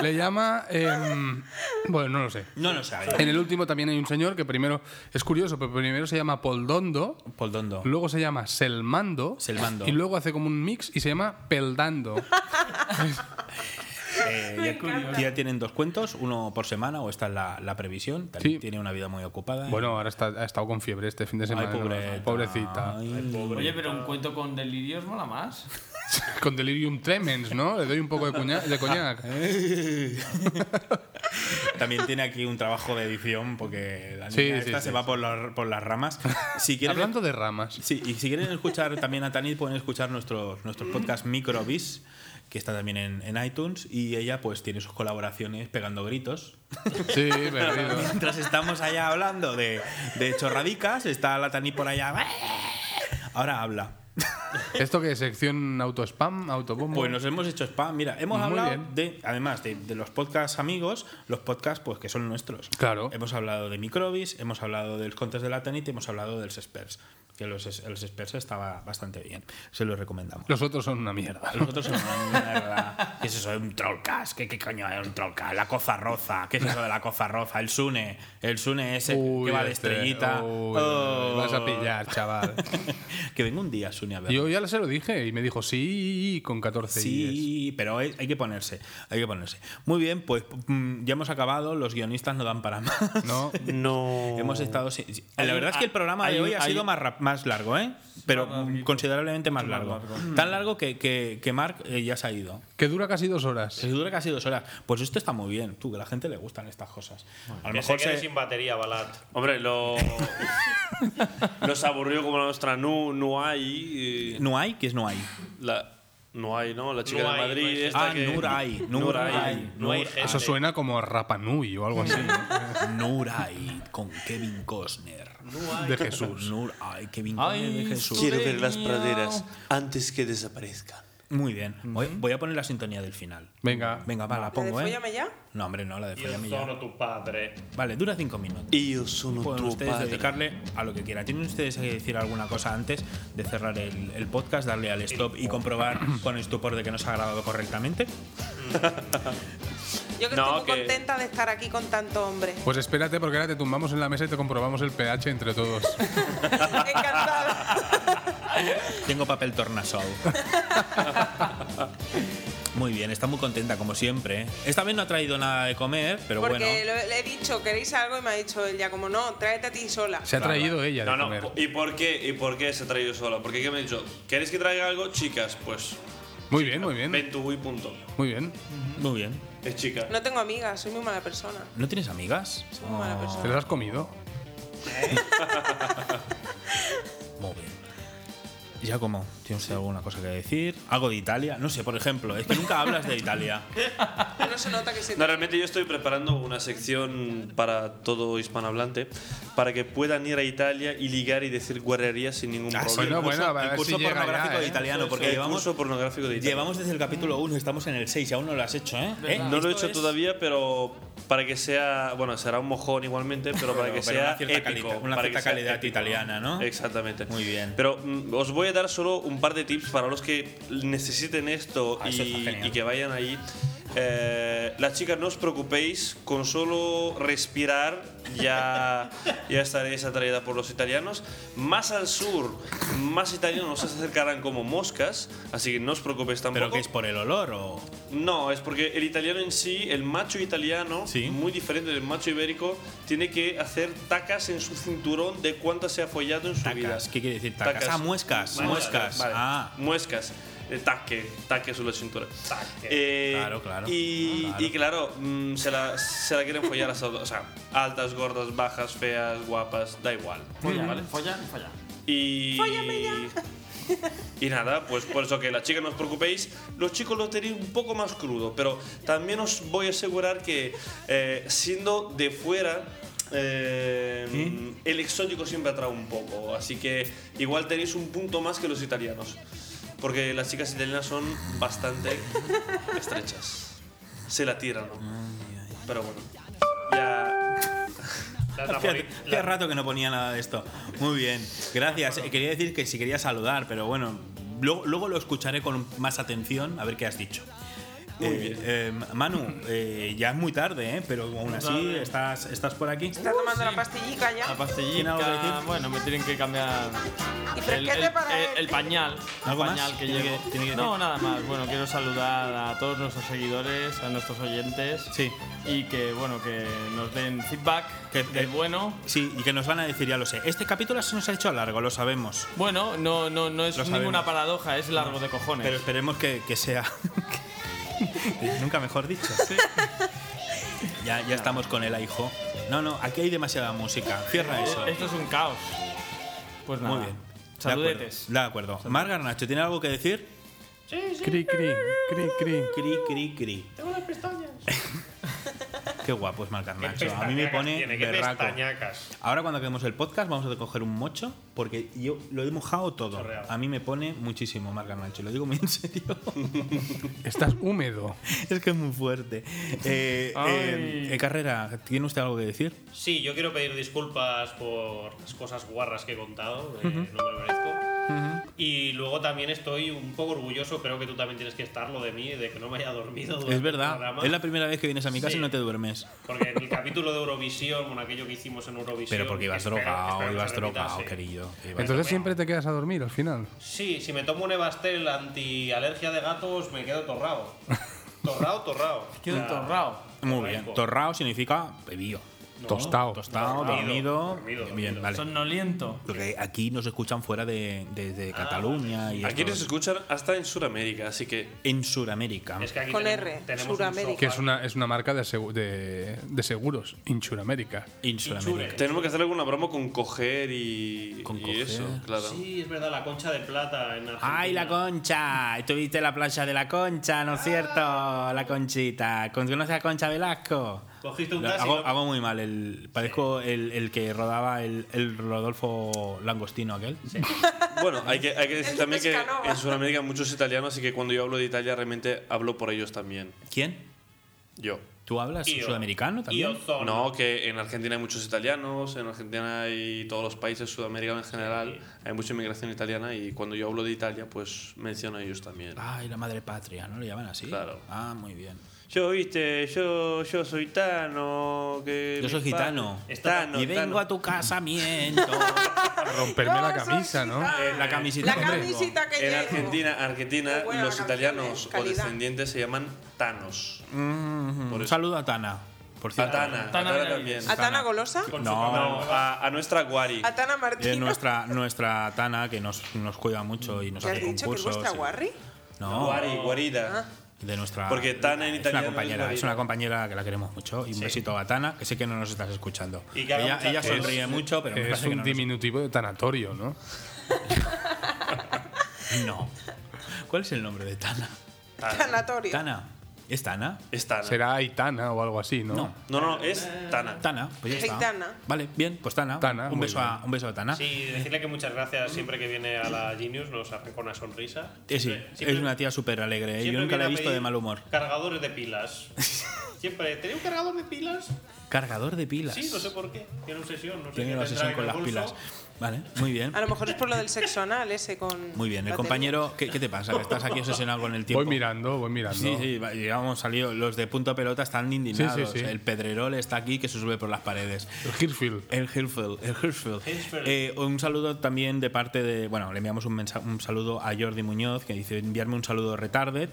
Speaker 3: le llama. em, bueno, no lo sé.
Speaker 5: No lo sabe.
Speaker 3: En el último también hay un señor que primero. Es curioso, pero primero se llama Poldondo.
Speaker 5: Poldondo.
Speaker 3: Luego se llama Selmando.
Speaker 5: Selmando.
Speaker 3: Y luego hace como un mix y se llama Peldando.
Speaker 5: <laughs> Eh, ya, ya tienen dos cuentos, uno por semana, o esta es la, la previsión. Tanit tiene una vida muy ocupada.
Speaker 3: Bueno, ahora está, ha estado con fiebre este fin de semana.
Speaker 5: Ay,
Speaker 3: ¿no?
Speaker 5: pobreta.
Speaker 3: Pobrecita.
Speaker 4: Oye, pero un cuento con delirios mola
Speaker 5: <laughs>
Speaker 4: más.
Speaker 3: Con delirium tremens, ¿no? Le doy un poco de, cuña- de
Speaker 5: <laughs>
Speaker 3: coñac.
Speaker 5: También tiene aquí un trabajo de edición porque la niña
Speaker 3: Sí, sí,
Speaker 5: esta
Speaker 3: sí,
Speaker 5: se
Speaker 3: sí.
Speaker 5: va por, las- por las ramas. Si quieren,
Speaker 3: Hablando de ramas.
Speaker 5: Sí, y si quieren escuchar también a Tanit, pueden escuchar nuestro, nuestro podcast Microbis, que está también en, en iTunes, y ella pues tiene sus colaboraciones pegando gritos.
Speaker 3: Sí,
Speaker 5: <laughs>
Speaker 3: perdido.
Speaker 5: Mientras estamos allá hablando de, de chorradicas, está la Tanit por allá. Ahora habla.
Speaker 3: ¿Esto qué es? ¿Sección auto-spam? ¿Autobombo?
Speaker 5: Pues nos hemos hecho spam. Mira, hemos
Speaker 3: Muy
Speaker 5: hablado
Speaker 3: bien.
Speaker 5: de, además de, de los podcasts amigos, los podcasts pues que son nuestros. Claro. Hemos hablado de Microbis, hemos hablado del Contes de la Tanit y hemos hablado del Sespers. Que los, es- el Sespers estaba bastante bien. Se los recomendamos.
Speaker 3: Los otros son una mierda.
Speaker 5: Los otros son una mierda. ¿Qué es eso de un trollcast? ¿Qué, qué coño es un trollcast? La cozarroza. ¿Qué es eso de la cozarroza? El Sune. El Sune ese
Speaker 3: Uy,
Speaker 5: que va de
Speaker 3: este.
Speaker 5: estrellita.
Speaker 3: Uy,
Speaker 5: Oh.
Speaker 3: Vas a pillar, chaval.
Speaker 5: <laughs> que venga un día Sune a ver.
Speaker 3: Yo ya se lo dije y me dijo sí con 14 y
Speaker 5: Sí, pero hay, hay que ponerse, hay que ponerse. Muy bien, pues mm, ya hemos acabado, los guionistas no dan para más. No,
Speaker 20: no.
Speaker 5: <laughs> hemos estado sin- sin-
Speaker 20: Hay
Speaker 5: La
Speaker 20: un-
Speaker 5: verdad es que el programa
Speaker 20: hay
Speaker 5: de
Speaker 20: un-
Speaker 5: hoy ha
Speaker 20: hay-
Speaker 5: sido más, rap- más largo, ¿eh? Pero mm, considerablemente más
Speaker 20: más
Speaker 5: largo. Mm.
Speaker 20: largo.
Speaker 5: Tan largo que, que, que Mark eh, ya se ha ido.
Speaker 3: Que dura casi dos horas.
Speaker 5: Que dura casi dos horas. Pues esto está muy bien, tú, que a la gente le gustan estas cosas. a lo
Speaker 1: Ya
Speaker 5: mejor
Speaker 1: sé que eres
Speaker 5: se-
Speaker 1: sin batería, Balat.
Speaker 20: Hombre, lo. <laughs> nos aburrió como la nuestra Nu, Nuay.
Speaker 5: ¿Nuay? ¿Qué es Nuay?
Speaker 20: La. Nuay, ¿no? La chica
Speaker 5: Nuay,
Speaker 20: de Madrid.
Speaker 5: no es-
Speaker 20: esta
Speaker 5: Ah,
Speaker 20: que...
Speaker 5: Nuray,
Speaker 20: Nuray.
Speaker 5: Nuray,
Speaker 20: Nuray.
Speaker 3: es. Eso suena como Rapanui o algo así.
Speaker 5: Nuray con Kevin Costner. de Jesús. ay, qué vinculé de Jesús.
Speaker 6: Quiero ver las praderas antes que desaparezcan.
Speaker 5: Muy bien. Voy, voy a poner la sintonía del final. Venga. Venga, va, la pongo, ¿eh?
Speaker 7: Fóllame ya.
Speaker 5: No, hombre, no, la de
Speaker 1: Yo
Speaker 5: Follame ya.
Speaker 1: sono tu padre.
Speaker 5: Vale, dura cinco minutos.
Speaker 6: Y yo sono
Speaker 5: Pueden
Speaker 6: tu
Speaker 5: ustedes
Speaker 6: padre.
Speaker 5: dedicarle a lo que quieran. ¿Tienen ustedes que decir alguna cosa antes de cerrar el, el podcast, darle al stop y comprobar con estupor de que nos ha grabado correctamente?
Speaker 7: Yo que
Speaker 5: No,
Speaker 7: estoy muy
Speaker 5: que-
Speaker 7: contenta de estar aquí con tanto hombre.
Speaker 3: Pues espérate porque ahora te tumbamos en la mesa y te comprobamos el pH entre todos.
Speaker 5: Tengo
Speaker 3: <laughs>
Speaker 5: papel tornasol. Muy bien, está muy contenta como siempre. ¿eh? Esta vez no ha traído nada de comer, pero
Speaker 7: Porque
Speaker 5: bueno.
Speaker 7: lo- le he dicho, queréis algo y me ha dicho él ya como no, tráete a ti sola.
Speaker 5: Se ha traído ella de
Speaker 6: No, no.
Speaker 5: comer.
Speaker 6: ¿Y por qué? ¿Y por qué se ha traído sola? Porque ¿qué me ha dicho? ¿Queréis que traiga algo? Chicas, pues.
Speaker 3: Muy bien, muy bien.
Speaker 6: Ven tú y punto.
Speaker 3: Muy bien.
Speaker 5: Muy bien.
Speaker 6: Es chica.
Speaker 7: No tengo amigas, soy muy mala persona.
Speaker 5: ¿No tienes amigas? Oh.
Speaker 7: mala persona.
Speaker 3: ¿Te las has comido?
Speaker 5: <laughs> Muy bien. Ya como, ¿tiene usted alguna cosa que decir? ¿Algo de Italia? No sé, por ejemplo, es que nunca hablas de <laughs> Italia.
Speaker 7: No se nota que se
Speaker 6: No, realmente yo estoy preparando una sección para todo hispanohablante para que puedan ir a Italia y ligar y decir guarrerías sin ningún
Speaker 5: Ah, sí,
Speaker 6: problema.
Speaker 5: bueno, bueno, a ver
Speaker 6: el
Speaker 5: si
Speaker 6: curso
Speaker 5: llega ya,
Speaker 6: pornográfico
Speaker 5: ¿eh?
Speaker 6: de italiano, porque
Speaker 5: El
Speaker 6: llevamos
Speaker 5: curso
Speaker 6: pornográfico <laughs> de italiano.
Speaker 5: Llevamos desde el capítulo 1, estamos en el 6 y aún no lo has hecho, ¿eh? ¿Eh?
Speaker 6: No lo he
Speaker 5: Esto
Speaker 6: hecho
Speaker 5: es-
Speaker 6: todavía, pero para que sea, bueno, será un mojón igualmente,
Speaker 5: <laughs>
Speaker 6: pero para
Speaker 5: Pero-
Speaker 6: que
Speaker 5: pero
Speaker 6: sea
Speaker 5: una cierta
Speaker 6: épico,
Speaker 5: calidad- una
Speaker 6: para
Speaker 5: cierta
Speaker 6: que sea
Speaker 5: calidad
Speaker 6: épico.
Speaker 5: italiana, ¿no?
Speaker 6: Exactamente. Muy
Speaker 5: bien.
Speaker 6: Pero mm, os voy a dar solo un par de tips para los que necesiten esto
Speaker 5: Ah, eso está
Speaker 6: y,
Speaker 5: genial.
Speaker 6: y que vayan ahí. Eh, las chicas, no os preocupéis, con solo respirar
Speaker 5: <laughs>
Speaker 6: ya, ya estaréis atraída por los italianos. Más al sur, más italianos se acercarán como moscas, así que no os preocupéis tampoco.
Speaker 5: ¿Pero que es por el olor o...?
Speaker 6: No, es porque el italiano en sí, el macho italiano, muy diferente del macho ibérico, tiene que hacer tacas en su cinturón de cuántas se ha follado en su vida.
Speaker 5: ¿Qué quiere decir tacas? Ah, muescas, muescas.
Speaker 6: vale.
Speaker 5: Ah,
Speaker 6: Muescas. De taque, taque sobre la cintura. Eh,
Speaker 5: Claro, claro.
Speaker 6: Y y
Speaker 5: Ah,
Speaker 6: claro, mm, se, la, se la quieren follar a todos. O sea, altas, gordas, bajas, feas, guapas, da igual.
Speaker 4: Follar,
Speaker 6: ¿vale?
Speaker 4: follar, follar.
Speaker 6: Y. <laughs> Y nada, pues por eso que las chicas no os preocupéis, los chicos lo tenéis un poco más crudo, pero también os voy a asegurar que eh, siendo de fuera, eh, el exótico siempre atrae un poco, así que igual tenéis un punto más que los italianos, porque las chicas italianas son bastante
Speaker 7: <laughs>
Speaker 6: estrechas, se la tiran, ¿no? Pero bueno, ya...
Speaker 5: Hace hace rato que no ponía nada de esto. Muy bien, gracias. Eh, Quería decir que si quería saludar, pero bueno, luego, luego lo escucharé con más atención a ver qué has dicho.
Speaker 6: Muy
Speaker 5: Eh,
Speaker 6: bien.
Speaker 5: eh, Manu,
Speaker 6: <laughs>
Speaker 5: eh, ya es muy tarde, ¿eh? pero aún así
Speaker 4: Vale.
Speaker 5: estás, estás por aquí.
Speaker 7: está tomando la pastillica ya.
Speaker 4: La
Speaker 5: ¿Tiene
Speaker 4: pastillita,
Speaker 5: algo que decir?
Speaker 4: bueno, me tienen que cambiar
Speaker 7: ¿Y
Speaker 4: el,
Speaker 7: fresquete
Speaker 4: el-
Speaker 7: para
Speaker 4: el- el pañal. El
Speaker 5: ¿Algo más?
Speaker 4: pañal que
Speaker 5: ¿Tiene
Speaker 4: llevo.
Speaker 5: que- tiene que
Speaker 4: no,
Speaker 5: decir?
Speaker 4: nada más. Bueno, quiero saludar a todos nuestros seguidores, a nuestros oyentes. Sí. Y que, bueno, que nos den feedback del bueno.
Speaker 5: eh, Sí, y que nos van a decir, ya lo sé. Este capítulo se nos ha hecho largo, lo sabemos.
Speaker 4: Bueno, no, no, no es
Speaker 5: Lo sabemos.
Speaker 4: ninguna paradoja, es largo de cojones.
Speaker 5: Pero esperemos que, que sea. Nunca mejor dicho. Ya, ya estamos con el hijo. No, no, aquí hay demasiada música. Cierra
Speaker 4: Eh,
Speaker 5: eso.
Speaker 4: Esto es un caos. Pues nada.
Speaker 5: Muy bien.
Speaker 4: Saludetes.
Speaker 5: De acuerdo. De acuerdo. Mar Garnacho, ¿tiene algo que decir?
Speaker 3: Cri, cri, cri, cri.
Speaker 5: Cri, cri, cri.
Speaker 7: Tengo las pestañas.
Speaker 5: Qué guapo es Mar Garnacho. A mí me
Speaker 1: pestañacas
Speaker 5: pone
Speaker 1: tiene, qué
Speaker 5: berraco.
Speaker 1: pestañacas.
Speaker 5: Ahora cuando acabemos el podcast vamos a coger un mocho porque yo lo he mojado todo.
Speaker 1: Chorreado.
Speaker 5: A mí me pone muchísimo Mar Garnacho. Lo digo muy en serio.
Speaker 3: <laughs> Estás húmedo.
Speaker 5: <laughs> es que es muy fuerte. Eh, eh, eh, Carrera, ¿tiene usted algo que decir?
Speaker 1: Sí, yo quiero pedir disculpas por las cosas guarras que he contado, eh,
Speaker 5: Ujú.
Speaker 1: no me lo merezco. Y luego también estoy un poco orgulloso, creo que tú también tienes que estarlo de mí, de que no me haya dormido. durante
Speaker 5: Es
Speaker 1: el
Speaker 5: verdad.
Speaker 1: programa.
Speaker 5: Es la primera vez que vienes a mi casa
Speaker 1: Sí.
Speaker 5: y no te duermes.
Speaker 1: Porque en el capítulo de Eurovisión, bueno, aquello que hicimos en Eurovisión.
Speaker 5: Pero porque ibas
Speaker 1: que espero-
Speaker 5: drogado,
Speaker 1: espero que
Speaker 5: ibas
Speaker 1: se repita,
Speaker 5: drogado,
Speaker 1: sí.
Speaker 5: querido. Ibas
Speaker 3: Entonces siempre te quedas a dormir al final.
Speaker 1: Sí, si me tomo un Evastel anti-alergia de gatos, me quedo torrado.
Speaker 5: <laughs>
Speaker 1: torrado, torrado.
Speaker 4: Quedo
Speaker 1: O sea,
Speaker 4: torrado.
Speaker 5: Muy bien. Torrao significa bebido.
Speaker 1: No.
Speaker 3: Tostao.
Speaker 5: Tostado,
Speaker 1: Dormido,
Speaker 5: dormido.
Speaker 1: dormido,
Speaker 5: Bien, vale.
Speaker 4: Somnoliento.
Speaker 5: Porque aquí nos escuchan fuera de, de- de
Speaker 1: Ah,
Speaker 5: Cataluña. Y
Speaker 6: Aquí
Speaker 5: esto-
Speaker 6: nos escuchan hasta en Sudamérica, así que...
Speaker 5: En Sudamérica.
Speaker 1: Es que aquí
Speaker 7: Con
Speaker 1: tenemos-
Speaker 7: R,
Speaker 1: tenemos un
Speaker 7: Suramérica.
Speaker 3: Que es una, es una marca de, segu- de, de seguros. Insure America.
Speaker 6: Tenemos que hacer alguna broma con coger y, y eso, claro.
Speaker 1: Sí, es verdad, la concha de plata en Argentina.
Speaker 5: ¡Ay, la concha! Estuviste en la playa de la concha, ¿no es cierto? La conchita. ¿Conoces a Concha Velasco?
Speaker 1: Cogiste un
Speaker 5: Lo-
Speaker 1: taxi.
Speaker 5: hago,
Speaker 1: ¿no?
Speaker 5: hago muy mal. El, parezco el, el que rodaba el, el Rodolfo Langostino aquel.
Speaker 6: Bueno, hay que, hay que decir también que en Sudamérica hay muchos italianos, así que cuando yo hablo de Italia realmente hablo por ellos también.
Speaker 5: ¿Quién?
Speaker 6: Yo.
Speaker 5: ¿Tú hablas
Speaker 6: Io.
Speaker 5: sudamericano también?
Speaker 6: No, que en Argentina hay muchos italianos, en Argentina hay todos los países sudamericanos en general, hay mucha inmigración italiana y cuando yo hablo de Italia, pues menciono a ellos también.
Speaker 5: Ay, la madre patria, ¿no le llaman así? Claro. Ah, muy bien.
Speaker 6: Yo, viste, yo, yo soy tano. Que
Speaker 5: Yo soy
Speaker 6: mis padres-
Speaker 5: gitano.
Speaker 6: Tano,
Speaker 5: y vengo
Speaker 6: tano.
Speaker 5: a tu casamiento.
Speaker 3: Romperme la camisa, ¿no?
Speaker 5: Eh, la camisita.
Speaker 6: Hombre,
Speaker 7: camisita que
Speaker 6: En
Speaker 7: llevo.
Speaker 6: Argentina, Argentina
Speaker 7: buena
Speaker 6: los
Speaker 7: la
Speaker 6: italianos o
Speaker 7: calidad.
Speaker 6: descendientes se llaman tanos.
Speaker 5: Mm-hmm. Un saludo a Tana. Por
Speaker 6: A
Speaker 5: cierto.
Speaker 6: Tana, a Tana también.
Speaker 7: ¿A Tana Golosa?
Speaker 5: No, a,
Speaker 6: nuestra Guari.
Speaker 7: ¿A Tana
Speaker 5: Es
Speaker 7: Martino?
Speaker 5: nuestra, nuestra Tana que nos, nos cuida mucho y nos
Speaker 7: ¿Le has
Speaker 5: hace
Speaker 7: dicho que es
Speaker 5: concursos.
Speaker 7: vuestra
Speaker 5: y-
Speaker 7: Warri?
Speaker 5: No.
Speaker 6: Guari,
Speaker 7: Ah.
Speaker 6: guarida.
Speaker 5: De nuestra.
Speaker 6: Porque Tana en
Speaker 5: es
Speaker 6: italiano
Speaker 5: Una compañera,
Speaker 6: es
Speaker 5: es una compañera que la queremos mucho. Y un besito a Tana, Ah, que sé que no nos estás escuchando. ella, ella sonríe mucho, pero me
Speaker 3: es
Speaker 5: parece que
Speaker 3: un
Speaker 5: no nos-
Speaker 3: diminutivo de tanatorio, ¿no?
Speaker 5: <laughs> No. ¿Cuál es el nombre de Tana?
Speaker 7: Sanatorio.
Speaker 5: Tana. ¿Es Tana?
Speaker 6: Es Tana.
Speaker 3: Será Aitana o algo así, ¿no?
Speaker 5: No.
Speaker 6: No, no, es Tana.
Speaker 5: Tana, pues ya está.
Speaker 7: Gitana.
Speaker 5: Vale, bien, pues Tana.
Speaker 3: Tana,
Speaker 5: un,
Speaker 3: muy
Speaker 5: beso a,
Speaker 3: bien.
Speaker 5: un beso a Tana. Eh,
Speaker 1: Sí, decirle que muchas gracias siempre que viene a la Genius, nos arranca una sonrisa.
Speaker 5: Eh, sí,
Speaker 1: siempre-
Speaker 5: es una tía súper alegre. ¿eh? Yo
Speaker 1: Siempre
Speaker 5: nunca la he
Speaker 1: viene a
Speaker 5: visto de
Speaker 1: pedir
Speaker 5: mal humor.
Speaker 1: Cargadores de pilas. <laughs> Siempre, ¿tenía un cargador de pilas?
Speaker 5: Cargador de pilas.
Speaker 1: Sí, no sé por qué. Tiene obsesión, no sé
Speaker 5: Tiene
Speaker 1: qué
Speaker 5: una
Speaker 1: tendrá
Speaker 5: obsesión
Speaker 1: en
Speaker 5: con
Speaker 1: el
Speaker 5: las
Speaker 1: bolso.
Speaker 5: pilas. Vale, muy bien.
Speaker 7: A lo mejor es por lo del sexo anal ese con.
Speaker 5: Muy bien, el
Speaker 7: batería.
Speaker 5: compañero, ¿qué, qué te pasa? Que estás aquí obsesionado con el tiempo.
Speaker 3: Voy mirando, voy mirando.
Speaker 5: Sí, sí, va- digamos, salido. Los de punto pelota están indignados.
Speaker 3: Sí, sí, sí.
Speaker 5: El Pedrerol está aquí que se sube por las paredes. El
Speaker 3: Hirfield.
Speaker 5: El Hirfield. El Hirfield.
Speaker 1: Hirfield.
Speaker 5: Eh, un saludo también de parte de. Bueno, le enviamos un, mensa- un saludo a Jordi Muñoz que dice enviarme un saludo retarded.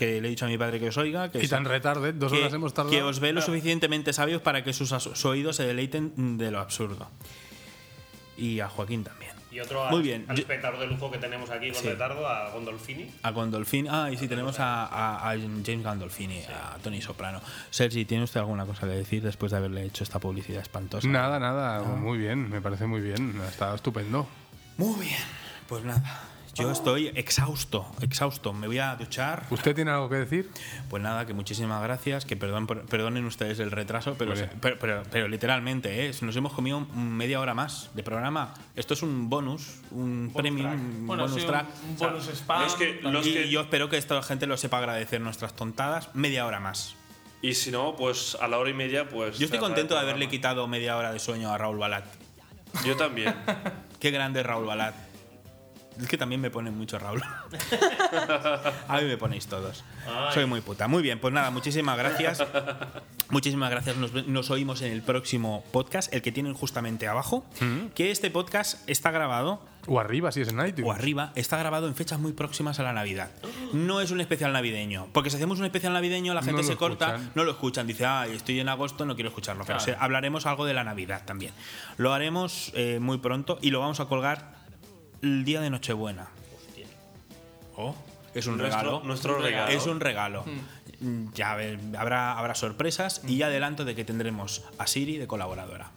Speaker 5: Que le he dicho a mi padre que os oiga. Que
Speaker 3: Y tan
Speaker 5: sa-
Speaker 3: retarde, dos
Speaker 5: que-
Speaker 3: horas hemos tardado.
Speaker 5: Que os ve lo suficientemente sabios para que sus, as- sus oídos se deleiten de lo absurdo. Y a Joaquín también.
Speaker 1: Y otro al,
Speaker 5: Muy bien,
Speaker 1: al
Speaker 5: yo-
Speaker 1: espectador de lujo que tenemos aquí con
Speaker 5: Sí.
Speaker 1: retardo, a Gondolfini.
Speaker 5: A Gondolfini. Ah, y sí, tenemos a, a- a James Gandolfini, a Tony Soprano. Sergi, ¿tiene usted alguna cosa que decir después de haberle hecho esta publicidad espantosa?
Speaker 3: Nada,
Speaker 5: Ah.
Speaker 3: nada, muy bien, me parece muy bien, ha estado estupendo.
Speaker 5: Muy bien. Pues nada. Yo estoy exhausto, exhausto. Me voy a duchar.
Speaker 3: ¿Usted tiene algo que decir?
Speaker 5: Pues nada, que muchísimas gracias, que perdón, por- perdonen ustedes el retraso, pero,
Speaker 3: Muy bien.
Speaker 5: pero, pero- pero literalmente, ¿eh? nos hemos comido media hora más de programa. Esto es un bonus, un premium, un
Speaker 4: Bueno,
Speaker 5: bonus
Speaker 4: sí, un-
Speaker 5: track.
Speaker 4: un bonus
Speaker 5: O sea,
Speaker 4: spam,
Speaker 5: los que-
Speaker 4: tal.
Speaker 5: los
Speaker 4: Y-
Speaker 5: que- yo espero que esta gente lo sepa agradecer nuestras tontadas media hora más.
Speaker 6: Y si no, pues a la hora y media, pues.
Speaker 5: Yo estoy
Speaker 6: cerrar
Speaker 5: contento de
Speaker 6: el
Speaker 5: haberle quitado media hora de sueño a Raúl Balat.
Speaker 6: programa. Yo también.
Speaker 5: <laughs> Qué grande es Raúl Balat. Es que también me ponen mucho
Speaker 6: <laughs>
Speaker 5: Raúl. a mí me ponéis todos.
Speaker 6: Ay.
Speaker 5: Soy muy puta. Muy bien, pues nada, muchísimas gracias.
Speaker 6: <laughs>
Speaker 5: Muchísimas gracias. Nos, ve- nos oímos en el próximo podcast, el que tienen justamente abajo. Que este podcast está grabado.
Speaker 3: O arriba, si es en iTunes.
Speaker 5: O arriba, está grabado en fechas muy próximas a la Navidad. No es un especial navideño. Porque si hacemos un especial navideño, la
Speaker 3: No
Speaker 5: gente
Speaker 3: lo
Speaker 5: se corta,
Speaker 3: escuchan.
Speaker 5: no lo escuchan. Dice, ay, estoy en agosto, no quiero escucharlo. Pero
Speaker 4: Claro.
Speaker 5: se- hablaremos algo de la Navidad también. Lo haremos eh, muy pronto y lo vamos a colgar el día de Nochebuena. Oh, es un
Speaker 6: Nuestro-
Speaker 5: regalo.
Speaker 6: nuestro regalo.
Speaker 5: Es un regalo.
Speaker 3: Hmm.
Speaker 5: Mm, Ya a ver, habrá, habrá sorpresas y ya adelanto de que tendremos a Siri
Speaker 3: <laughs>
Speaker 5: de colaboradora.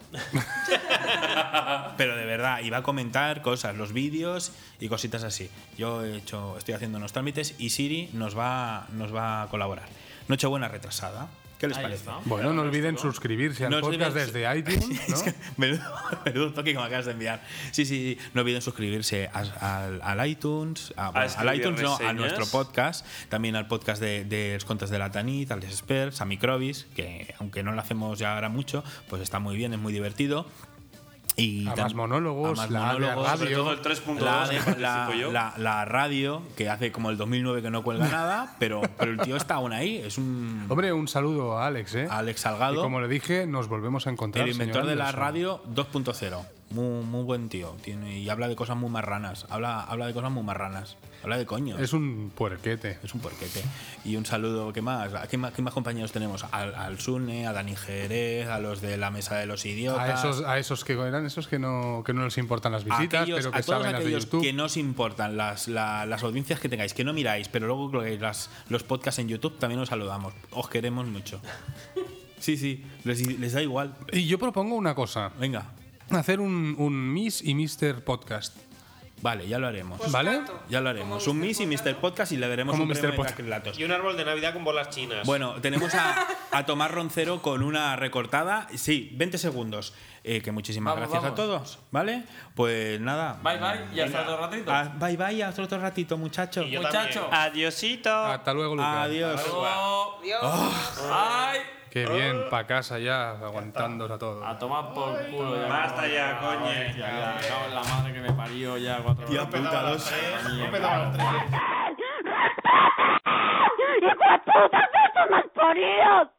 Speaker 5: Pero de verdad, y va a comentar cosas, los vídeos y cositas así. Yo he hecho, estoy haciendo unos trámites y Siri nos va, nos va a colaborar. Nochebuena retrasada. ¿Qué les
Speaker 4: Ahí
Speaker 5: parece?
Speaker 6: Ah,
Speaker 4: está.
Speaker 3: Bueno,
Speaker 6: pues
Speaker 3: no olviden suscribirse al
Speaker 5: No
Speaker 3: podcast
Speaker 5: olviden- <laughs>
Speaker 3: desde iTunes, ¿no?
Speaker 5: Es que menudo, <laughs> menudo toque que me acabas de enviar. Sí, sí, sí. no olviden suscribirse a- al, al iTunes, a, bueno, al
Speaker 6: escribir
Speaker 5: iTunes no, a
Speaker 6: reseñas.
Speaker 5: nuestro podcast, también al podcast de, de los contes de la Tanit, al Desespers, a Microbis, que aunque no lo hacemos ya ahora mucho, pues está muy bien, es muy divertido. Y
Speaker 3: A
Speaker 5: tam-
Speaker 3: más monólogos,
Speaker 5: a más
Speaker 3: la A de
Speaker 5: monólogos,
Speaker 3: radio. Sobre todo el
Speaker 6: 3.2
Speaker 5: la,
Speaker 6: que
Speaker 5: de-
Speaker 6: participo
Speaker 5: la-
Speaker 6: yo.
Speaker 5: la- la radio, que hace como el 2009 que
Speaker 3: <laughs>
Speaker 5: no cuelga nada, pero, pero el tío está aún ahí, es un...
Speaker 3: Hombre, un saludo a Alex, ¿eh?
Speaker 5: Alex
Speaker 3: Y
Speaker 5: Salgado.
Speaker 3: como le dije, nos volvemos a encontrar.
Speaker 5: El inventor
Speaker 3: señor
Speaker 5: de la
Speaker 3: Anderson.
Speaker 5: radio 2.0. Muy, muy buen tío. Tiene, y habla de cosas muy marranas. Habla, habla de cosas muy marranas. Habla de coño.
Speaker 3: Es un puerquete.
Speaker 5: Es un porquete. Y un saludo, ¿qué más? ¿A ¿Qué más, qué más compañeros tenemos? Al, al Sune, a Dani Jerez, a los de la Mesa de los
Speaker 3: A
Speaker 5: Idiotas.
Speaker 3: esos, a esos que eran esos que no, que no les importan las visitas,
Speaker 5: aquellos-
Speaker 3: pero
Speaker 5: a
Speaker 3: que
Speaker 5: todos
Speaker 3: saben las de
Speaker 5: aquellos
Speaker 3: YouTube.
Speaker 5: que no os importan las, la- las audiencias que tengáis, que no miráis, pero luego colgáis las, los podcasts en YouTube, también os saludamos. Os queremos mucho. Sí, sí, les, les da igual.
Speaker 3: Y yo propongo una cosa:
Speaker 5: Venga,
Speaker 3: hacer un, un Miss y Mister podcast.
Speaker 5: vale, ya lo haremos.
Speaker 3: ¿Vale?
Speaker 5: Ya lo haremos. Un Miss y Mr. Podcast y le daremos
Speaker 3: Como
Speaker 5: un
Speaker 3: Mr.
Speaker 5: premio de
Speaker 3: Podcast.
Speaker 5: Crack Latos.
Speaker 1: Y un árbol de Navidad con bolas chinas.
Speaker 5: Bueno, tenemos a, a tomar roncero con una recortada. Sí, 20 segundos. Eh, que muchísimas
Speaker 4: Vamos,
Speaker 5: gracias
Speaker 4: vamos.
Speaker 5: a todos, ¿vale? Pues nada.
Speaker 4: Bye bye y hasta
Speaker 5: Venga.
Speaker 4: otro ratito.
Speaker 5: Ah, bye bye, hasta otro ratito, muchachos.
Speaker 4: yo Muchacho. también.
Speaker 5: Adiosito. Hasta luego,
Speaker 4: Lucas.
Speaker 5: Adiós.
Speaker 4: Hasta luego. Adiós. Ay.
Speaker 3: Qué bien, pa' casa ya, aguantándonos a todos.
Speaker 4: A tomar por culo ya.
Speaker 20: Basta
Speaker 4: cabrón.
Speaker 20: ya, coño.
Speaker 4: Ay, ya, me cago en la madre que me parió ya cuatro
Speaker 5: Tía
Speaker 4: horas.
Speaker 5: puta, dos.
Speaker 4: Mierda.
Speaker 14: ¡Hijo de puta, que son los paridos!